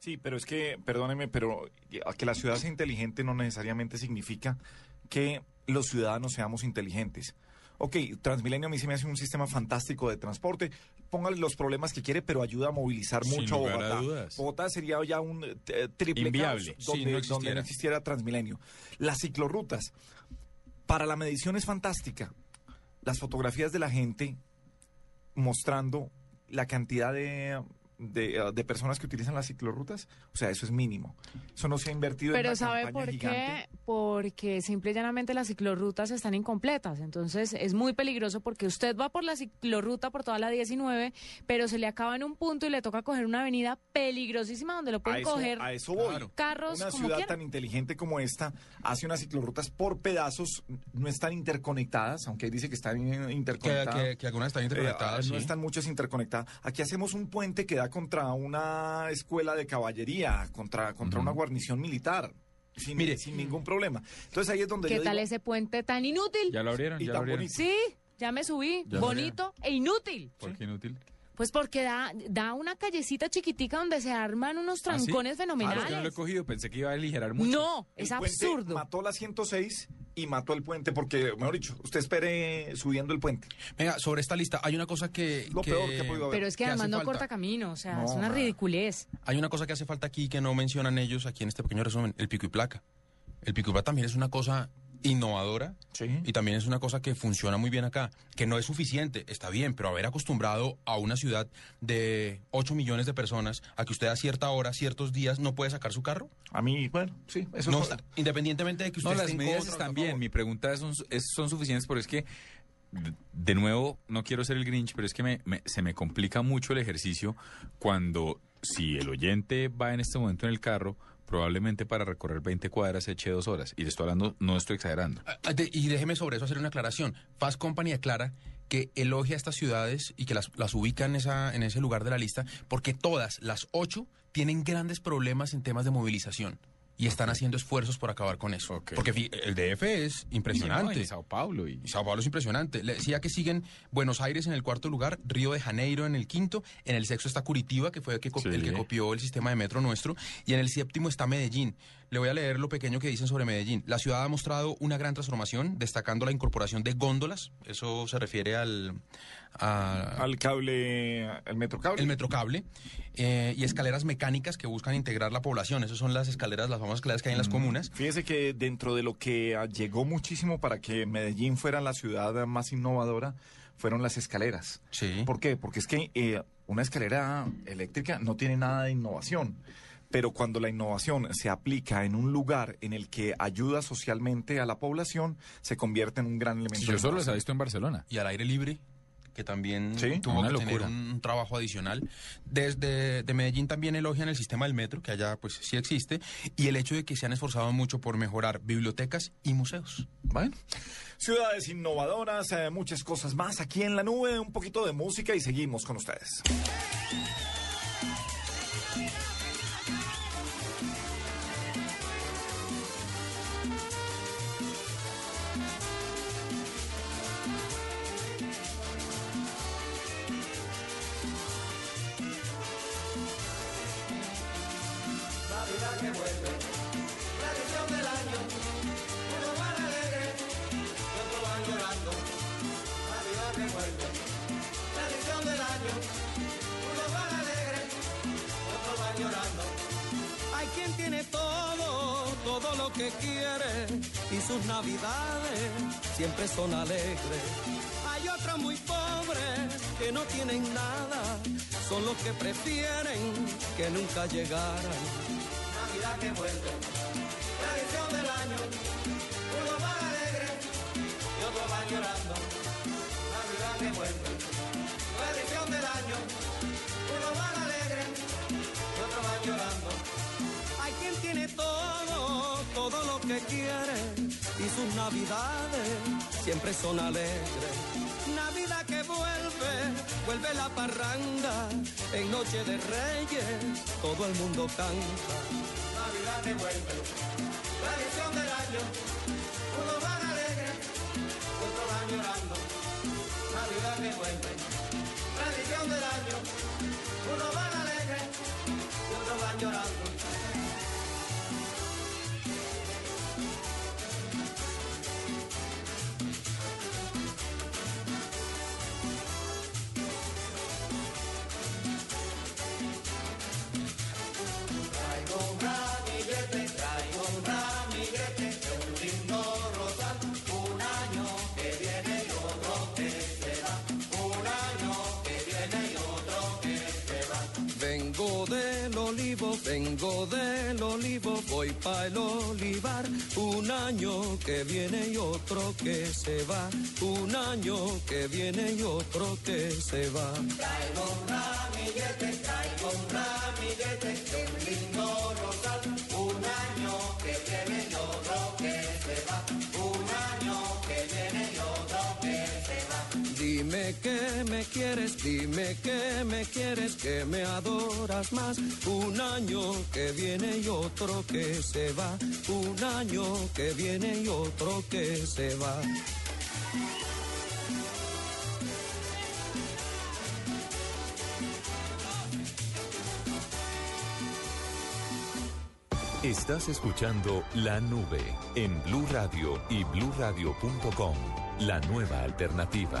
Speaker 1: Sí, Eh, pero es que, perdóneme, pero eh, que la ciudad sea inteligente no necesariamente significa que los ciudadanos seamos inteligentes. Ok, Transmilenio a mí se me hace un sistema fantástico de transporte. Póngale los problemas que quiere, pero ayuda a movilizar
Speaker 5: Sin
Speaker 1: mucho a
Speaker 5: lugar a
Speaker 1: Bogotá.
Speaker 5: dudas.
Speaker 1: Bogotá sería ya un eh, t- triple
Speaker 5: Inviable,
Speaker 1: caos
Speaker 5: si
Speaker 1: donde,
Speaker 5: no
Speaker 1: donde
Speaker 5: existiera.
Speaker 1: no existiera Transmilenio. Las ciclorrutas. Para la medición es fantástica. Las fotografías de la gente mostrando la cantidad de, de, uh, de personas que utilizan las ciclorrutas, o sea, eso es mínimo. Eso no se ha invertido en
Speaker 3: Pero
Speaker 1: una
Speaker 3: ¿sabe
Speaker 1: campaña
Speaker 3: por
Speaker 1: gigante.
Speaker 3: qué? Porque simple y llanamente las ciclorrutas están incompletas. Entonces es muy peligroso porque usted va por la ciclorruta por toda la 19, pero se le acaba en un punto y le toca coger una avenida peligrosísima donde lo
Speaker 1: A
Speaker 3: pueden
Speaker 1: eso,
Speaker 3: coger
Speaker 1: a eso voy.
Speaker 3: carros
Speaker 1: Una
Speaker 3: como
Speaker 1: ciudad
Speaker 3: quieran.
Speaker 1: tan inteligente como esta hace unas ciclorrutas por pedazos, no están interconectadas, aunque ahí dice que están eh, interconectadas. Eh,
Speaker 2: Que- que- que algunas están interconectadas,
Speaker 1: No
Speaker 2: sí.
Speaker 1: están muchas interconectadas. Aquí hacemos un puente que da contra una escuela de caballería, contra, contra una guarnición militar, sin, sin ningún problema. Entonces ahí es donde
Speaker 3: ¿Qué
Speaker 1: yo
Speaker 3: tal
Speaker 1: digo,
Speaker 3: ese puente tan inútil?
Speaker 5: Ya lo abrieron,
Speaker 1: Y
Speaker 5: ya
Speaker 1: tan
Speaker 5: lo abrieron.
Speaker 1: bonito.
Speaker 3: Sí, ya me subí.
Speaker 5: Ya lo
Speaker 3: bonito e inútil.
Speaker 5: ¿Por qué inútil?
Speaker 3: Pues porque da, da una callecita chiquitica donde se arman unos
Speaker 5: ¿Ah, sí?
Speaker 3: trancones
Speaker 5: Ah, no, yo no lo he
Speaker 3: fenomenales.
Speaker 5: cogido, pensé que iba a aligerar mucho.
Speaker 1: El puente Mató la 106 y mató el puente, porque, mejor dicho, usted espere subiendo el puente.
Speaker 2: Venga, sobre esta lista hay una cosa que...
Speaker 1: Lo peor que ha podido
Speaker 3: Pero es que
Speaker 2: ¿Qué
Speaker 3: además
Speaker 2: hace
Speaker 3: no
Speaker 2: falta?
Speaker 3: corta camino, o sea,
Speaker 2: No,
Speaker 3: es una
Speaker 2: nada.
Speaker 3: ridiculez.
Speaker 2: Hay una cosa que hace falta aquí que no mencionan ellos aquí en este pequeño resumen, el pico y placa. El pico y placa también es una cosa innovadora y también es una cosa que funciona muy bien acá, que no es suficiente, está bien, pero haber acostumbrado a una ciudad de 8 millones de personas a que usted a cierta hora, ciertos días, no puede sacar su carro.
Speaker 1: A mí, bueno, sí, eso
Speaker 2: no,
Speaker 1: es-
Speaker 2: está- Independientemente de que usted
Speaker 5: No, las
Speaker 2: esté en
Speaker 5: medidas
Speaker 2: contra,
Speaker 5: están bien. Mi pregunta es, son, es- son suficientes, pero es que, de, de nuevo, no quiero ser el Grinch, pero es que me- me- se me complica mucho el ejercicio cuando, si el oyente va en este momento en el carro, probablemente para recorrer 20 cuadras eche dos horas. Y le estoy hablando, no estoy exagerando.
Speaker 2: Ah, de- y déjeme sobre eso hacer una aclaración. Fast Company aclara que elogia estas ciudades y que las, las ubica en, esa, en ese lugar de la lista porque todas, las ocho, tienen grandes problemas en temas de movilización y están haciendo esfuerzos por acabar con eso. Porque fi- el DF es impresionante.
Speaker 5: Y no, y Sao Paulo. Y...
Speaker 2: Y Sao Paulo es impresionante. Le decía que siguen Buenos Aires en el cuarto lugar, Río de Janeiro en el quinto, en el sexto está Curitiba, que fue el que, co- el que copió el sistema de metro nuestro, y en el séptimo está Medellín. Le voy a leer lo pequeño que dicen sobre Medellín. La ciudad ha mostrado una gran transformación, destacando la incorporación de góndolas. Eso se refiere al...
Speaker 1: al cable... El metrocable.
Speaker 2: El metrocable. eh, y escaleras mecánicas que buscan integrar la población. Esas son las escaleras, las famosas escaleras que hay en las comunas.
Speaker 1: Mm. Fíjese que dentro de lo que ah, llegó muchísimo para que Medellín fuera la ciudad más innovadora, fueron las escaleras. ¿Por qué? Porque es que eh, una escalera eléctrica no tiene nada de innovación. Pero cuando la innovación se aplica en un lugar en el que ayuda socialmente a la población, se convierte en un gran elemento.
Speaker 5: yo solo
Speaker 1: de
Speaker 5: las he
Speaker 1: innovación.
Speaker 5: visto en Barcelona.
Speaker 2: y al aire libre, que también
Speaker 1: Sí,
Speaker 2: tuvo
Speaker 1: una
Speaker 2: que tener
Speaker 1: locura.
Speaker 2: un trabajo adicional. Desde de Medellín también elogian el sistema del metro, que allá pues sí existe, y el hecho de que se han esforzado mucho por mejorar bibliotecas y museos.
Speaker 1: Bueno. Ciudades innovadoras, eh, muchas cosas más aquí en la nube, un poquito de música y seguimos con ustedes.
Speaker 12: Navidad que vuelve, tradición del año, uno van alegre y otro van llorando. Navidad que vuelve, tradición del año, uno van alegre y otro van llorando.
Speaker 4: Hay quien tiene todo, todo lo que quiere y sus navidades siempre son alegres. Hay otros muy pobres que no tienen nada, son los que prefieren que nunca llegaran.
Speaker 12: Navidad que vuelve, tradición del año, uno van alegre y otro van llorando. Navidad que vuelve, tradición del año, uno van alegre y otro van llorando.
Speaker 4: Hay quien tiene todo, todo lo que quiere y sus navidades siempre son alegres. Navidad que vuelve, vuelve la parranda, en Noche de Reyes todo el mundo canta.
Speaker 12: Navidad que vuelve, tradición del año, unos van alegres, otros van llorando. Navidad que vuelve, tradición del año, unos van alegres, otros van llorando. Traigo un ramillete, traigo un ramillete, de un lindo rosal, un año que viene y otro que se va, un año que viene y otro que se va.
Speaker 4: Vengo del olivo, vengo del olivo, voy pa' el olivar. Un año que viene y otro que se va. Un año que viene y otro que se va.
Speaker 12: Traigo un ramillete, traigo un ramillete, de un lindo rosal, un año que viene y otro que se va, un año que viene y otro que se va.
Speaker 4: Dime que me quieres, dime que me quieres, que me adoras más. Un año que viene y otro que se va. Un año que viene y otro que se va.
Speaker 6: Estás escuchando La Nube en Blue Radio y bluradio.com. La nueva alternativa.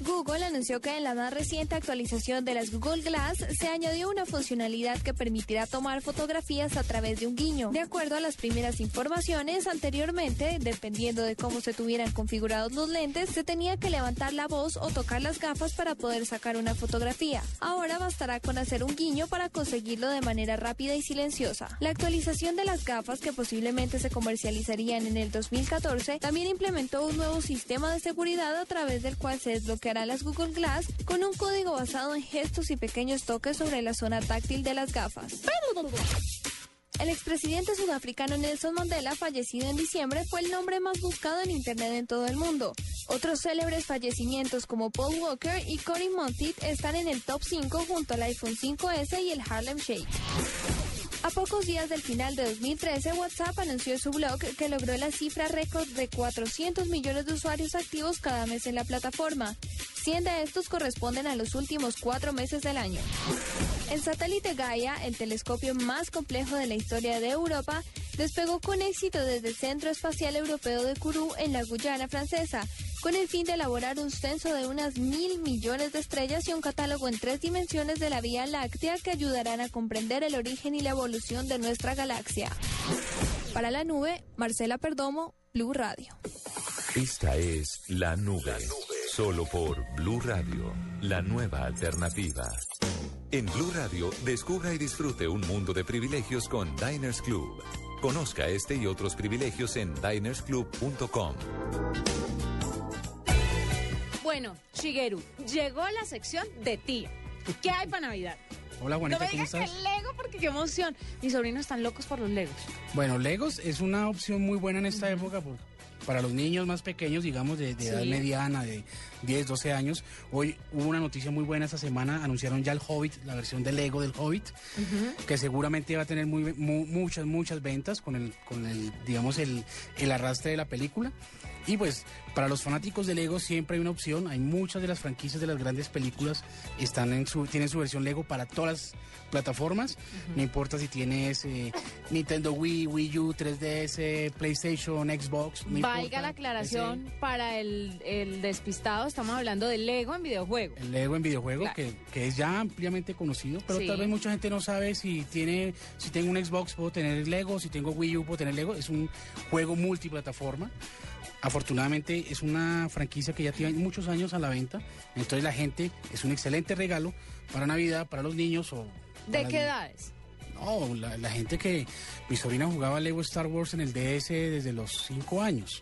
Speaker 33: Google anunció que en la más reciente actualización de las Google Glass se añadió una funcionalidad que permitirá tomar fotografías a través de un guiño. De acuerdo a las primeras informaciones, anteriormente, dependiendo de cómo se tuvieran configurados los lentes, se tenía que levantar la voz o tocar las gafas para poder sacar una fotografía. Ahora bastará con hacer un guiño para conseguirlo de manera rápida y silenciosa. La actualización de las gafas que posiblemente se comercializarían en el 2014 también implementó un nuevo sistema de seguridad a través del cual se desbloqueará las Google Glass con un código basado en gestos y pequeños toques sobre la zona táctil de las gafas. El expresidente sudafricano Nelson Mandela, fallecido en diciembre, fue el nombre más buscado en Internet en todo el mundo. Otros célebres fallecimientos como Paul Walker y Cory Monteith están en el top 5 junto al iPhone 5S y el Harlem Shake. A pocos días del final de 2013, WhatsApp anunció en su blog que logró la cifra récord de 400 millones de usuarios activos cada mes en la plataforma. 100 de estos corresponden a los últimos cuatro meses del año. El satélite Gaia, el telescopio más complejo de la historia de Europa, despegó con éxito desde el Centro Espacial Europeo de Kourou en la Guyana francesa, con el fin de elaborar un censo de unas mil millones de estrellas y un catálogo en tres dimensiones de la Vía Láctea que ayudarán a comprender el origen y la evolución de nuestra galaxia. Para la nube, Marcela Perdomo, Blue Radio.
Speaker 6: Esta es La Nube. Solo por Blue Radio, la nueva alternativa. En Blue Radio, descubra y disfrute un mundo de privilegios con Diners Club. Conozca este y otros privilegios en dinersclub.com.
Speaker 15: Bueno, Shigeru, llegó la sección de tía. ¿Qué hay para Navidad?
Speaker 36: Hola Juanita,
Speaker 15: no me
Speaker 36: ¿cómo
Speaker 27: digas
Speaker 36: estás?
Speaker 15: que Lego porque qué emoción. Mis sobrinos están locos por los Legos.
Speaker 36: Bueno, Legos es una opción muy buena en esta época por- para los niños más pequeños, digamos, de, de edad
Speaker 15: Sí.
Speaker 36: mediana, de 10, 12 años. Hoy hubo una noticia muy buena esta semana, anunciaron ya el Hobbit, la versión de Lego del Hobbit, que seguramente va a tener muy, mu- muchas, muchas ventas con el, con el digamos, el, el arrastre de la película. Y pues, para los fanáticos de Lego siempre hay una opción. Hay muchas de las franquicias de las grandes películas están en su, tienen su versión Lego para todas las plataformas. No importa si tienes eh, Nintendo Wii, Wii U, 3DS, PlayStation, Xbox. no
Speaker 21: Valga
Speaker 36: importa,
Speaker 21: la aclaración
Speaker 36: PC.
Speaker 21: para el, el despistado, estamos hablando de Lego en videojuego.
Speaker 36: Lego en videojuego,
Speaker 21: Claro.
Speaker 36: que, que es ya ampliamente conocido, pero
Speaker 21: Sí.
Speaker 36: tal vez mucha gente no sabe si tiene, si tengo un Xbox puedo tener Lego, si tengo Wii U puedo tener Lego. Es un juego multiplataforma. Afortunadamente es una franquicia que ya tiene muchos años a la venta, entonces la gente es un excelente regalo para Navidad, para los niños o...
Speaker 21: ¿De
Speaker 36: para
Speaker 21: qué
Speaker 36: las-
Speaker 21: edades?
Speaker 36: No, la, la gente que... Mi sobrina jugaba Lego Star Wars en el DS desde los 5 años,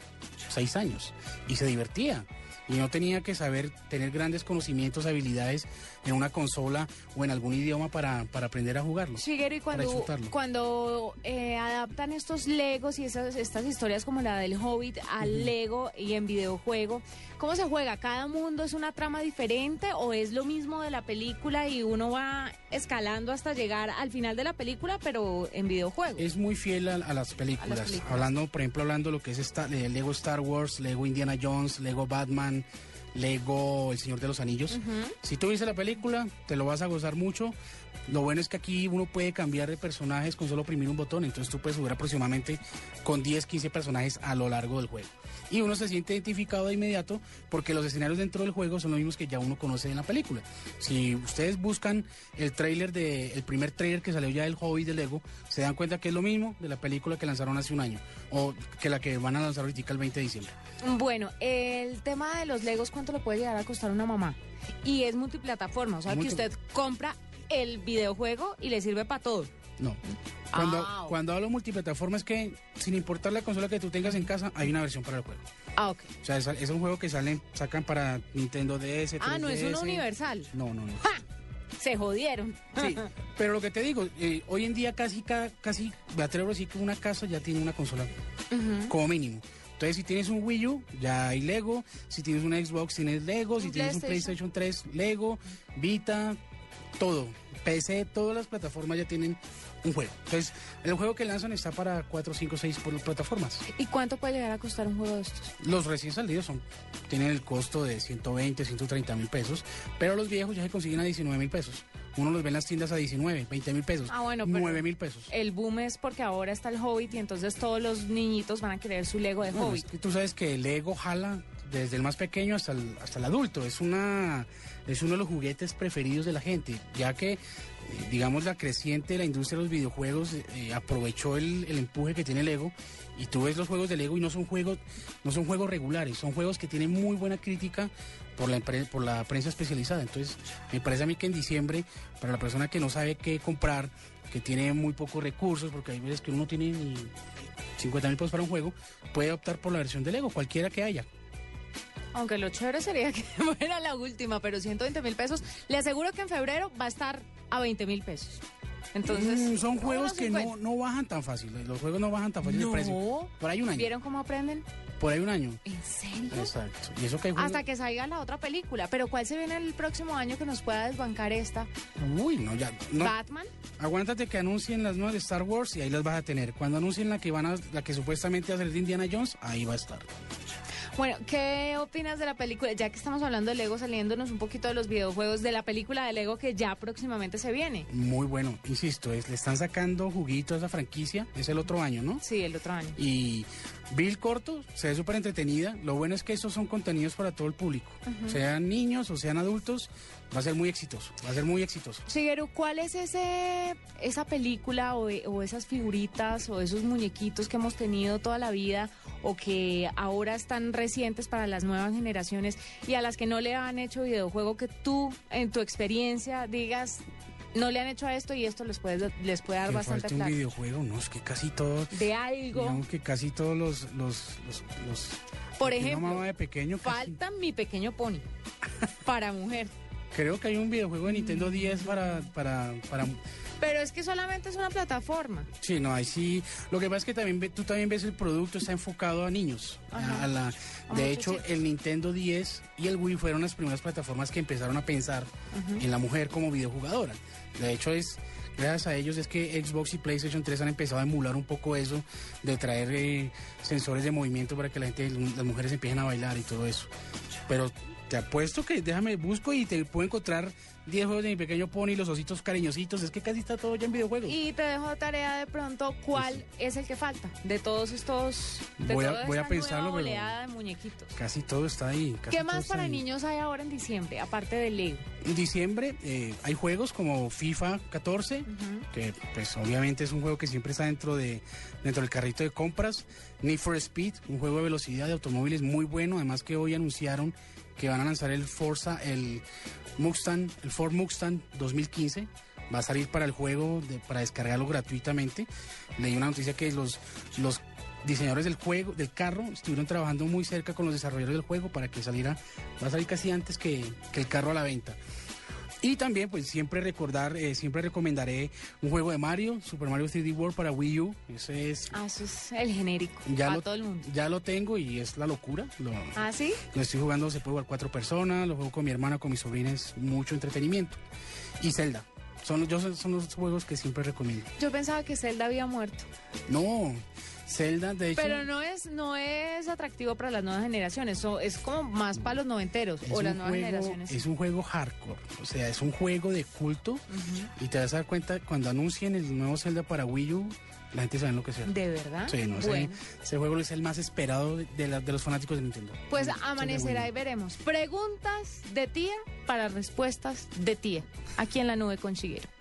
Speaker 36: 6 años, y se divertía. Y no tenía que saber tener grandes conocimientos, habilidades en una consola o en algún idioma para, para aprender a jugarlo.
Speaker 21: Shigeru, y
Speaker 36: Para
Speaker 21: cuando,
Speaker 36: disfrutarlo.
Speaker 21: cuando eh, adaptan estos Legos y esas, estas historias como la del Hobbit al
Speaker 36: Ujú.
Speaker 21: Lego y en videojuego, ¿cómo se juega? ¿Cada mundo es una trama diferente o es lo mismo de la película y uno va escalando hasta llegar al final de la película, pero en videojuego?
Speaker 36: Es muy fiel a, a las películas.
Speaker 21: películas.
Speaker 36: Hablando, por ejemplo, hablando lo que es esta, eh, Lego Star Wars, Lego Indiana Jones, Lego Batman, Lego El Señor de los Anillos.
Speaker 11: Ujú.
Speaker 36: Si tú viste la película, te lo vas a gozar mucho. Lo bueno es que aquí uno puede cambiar de personajes con solo oprimir un botón, entonces tú puedes jugar aproximadamente con 10, 15 personajes a lo largo del juego. Y uno se siente identificado de inmediato porque los escenarios dentro del juego son los mismos que ya uno conoce en la película. Si ustedes buscan el tráiler de el primer tráiler que salió ya del Hobbit de Lego, se dan cuenta que es lo mismo de la película que lanzaron hace un año o que la que van a lanzar ahorita el 20 de diciembre.
Speaker 21: Bueno, el tema de los Legos, ¿cuánto le puede llegar a costar a una mamá? Y es multiplataforma, o sea, que
Speaker 36: Multi-
Speaker 21: usted compra el videojuego y le sirve para todo.
Speaker 36: No. Cuando,
Speaker 21: Ah, ok.
Speaker 36: cuando hablo multiplataforma es que sin importar la consola que tú tengas en casa, hay una versión para el juego.
Speaker 21: Ah, ok.
Speaker 36: O sea, es, es un juego que salen, sacan para Nintendo DS.
Speaker 21: Ah, no es uno
Speaker 36: 3DS.
Speaker 21: universal.
Speaker 36: No, no, no.
Speaker 21: Se jodieron. [laughs]
Speaker 36: Sí, pero lo que te digo, eh, hoy en día casi, ca- casi, me atrevo a decir que una casa ya tiene una consola
Speaker 21: Ujú.
Speaker 36: como mínimo. Entonces, si tienes un Wii U, ya hay Lego. Si tienes un Xbox, tienes Lego. Si tienes un
Speaker 21: PlayStation.
Speaker 36: PlayStation 3, Lego, Vita, todo. PC, todas las plataformas ya tienen un juego. Entonces, el juego que lanzan está para 4, 5, 6 por plataformas.
Speaker 21: ¿Y cuánto puede llegar a costar un juego de estos?
Speaker 36: Los recién salidos son, tienen el costo de 120, 130 mil pesos, pero los viejos ya se consiguen a 19 mil pesos. Uno los ve en las tiendas a 19, 20 mil pesos.
Speaker 21: Ah, bueno, pero-
Speaker 36: 9 mil pesos.
Speaker 21: El boom es porque ahora está el Hobbit y entonces todos los niñitos van a querer su Lego de
Speaker 36: Bueno,
Speaker 21: Hobbit.
Speaker 36: es que tú sabes que el ego jala desde el más pequeño hasta el, hasta el adulto. Es, una, es uno de los juguetes preferidos de la gente, ya que, eh, digamos, la creciente de la industria de los videojuegos eh, aprovechó el, el empuje que tiene Lego. Y tú ves los juegos de Lego y no son juegos, no son juegos regulares, son juegos que tienen muy buena crítica por la, empre- por la prensa especializada. Entonces, me parece a mí que en diciembre, para la persona que no sabe qué comprar, que tiene muy pocos recursos, porque hay veces que uno tiene ni 50 mil pesos para un juego, puede optar por la versión de Lego, cualquiera que haya.
Speaker 3: Aunque lo chévere sería que [laughs] fuera la última, pero 120 mil pesos. Le aseguro que en febrero va a estar a 20 mil pesos. Entonces.
Speaker 36: Mm, son
Speaker 3: no,
Speaker 36: juegos que no,
Speaker 3: 50.
Speaker 36: no bajan tan fácil, los juegos no bajan tan fácil de precio.
Speaker 3: No.
Speaker 36: Por ahí un año.
Speaker 3: ¿Vieron cómo aprenden?
Speaker 36: Por ahí un año.
Speaker 3: ¿En serio?
Speaker 36: Exacto. Y eso que hay juegos-
Speaker 3: Hasta que salga la otra película. Pero ¿cuál se viene el próximo año que nos pueda desbancar esta?
Speaker 36: Uy, no, ya. no.
Speaker 3: ¿Batman?
Speaker 36: Aguántate que anuncien las nuevas de Star Wars y ahí las vas a tener. Cuando anuncien la que van a, la que supuestamente va a ser de Indiana Jones, ahí va a estar.
Speaker 3: Bueno, ¿qué opinas de la película? Ya que estamos hablando de Lego, saliéndonos un poquito de los videojuegos, de la película de Lego que ya próximamente se viene.
Speaker 36: Muy bueno, insisto, es, le están sacando juguito a esa franquicia. Es el otro año, ¿no?
Speaker 3: Sí, el otro año.
Speaker 36: Y Bill Corto se ve súper entretenida. Lo bueno es que esos son contenidos para todo el público.
Speaker 3: Ujú.
Speaker 36: Sean niños o sean adultos, va a ser muy exitoso. Va a ser muy exitoso.
Speaker 3: Shigeru, ¿cuál es ese, esa película o, o esas figuritas o esos muñequitos que hemos tenido toda la vida o que ahora están recientes para las nuevas generaciones y a las que no le han hecho videojuego que tú, en tu experiencia, digas, no le han hecho a esto y esto les puede, les puede dar
Speaker 36: Que
Speaker 3: bastante
Speaker 36: falta un
Speaker 3: claro?
Speaker 36: videojuego, no, es que casi todos.
Speaker 3: De algo.
Speaker 36: Digamos que casi todos los. los, los, los-
Speaker 3: Por
Speaker 36: lo que uno
Speaker 3: ejemplo,
Speaker 36: amaba de pequeño, casi-
Speaker 3: Falta mi pequeño pony para mujer.
Speaker 36: Creo que hay un videojuego de
Speaker 3: Mm.
Speaker 36: Nintendo 10 para, para, para...
Speaker 3: Pero es que solamente es una plataforma.
Speaker 36: Sí, no, ahí sí... Lo que pasa es que también ve- tú también ves el producto está enfocado a niños. a-
Speaker 3: Ajá. Ah,
Speaker 36: a la-
Speaker 3: A
Speaker 36: de
Speaker 3: muchos
Speaker 36: hecho, el Nintendo 10 y el Wii fueron las primeras plataformas que empezaron a pensar
Speaker 3: Ujú.
Speaker 36: en la mujer como videojugadora. De hecho, es... Gracias a ellos es que Xbox y PlayStation 3 han empezado a emular un poco eso, de traer eh, sensores de movimiento para que la gente, las mujeres empiecen a bailar y todo eso. Pero te apuesto que déjame, busco y te puedo encontrar 10 juegos de mi pequeño pony, los ositos cariñositos. Es que casi está todo ya en videojuegos.
Speaker 3: Y te dejo tarea de pronto cuál es el que falta de todos estos de
Speaker 36: Voy a-
Speaker 3: toda
Speaker 36: voy a
Speaker 3: esta
Speaker 36: pensarlo,
Speaker 3: nueva
Speaker 36: pero-
Speaker 3: oleada de muñequitos.
Speaker 36: Casi todo está ahí. casi
Speaker 3: ¿Qué
Speaker 36: todo
Speaker 3: más
Speaker 36: está
Speaker 3: para
Speaker 36: ahí.
Speaker 3: niños hay ahora en diciembre aparte del Lego?
Speaker 36: En diciembre eh, hay juegos como FIFA 14, que pues obviamente es un juego que siempre está dentro de dentro del carrito de compras. Need for Speed, un juego de velocidad de automóviles muy bueno, además que hoy anunciaron que van a lanzar el Forza, el Mustang, el Ford Mustang 2015. Va a salir para el juego, de- para descargarlo gratuitamente. Leí una noticia que los, los diseñadores del juego, del carro, estuvieron trabajando muy cerca con los desarrolladores del juego para que saliera, va a salir casi antes que, que el carro a la venta. Y también, pues siempre recordar, eh, siempre recomendaré un juego de Mario, Super Mario 3D World para Wii U. Ese es.
Speaker 3: Ah, eso es el genérico
Speaker 36: Ya
Speaker 3: para
Speaker 36: lo,
Speaker 3: todo el mundo.
Speaker 36: ya lo tengo y es la locura. Lo,
Speaker 3: ¿Ah, sí?
Speaker 36: lo estoy jugando, se puede jugar cuatro personas, lo juego con mi hermana, con mis sobrinas, mucho entretenimiento. Y Zelda. Son, los- yo, son- son los juegos que siempre recomiendo.
Speaker 3: Yo pensaba que Zelda había muerto,
Speaker 36: No, Zelda, de hecho.
Speaker 3: pero no es no es atractivo para las nuevas generaciones, so- es como más para los noventeros o las
Speaker 36: un
Speaker 3: nuevas
Speaker 36: juego-
Speaker 3: generaciones.
Speaker 36: Es un juego hardcore, o sea, es un juego de culto y te vas a dar cuenta cuando anuncien el nuevo Zelda para Wii U, la gente se va a enloquecer.
Speaker 3: ¿De verdad?
Speaker 36: Sí, no sé.
Speaker 3: Bueno.
Speaker 36: Ese juego es el más esperado de, la- de los fanáticos de Nintendo.
Speaker 3: Pues
Speaker 36: Zelda
Speaker 3: amanecerá
Speaker 36: Wii
Speaker 3: y
Speaker 36: U.
Speaker 3: veremos. Preguntas de tía para respuestas de tía. Aquí en la nube con Shigeru.